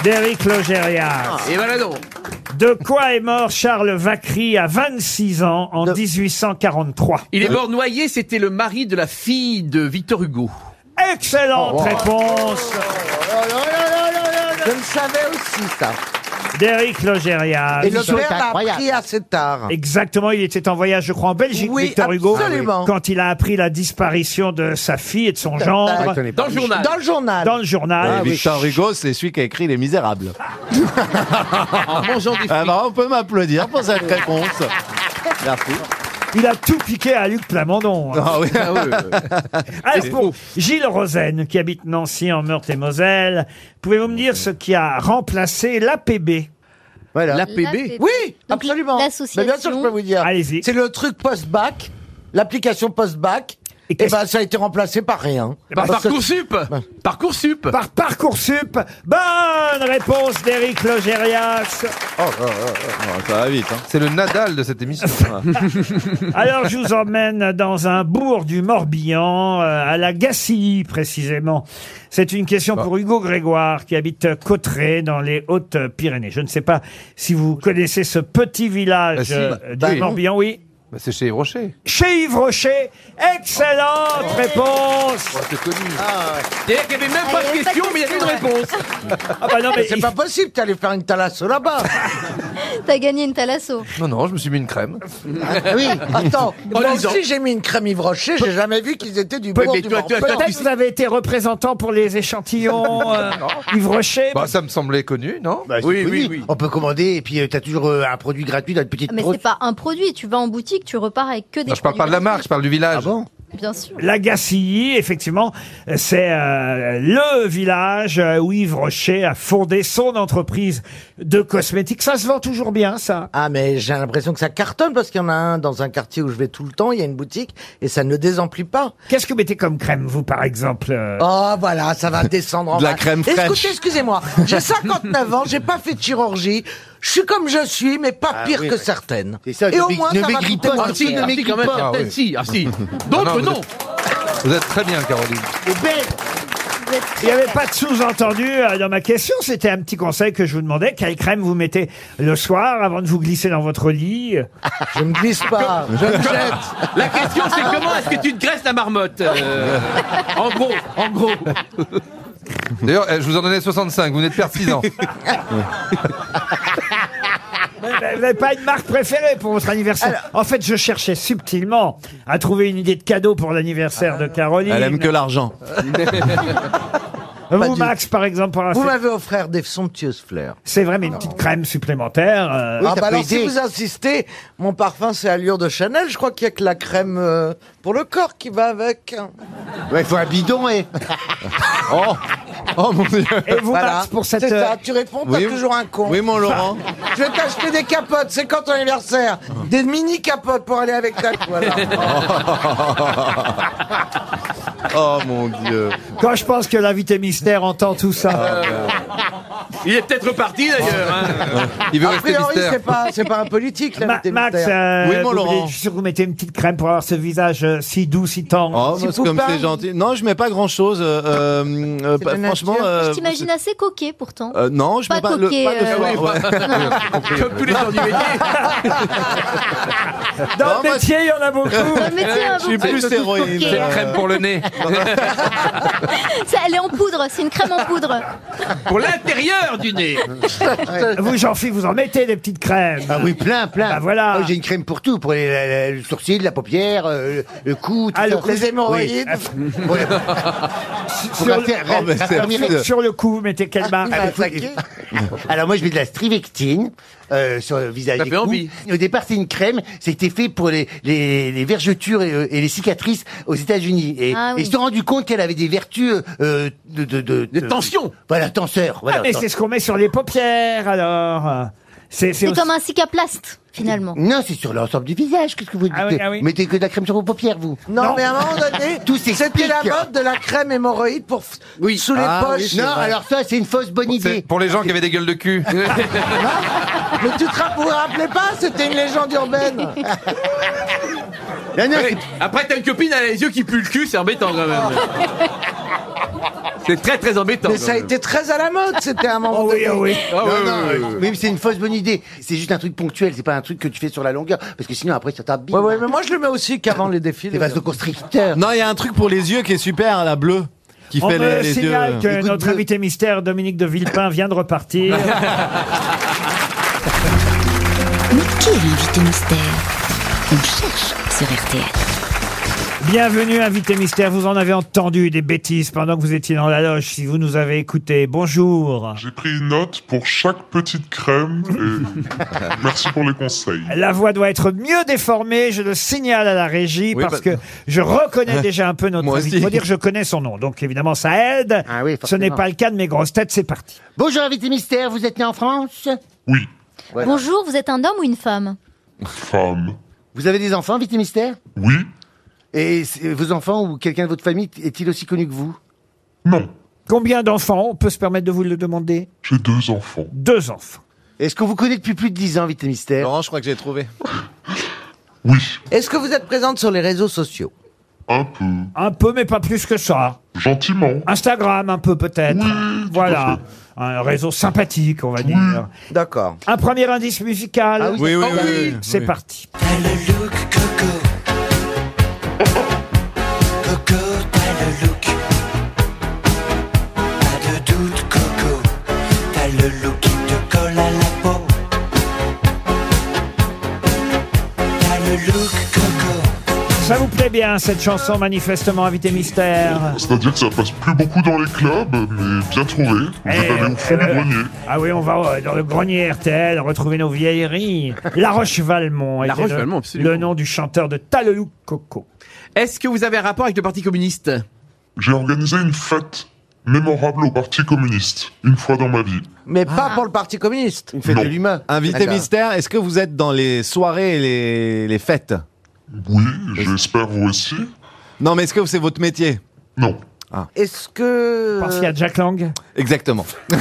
d'Éric Logérias. Ah, Et Valadon. De quoi est mort Charles Vacry à 26 ans en 1843 Il est mort noyé, c'était le mari de la fille de Victor Hugo. Excellente Oh. réponse Je le savais aussi, ça. d'Éric Logérias. Et le père l'a appris assez Ah. tard. Exactement, il était en voyage, je crois, en Belgique, Oui, Victor Hugo, absolument. quand il a appris la disparition de sa fille et de son gendre. Dans le journal. Ah Dans le journal. Dans le journal. Et Ah, Victor Hugo, c'est celui qui a écrit Les Misérables. Ah bah, on peut m'applaudir pour cette réponse. Merci. Il a tout piqué à Luc Plamondon. hein. Ah oui. Ah oui, Alors, pour Gilles Rosen, qui habite Nancy en Meurthe-et-Moselle, pouvez-vous me dire ce qui a remplacé l'APB Voilà. L'APB. Oui, absolument. l'association- Mais bien sûr, je peux vous dire. Allez-y. C'est le truc post-bac, l'application post-bac. Et, ben, ça a été remplacé par rien. Par Parce que- Parcoursup Parcoursup Par Parcoursup Bonne réponse d'Éric Logérias Oh, ça va vite. C'est le Nadal de cette émission. Alors, je vous emmène dans un bourg du Morbihan, euh, à la Gacilly, précisément. C'est une question pour Hugo Grégoire, qui habite Cotteret, dans les Hautes-Pyrénées. Je ne sais pas si vous connaissez ce petit Bah village si, euh, bah, du bah oui. Morbihan, oui. Bah, c'est chez Rocher. Chez Yves Rocher, excellente réponse c'est connu. C'est-à-dire qu'il n'y avait même pas de question, mais il y avait une réponse. Ah bah non, mais c'est pas possible, t'es allé faire une thalasso là-bas. T'as gagné une thalasso. Non, non, je me suis mis une crème. oui, attends. En Moi lisant. aussi, j'ai mis une crème Yves Rocher, j'ai jamais vu qu'ils étaient du Pe- bourg mais du toi- Morbihan. toi- toi, tu sais- vous avez été représentant pour les échantillons euh, Yves Rocher. Bah, ça me semblait connu, non oui, oui, oui. On peut commander et puis euh, t'as toujours euh, un produit gratuit dans une petite Ah, Mais brosse. c'est pas un produit. Tu vas en boutique, tu repars avec que des. Non, je parle pas de la marque, je parle du village. produits. Bien sûr. La Gacilly, effectivement, c'est euh, le village euh, où Yves Rocher a fondé son entreprise de cosmétiques. Ça se vend toujours bien, ça. Ah, mais j'ai l'impression que ça cartonne parce qu'il y en a un dans un quartier où je vais tout le temps, il y a une boutique et ça ne désemplit pas. Qu'est-ce que vous mettez comme crème, vous, par exemple euh Oh voilà, ça va descendre en De la bas. crème Écoutez, fraîche. excusez-moi, j'ai 59 ans, j'ai pas fait de chirurgie, je suis comme je suis, mais pas pire Ah oui, que oui. certaines. C'est ça, Et ne au maigris- moins, ne ça va maigris coûter pas, moins Ah si, cher. ah, si, quand même, Ah, certaines, oui. si, ah si. Ah, D'autres, non, vous non. Vous êtes très bien, Caroline. Il n'y avait pas de sous-entendu euh, dans ma question. C'était un petit conseil que je vous demandais. Quelle crème vous mettez le soir avant de vous glisser dans votre lit Je ne glisse pas, je me jette. La question, c'est comment est-ce que tu te graisses la marmotte euh, En gros, en gros. D'ailleurs, euh, je vous en donnais 65, vous venez de perdre 6 ans. Vous n'avez pas une marque préférée pour votre anniversaire En fait, je cherchais subtilement à trouver une idée de cadeau pour l'anniversaire de Caroline. Elle aime que l'argent. Vous, Pas du- Max, par exemple, pour un Vous m'avez offert des somptueuses fleurs. C'est vrai, mais une petite crème supplémentaire. euh, ah ça bah peut alors si aider. vous insistez, mon parfum c'est allure de Chanel, je crois qu'il y a que la crème euh, pour le corps qui va avec. Ouais, il faut un bidon hein. et. Oh, oh mon dieu. Et vous, Voilà. Max, pour cette. C'est euh, ça, tu réponds, t'as oui. toujours un con. Oui, mon Laurent. Je vais t'acheter des capotes, c'est quand ton anniversaire Des mini capotes pour aller avec ta voilà. hein. Oh mon dieu. Euh, Quand je pense que l'invité mystère entend tout Euh. ça. Il est peut-être reparti d'ailleurs. hein. Il veut A rester priori, mystère. c'est pas, c'est pas un politique, Ma- l'invité Max, mystère. euh, Oui, mon vous Laurent. voulez- je suis sûr que vous mettez une petite crème pour avoir ce visage euh, si doux, si tendre. Oh, Petit mais c'est comme poupin. c'est gentil. Non, je mets pas grand chose. C'est de franchement. nature. euh, Je t'imagine assez coquet pourtant. euh, non, je Pas mets pas coquet, le, pas le euh, soir, ouais. Comme tous les gens du métier. Dans Non, le moi, métier, il y en a beaucoup. Mais tiens, Je suis vous- plus héroïne. coquet. euh, Crème pour le nez. ça, elle est en poudre, c'est une crème en poudre. Pour l'intérieur du nez. vous, Jean-Philippe, vous en mettez des petites crèmes. Ah oui, plein, plein. Bah voilà. Oh, J'ai une crème pour tout, pour les- la- la- le sourcil, la paupière, euh, le, le cou, tout Ah, le ça. cou, les Oui. hémorroïdes. Pour les- Faut sur, le- pas faire- Oh, mais c'est faire absurde. mieux. Sur le coup, vous mettez quelle marque Ah, claqué. Alors moi je mets de la strivectine euh, sur le visage. Ça et fait cou. envie. Au départ c'est une crème, c'était fait pour les, les, les vergetures et, euh, et les cicatrices aux États-Unis. Et, Ah oui. et ils se sont rendus compte qu'elle avait des vertus euh, euh, de, de, de, de tension. Voilà tenseur. Voilà, Ah, mais ten- c'est ce qu'on met sur les paupières, alors. C'est C'est aussi- comme un cicaplaste, finalement. Non, c'est sur l'ensemble du visage. Qu'est-ce que vous dites Ah oui, ah oui. Mettez que de la crème sur vos paupières, vous. Non, mais à un moment donné, Tout c'était s'explique. la mode de la crème hémorroïde pour f- sous les poches. non, alors ça, c'est une fausse bonne idée. Pour les gens qui avaient des gueules de cul. Mais tu te ra- vous vous rappelez pas C'était une légende urbaine. Ouais. Après, t'as une copine, elle a les yeux qui puent le cul, c'est embêtant quand même. c'est très très embêtant. Mais ça a quand même. été très à la mode, c'était un moment Oh donné. Ah Non, oui, non, oui, oui, oui. mais c'est une fausse bonne idée. C'est juste un truc ponctuel, c'est pas un truc que tu fais sur la longueur. Parce que sinon, après, ça t'abîme. Ouais, ouais, mais moi je le mets aussi qu'avant les défilés. Les vasoconstricteurs. Non, il y a un truc pour les yeux qui est super, la bleue, qui On fait me les, les yeux. signale que notre euh, invité mystère, Dominique de Villepin, vient de repartir. Mais qui est l'invité mystère On cherche sur RTL. Bienvenue, invité mystère. Vous en avez entendu des bêtises pendant que vous étiez dans la loge, si vous nous avez écouté. Bonjour. J'ai pris une note pour chaque petite crème et merci pour les conseils. La voix doit être mieux déformée, je le signale à la régie, Oui, parce bah- que je reconnais déjà un peu notre Moi invité. aussi. faut dire que je connais son nom, donc évidemment ça aide. Ah Ce forcément. n'est pas le cas de mes grosses têtes, c'est parti. Bonjour, invité mystère, vous êtes né en France Oui. Bonjour, vous êtes un homme ou une femme Femme. Vous avez des enfants, invité mystère Oui. Et c'est- vos enfants ou quelqu'un de votre famille est-il aussi connu que vous Non. Combien d'enfants On peut se permettre de vous le demander J'ai deux enfants. Deux enfants. Est-ce qu'on vous connaît depuis plus de 10 ans, invité mystère Laurent, je crois que j'ai trouvé. Est-ce que vous êtes présente sur les réseaux sociaux Un peu. Un peu, mais pas plus que ça. Gentiment. Instagram, un peu peut-être. à voilà. Un réseau sympathique, on va dire. D'accord. Un premier indice musical. Ah oui, Oui, oui, ah oui, oui, oui. C'est oui. parti. Pas de doute, Coco. T'as le look qui te colle à la peau. T'as le look, Coco. Ça vous plaît bien cette chanson, manifestement invité mystère. C'est-à-dire que ça passe plus beaucoup dans les clubs, mais bien trouvé. Vous Eh, êtes allé au fond du euh, grenier. Ah oui, on va euh, dans le grenier RTL retrouver nos vieilleries. La Roche-Valmont. La était Roche-Valmont, le- absolument. Le nom du chanteur de Taleloup Coco. Est-ce que vous avez un rapport avec le Parti communiste J'ai organisé une fête mémorable au Parti communiste, une fois dans ma vie. Mais pas pour le Parti communiste. Une fête de l'humain. Invité D'accord. mystère, est-ce que vous êtes dans les soirées et les, les fêtes Oui, j'espère vous aussi. Non, mais est-ce que c'est votre métier Non. Est-ce que. Parce qu'il y a Jack Lang. Exactement. Et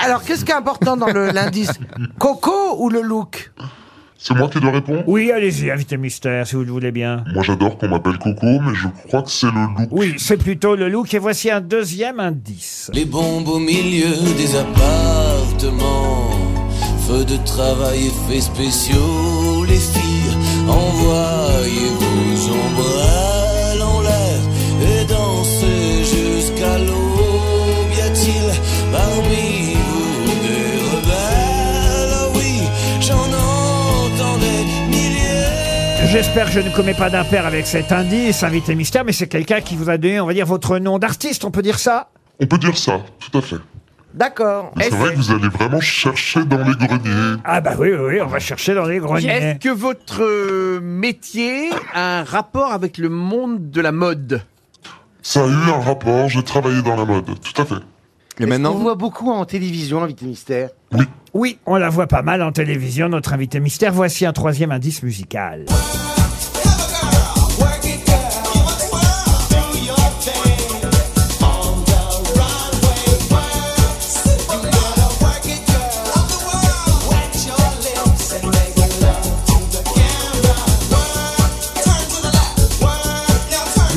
Alors qu'est-ce qui est important dans le- l'indice Coco ou le look C'est moi qui dois répondre Oui, allez-y, invité mystère, si vous le voulez bien. Moi j'adore qu'on m'appelle Coco, mais je crois que c'est le look. Oui, c'est plutôt le look. Et voici un deuxième indice. Les bombes au milieu des appartements, feu de travail, effets spéciaux, les filles, envoyez vos ombrelles en l'air et dansez jusqu'à l'aube. Y a-t-il parmi vous des rebelles Ah Oui, j'en entends des milliers. J'espère que je ne commets pas d'impair avec cet indice, invité mystère, mais c'est quelqu'un qui vous a donné, on va dire, votre nom d'artiste, on peut dire ça On peut dire ça, tout à fait. D'accord. Mais C'est vrai que vous allez vraiment chercher dans les greniers. Ah bah oui, oui, oui, on va chercher dans les greniers. Est-ce que votre euh, métier a un rapport avec le monde de la mode Ça a eu un rapport, j'ai travaillé dans la mode, tout à fait. Et On voit beaucoup en télévision, invité mystère. Oui, on la voit pas mal en télévision, notre invité mystère. Voici un troisième indice musical.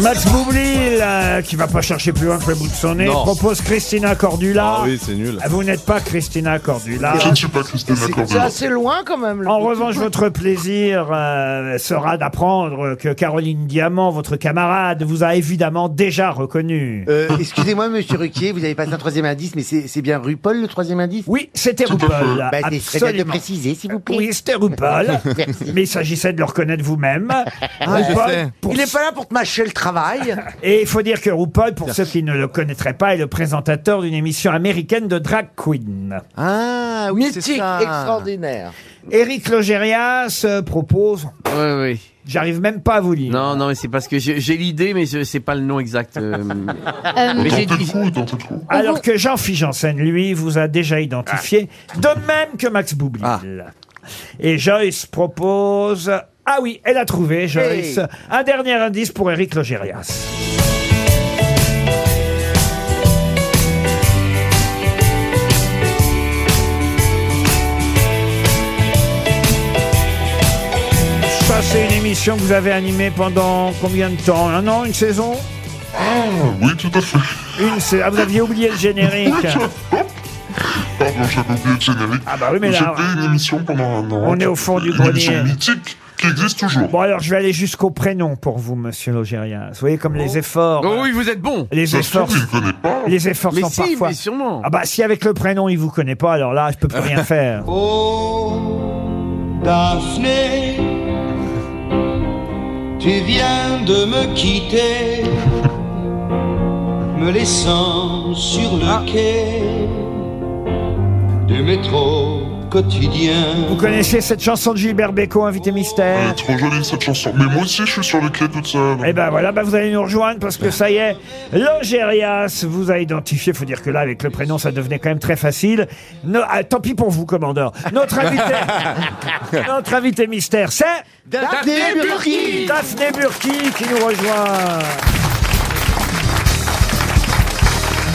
Max Boublil, euh, qui va pas chercher plus loin que le bout de son nez, Non. propose Christina Cordula. Ah oui, c'est nul. Vous n'êtes pas Christina Cordula. Je ne suis pas Christina C'est Cordula. assez loin quand même. le En look. revanche, votre plaisir euh, sera d'apprendre que Caroline Diamant, votre camarade, vous a évidemment déjà reconnu. Euh, Excusez-moi, monsieur Ruquier, vous avez passé un troisième indice, mais c'est c'est bien RuPaul le troisième indice Oui, c'était Tout à RuPaul, fait. Bah, c'est très bien de absolument. préciser, s'il vous plaît. Oui, c'était RuPaul, Merci. mais il s'agissait de le reconnaît vous-même. Ah, je sais. Il est pas là pour te mâcher le travail. travail. Et il faut dire que RuPaul, pour ceux qui ne le connaîtraient pas, est le présentateur d'une émission américaine de drag queen. Ah, Mythique, extraordinaire. Éric Logérias euh, propose. Oui, oui. J'arrive même pas à vous lire. Non, non, mais c'est parce que j'ai j'ai l'idée, mais je sais pas le nom exact. euh, mais j'ai dit- Alors que Jean-Philippe Janssen, lui, vous a déjà identifié, Ah. de même que Max Boublil. Ah. Et Joyce propose... Ah oui, elle a trouvé, Joyce. Hey. Un dernier indice pour Éric Logérias. Ça, c'est une émission que vous avez animée pendant combien de temps Un an Une saison Ah, oui, tout à fait. Une saison. Ah, vous aviez oublié le générique. Pardon, j'avais oublié le générique. Ah bah oui, mais là- C'était une émission pendant un an. On est au fond du Une grenier. émission mythique qui existe toujours. Bon, alors je vais aller jusqu'au prénom pour vous, monsieur Logérias. Vous voyez comme les efforts. Oh oui, vous êtes bon. Les efforts, les efforts mais sont si, parfois. Mais sûrement. Ah bah si avec le prénom il vous connaît pas, alors là je peux plus rien faire. Oh, Daphné, tu viens de me quitter, me laissant sur le Ah. quai du métro quotidien. Vous connaissez cette chanson de Gilbert Bécaud, Invité Mystère Trop jolie cette chanson. Mais moi aussi, je suis sur le quai toute seule. Eh ben voilà, bah vous allez nous rejoindre parce que ça y est, Logérias vous a identifié. Faut dire que là, avec le prénom, ça devenait quand même très facile. No- ah, tant pis pour vous, commandeur. Notre invité, notre invité mystère, c'est Daphné Burki. Daphné Burki qui nous rejoint.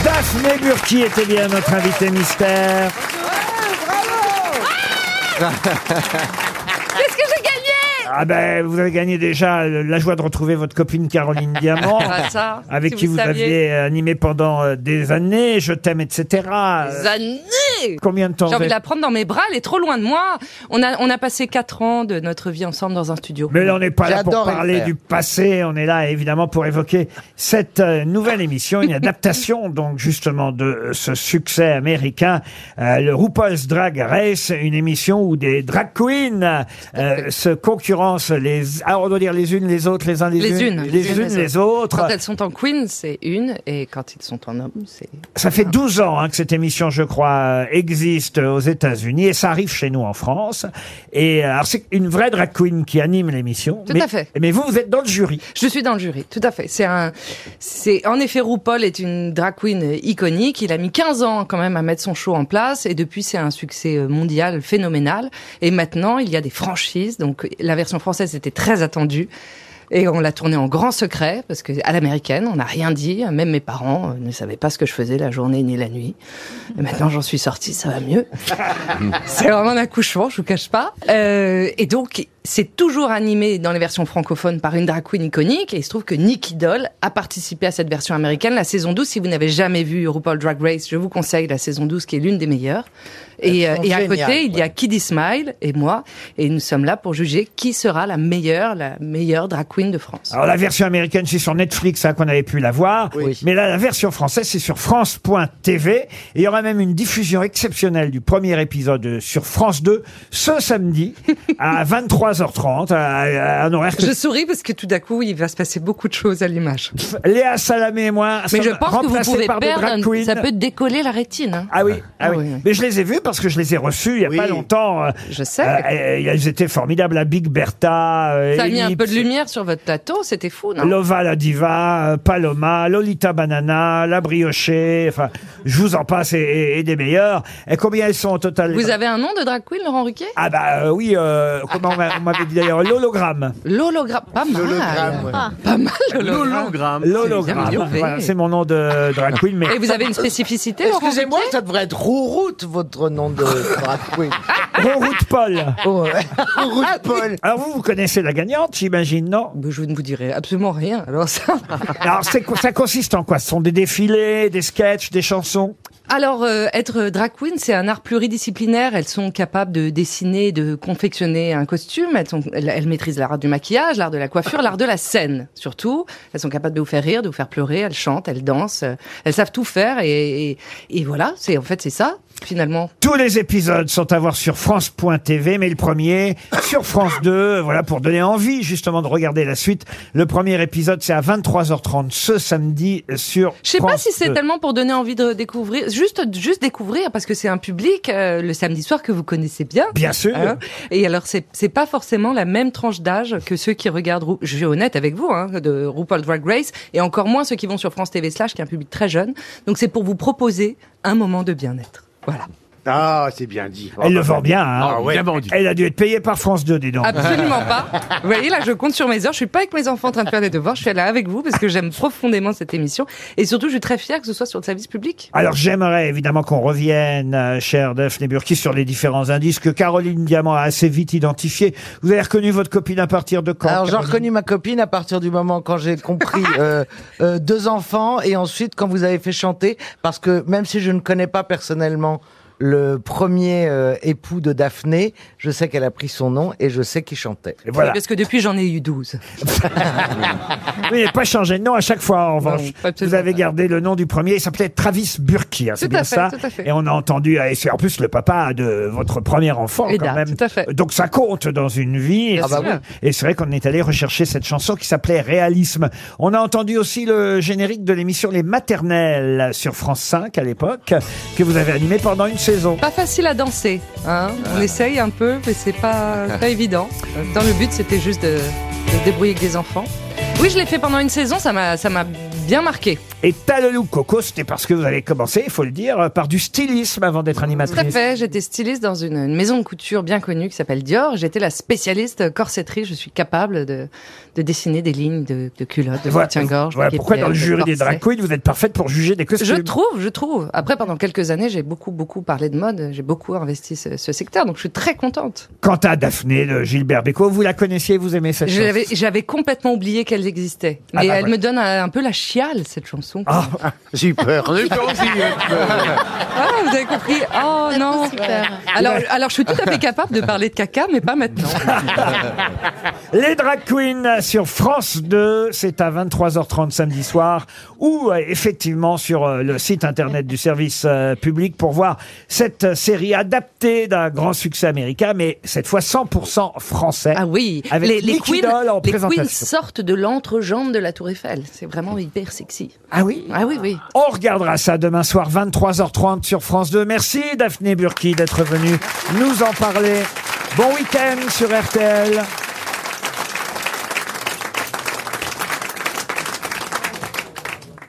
Daphné Burki était bien notre invité mystère. Ah, Qu'est-ce que j'ai gagné Ah ben, vous avez gagné déjà le- la joie de retrouver votre copine Caroline Diamant, Ah, ça, avec si qui vous vous, saviez. aviez animé pendant euh, des années, Je t'aime, etc. Des années Combien de temps J'ai vous envie de avez- la prendre dans mes bras, elle est trop loin de moi. On a, on a passé 4 ans de notre vie ensemble dans un studio. Mais là, on n'est pas là pour J'adorais le parler faire. du passé, on est là évidemment pour évoquer cette euh, nouvelle émission, une adaptation donc justement de euh, ce succès américain, euh, le RuPaul's Drag Race, une émission où des drag queens euh, se concurrencent les, ah, on doit dire les unes les autres, les uns les, Les unes, les unes les autres. Quand elles sont en queen, c'est une, et quand ils sont en homme, c'est. Ça fait 12 ans hein, que cette émission, je crois, euh, existe aux États-Unis et ça arrive chez nous en France. Et euh, alors c'est une vraie drag queen qui anime l'émission. Tout mais- à fait. Mais vous, vous êtes dans le jury. Je suis dans le jury, tout à fait. C'est un, c'est en effet RuPaul est une drag queen iconique. Il a mis 15 ans quand même à mettre son show en place et depuis c'est un succès mondial phénoménal. Et maintenant il y a des franchises. Donc la version française était très attendue. Et on l'a tournée en grand secret parce que à l'américaine, on n'a rien dit. Même mes parents euh, ne savaient pas ce que je faisais la journée ni la nuit. Et maintenant, j'en suis sortie, ça va mieux. c'est vraiment un accouchement, je vous cache pas. Euh, et donc, c'est toujours animé dans les versions francophones par une drag queen iconique. Et il se trouve que Nicky Doll a participé à cette version américaine, la saison 12. Si vous n'avez jamais vu RuPaul Drag Race, je vous conseille la saison 12 qui est l'une des meilleures. Et, euh, sont et à géniales, côté, il y a Kiddy Smile et moi. Et nous sommes là pour juger qui sera la meilleure, la meilleure drag queen de France. Alors la version américaine, c'est sur Netflix hein, qu'on avait pu la voir. Mais là, la version française, c'est sur France.tv. Et il y aura même une diffusion exceptionnelle du premier épisode euh, sur France 2 ce samedi à 23h30, à, à un horaire que... Je souris parce que tout d'un coup, il va se passer beaucoup de choses à l'image. Léa Salamé et moi Mais sommes je pense que vous remplacés pouvez par des drag perdre, queens. ça peut décoller la rétine. hein. Ah oui, ah oui. Mais je les ai vus parce que je les ai reçus il n'y a pas longtemps. euh, Je sais. ils étaient formidables. La Big Bertha, euh, Ça a mis un Ellipse, peu de lumière sur votre plateau, c'était fou, non Lova la Diva, euh, Paloma, Lolita Banana, La Briochée, enfin, je vous en passe et, et- et des meilleurs. Et combien elles sont au total les- Vous avez un nom de drag queen, Laurent Ruquier Ah bah euh, oui, euh, comment on m'a- on m'avait dit d'ailleurs L'hologramme. L'hologramme, pas mal. L'hologramme, ouais. Ah, Pas mal, l'hologramme. L'hologramme, voilà, c'est mon nom de drag queen. Mais... spécificité, Laurent Excusez-moi, ça devrait être Rouroute, votre nom de drag queen. Rouroute Paul. Oh, Ah Rouroute Paul. Alors vous, vous connaissez la gagnante, j'imagine, non Je ne vous dirai absolument rien, alors ça... Alors c'est quoi- ça consiste en quoi Ce sont des défilés, des sketchs, des chansons Alors, euh, être drag queen, c'est un art pluridisciplinaire. Elles sont capables de dessiner, de confectionner un costume. Elles, sont- elles- elles maîtrisent l'art du maquillage, l'art de la coiffure, l'art de la scène, surtout. Elles sont capables de vous faire rire, de vous faire pleurer. Elles chantent, elles dansent. euh, Elles savent tout faire. Et, et- et voilà, c'est en fait, c'est ça, finalement. Tous les épisodes sont à voir sur France.tv, mais le premier sur France 2, voilà, pour donner envie justement de regarder la suite. Le premier épisode, c'est à 23h30 ce samedi sur Je sais pas France si c'est 2. tellement pour donner envie de découvrir, juste juste découvrir parce que c'est un public euh, le samedi soir que vous connaissez bien. Hein. Bien sûr. Et alors c'est c'est pas forcément la même tranche d'âge que ceux qui regardent. Ru- Je suis honnête avec vous, hein, de RuPaul Drag Race et encore moins ceux qui vont sur France TV slash qui est un public très jeune. Donc c'est pour vous proposer un moment de bien-être. Voilà. Ah, c'est bien dit. Elle le vend bien, hein. Ah ouais. Elle a dû être payée par France 2, dis donc. Absolument pas. Vous voyez, là, je compte sur mes heures. Je suis pas avec mes enfants en train de faire des devoirs. Je suis là avec vous parce que j'aime profondément cette émission. Et surtout, je suis très fière que ce soit sur le service public. Alors j'aimerais évidemment qu'on revienne, euh, cher Daphné Burki, sur les différents indices que Caroline Diamant a assez vite identifiés. Vous avez reconnu votre copine à partir de quand Alors j'ai Caroline reconnu ma copine à partir du moment quand j'ai compris euh, euh, deux enfants et ensuite quand vous avez fait chanter parce que même si je ne connais pas personnellement le premier euh, époux de Daphné, je sais qu'elle a pris son nom et je sais qu'il chantait. Oui, Parce que depuis, j'en ai eu 12. Vous n'avez pas changé de nom à chaque fois, en revanche. vous avez gardé le nom du premier. Il s'appelait Travis Burki. hein, c'est Tout bien à fait, ça. tout à fait. Et on a entendu, ah, et c'est en plus le papa de votre premier enfant, Eda, quand même. Donc ça compte dans une vie. Bien Ah bah sûr. oui. Et c'est vrai qu'on est allé rechercher cette chanson qui s'appelait Réalisme. On a entendu aussi le générique de l'émission Les Maternelles sur France 5 à l'époque, que vous avez animé pendant une saison. Pas facile à danser, hein. Ah. On essaye un peu, mais c'est pas, pas évident. Dans le but, c'était juste de, de débrouiller avec des enfants. Oui, je l'ai fait pendant une saison, ça m'a, ça m'a bien marqué. Et Talelou Coco, c'était parce que vous avez commencé, il faut le dire, par du stylisme avant d'être Tout à animatrice. fait, j'étais styliste dans une, une maison de couture bien connue qui s'appelle Dior. J'étais la spécialiste corsetterie. Je suis capable de, de dessiner des lignes de, de culottes, de Voilà, soutien-gorge. de voilà pourquoi guêpières, dans le de jury des corsets. drag queens, vous êtes parfaite pour juger des costumes. Je trouve, je trouve. Après, pendant quelques années, j'ai beaucoup, beaucoup parlé de mode. J'ai beaucoup investi ce- ce secteur, donc je suis très contente. Quant à Daphné de Gilbert Bécaud, vous la connaissiez, vous aimez cette Je chanson l'avais- J'avais complètement oublié qu'elle existait. Ah Mais bah elle voilà. me donne un, un peu la chiale, cette chanson. Ah, j'ai eu peur. J'ai eu peur aussi, j'ai eu hein. Ah, vous avez compris Oh non alors, alors, je suis tout à fait capable de parler de caca, mais pas maintenant. Les drag queens sur France 2, c'est à 23h30 samedi soir, ou euh, effectivement sur euh, le site internet du service euh, public pour voir cette euh, série adaptée d'un grand succès américain, mais cette fois 100% français. Ah oui, avec les, les Nicky queens, Doll en les présentation. queens sortent de l'entrejambe de la Tour Eiffel. C'est vraiment hyper sexy. Ah oui Ah oui, oui. On regardera ça demain soir 23h30 sur France 2. Merci Daphné Burki d'être venue nous en parler. Bon week-end sur RTL.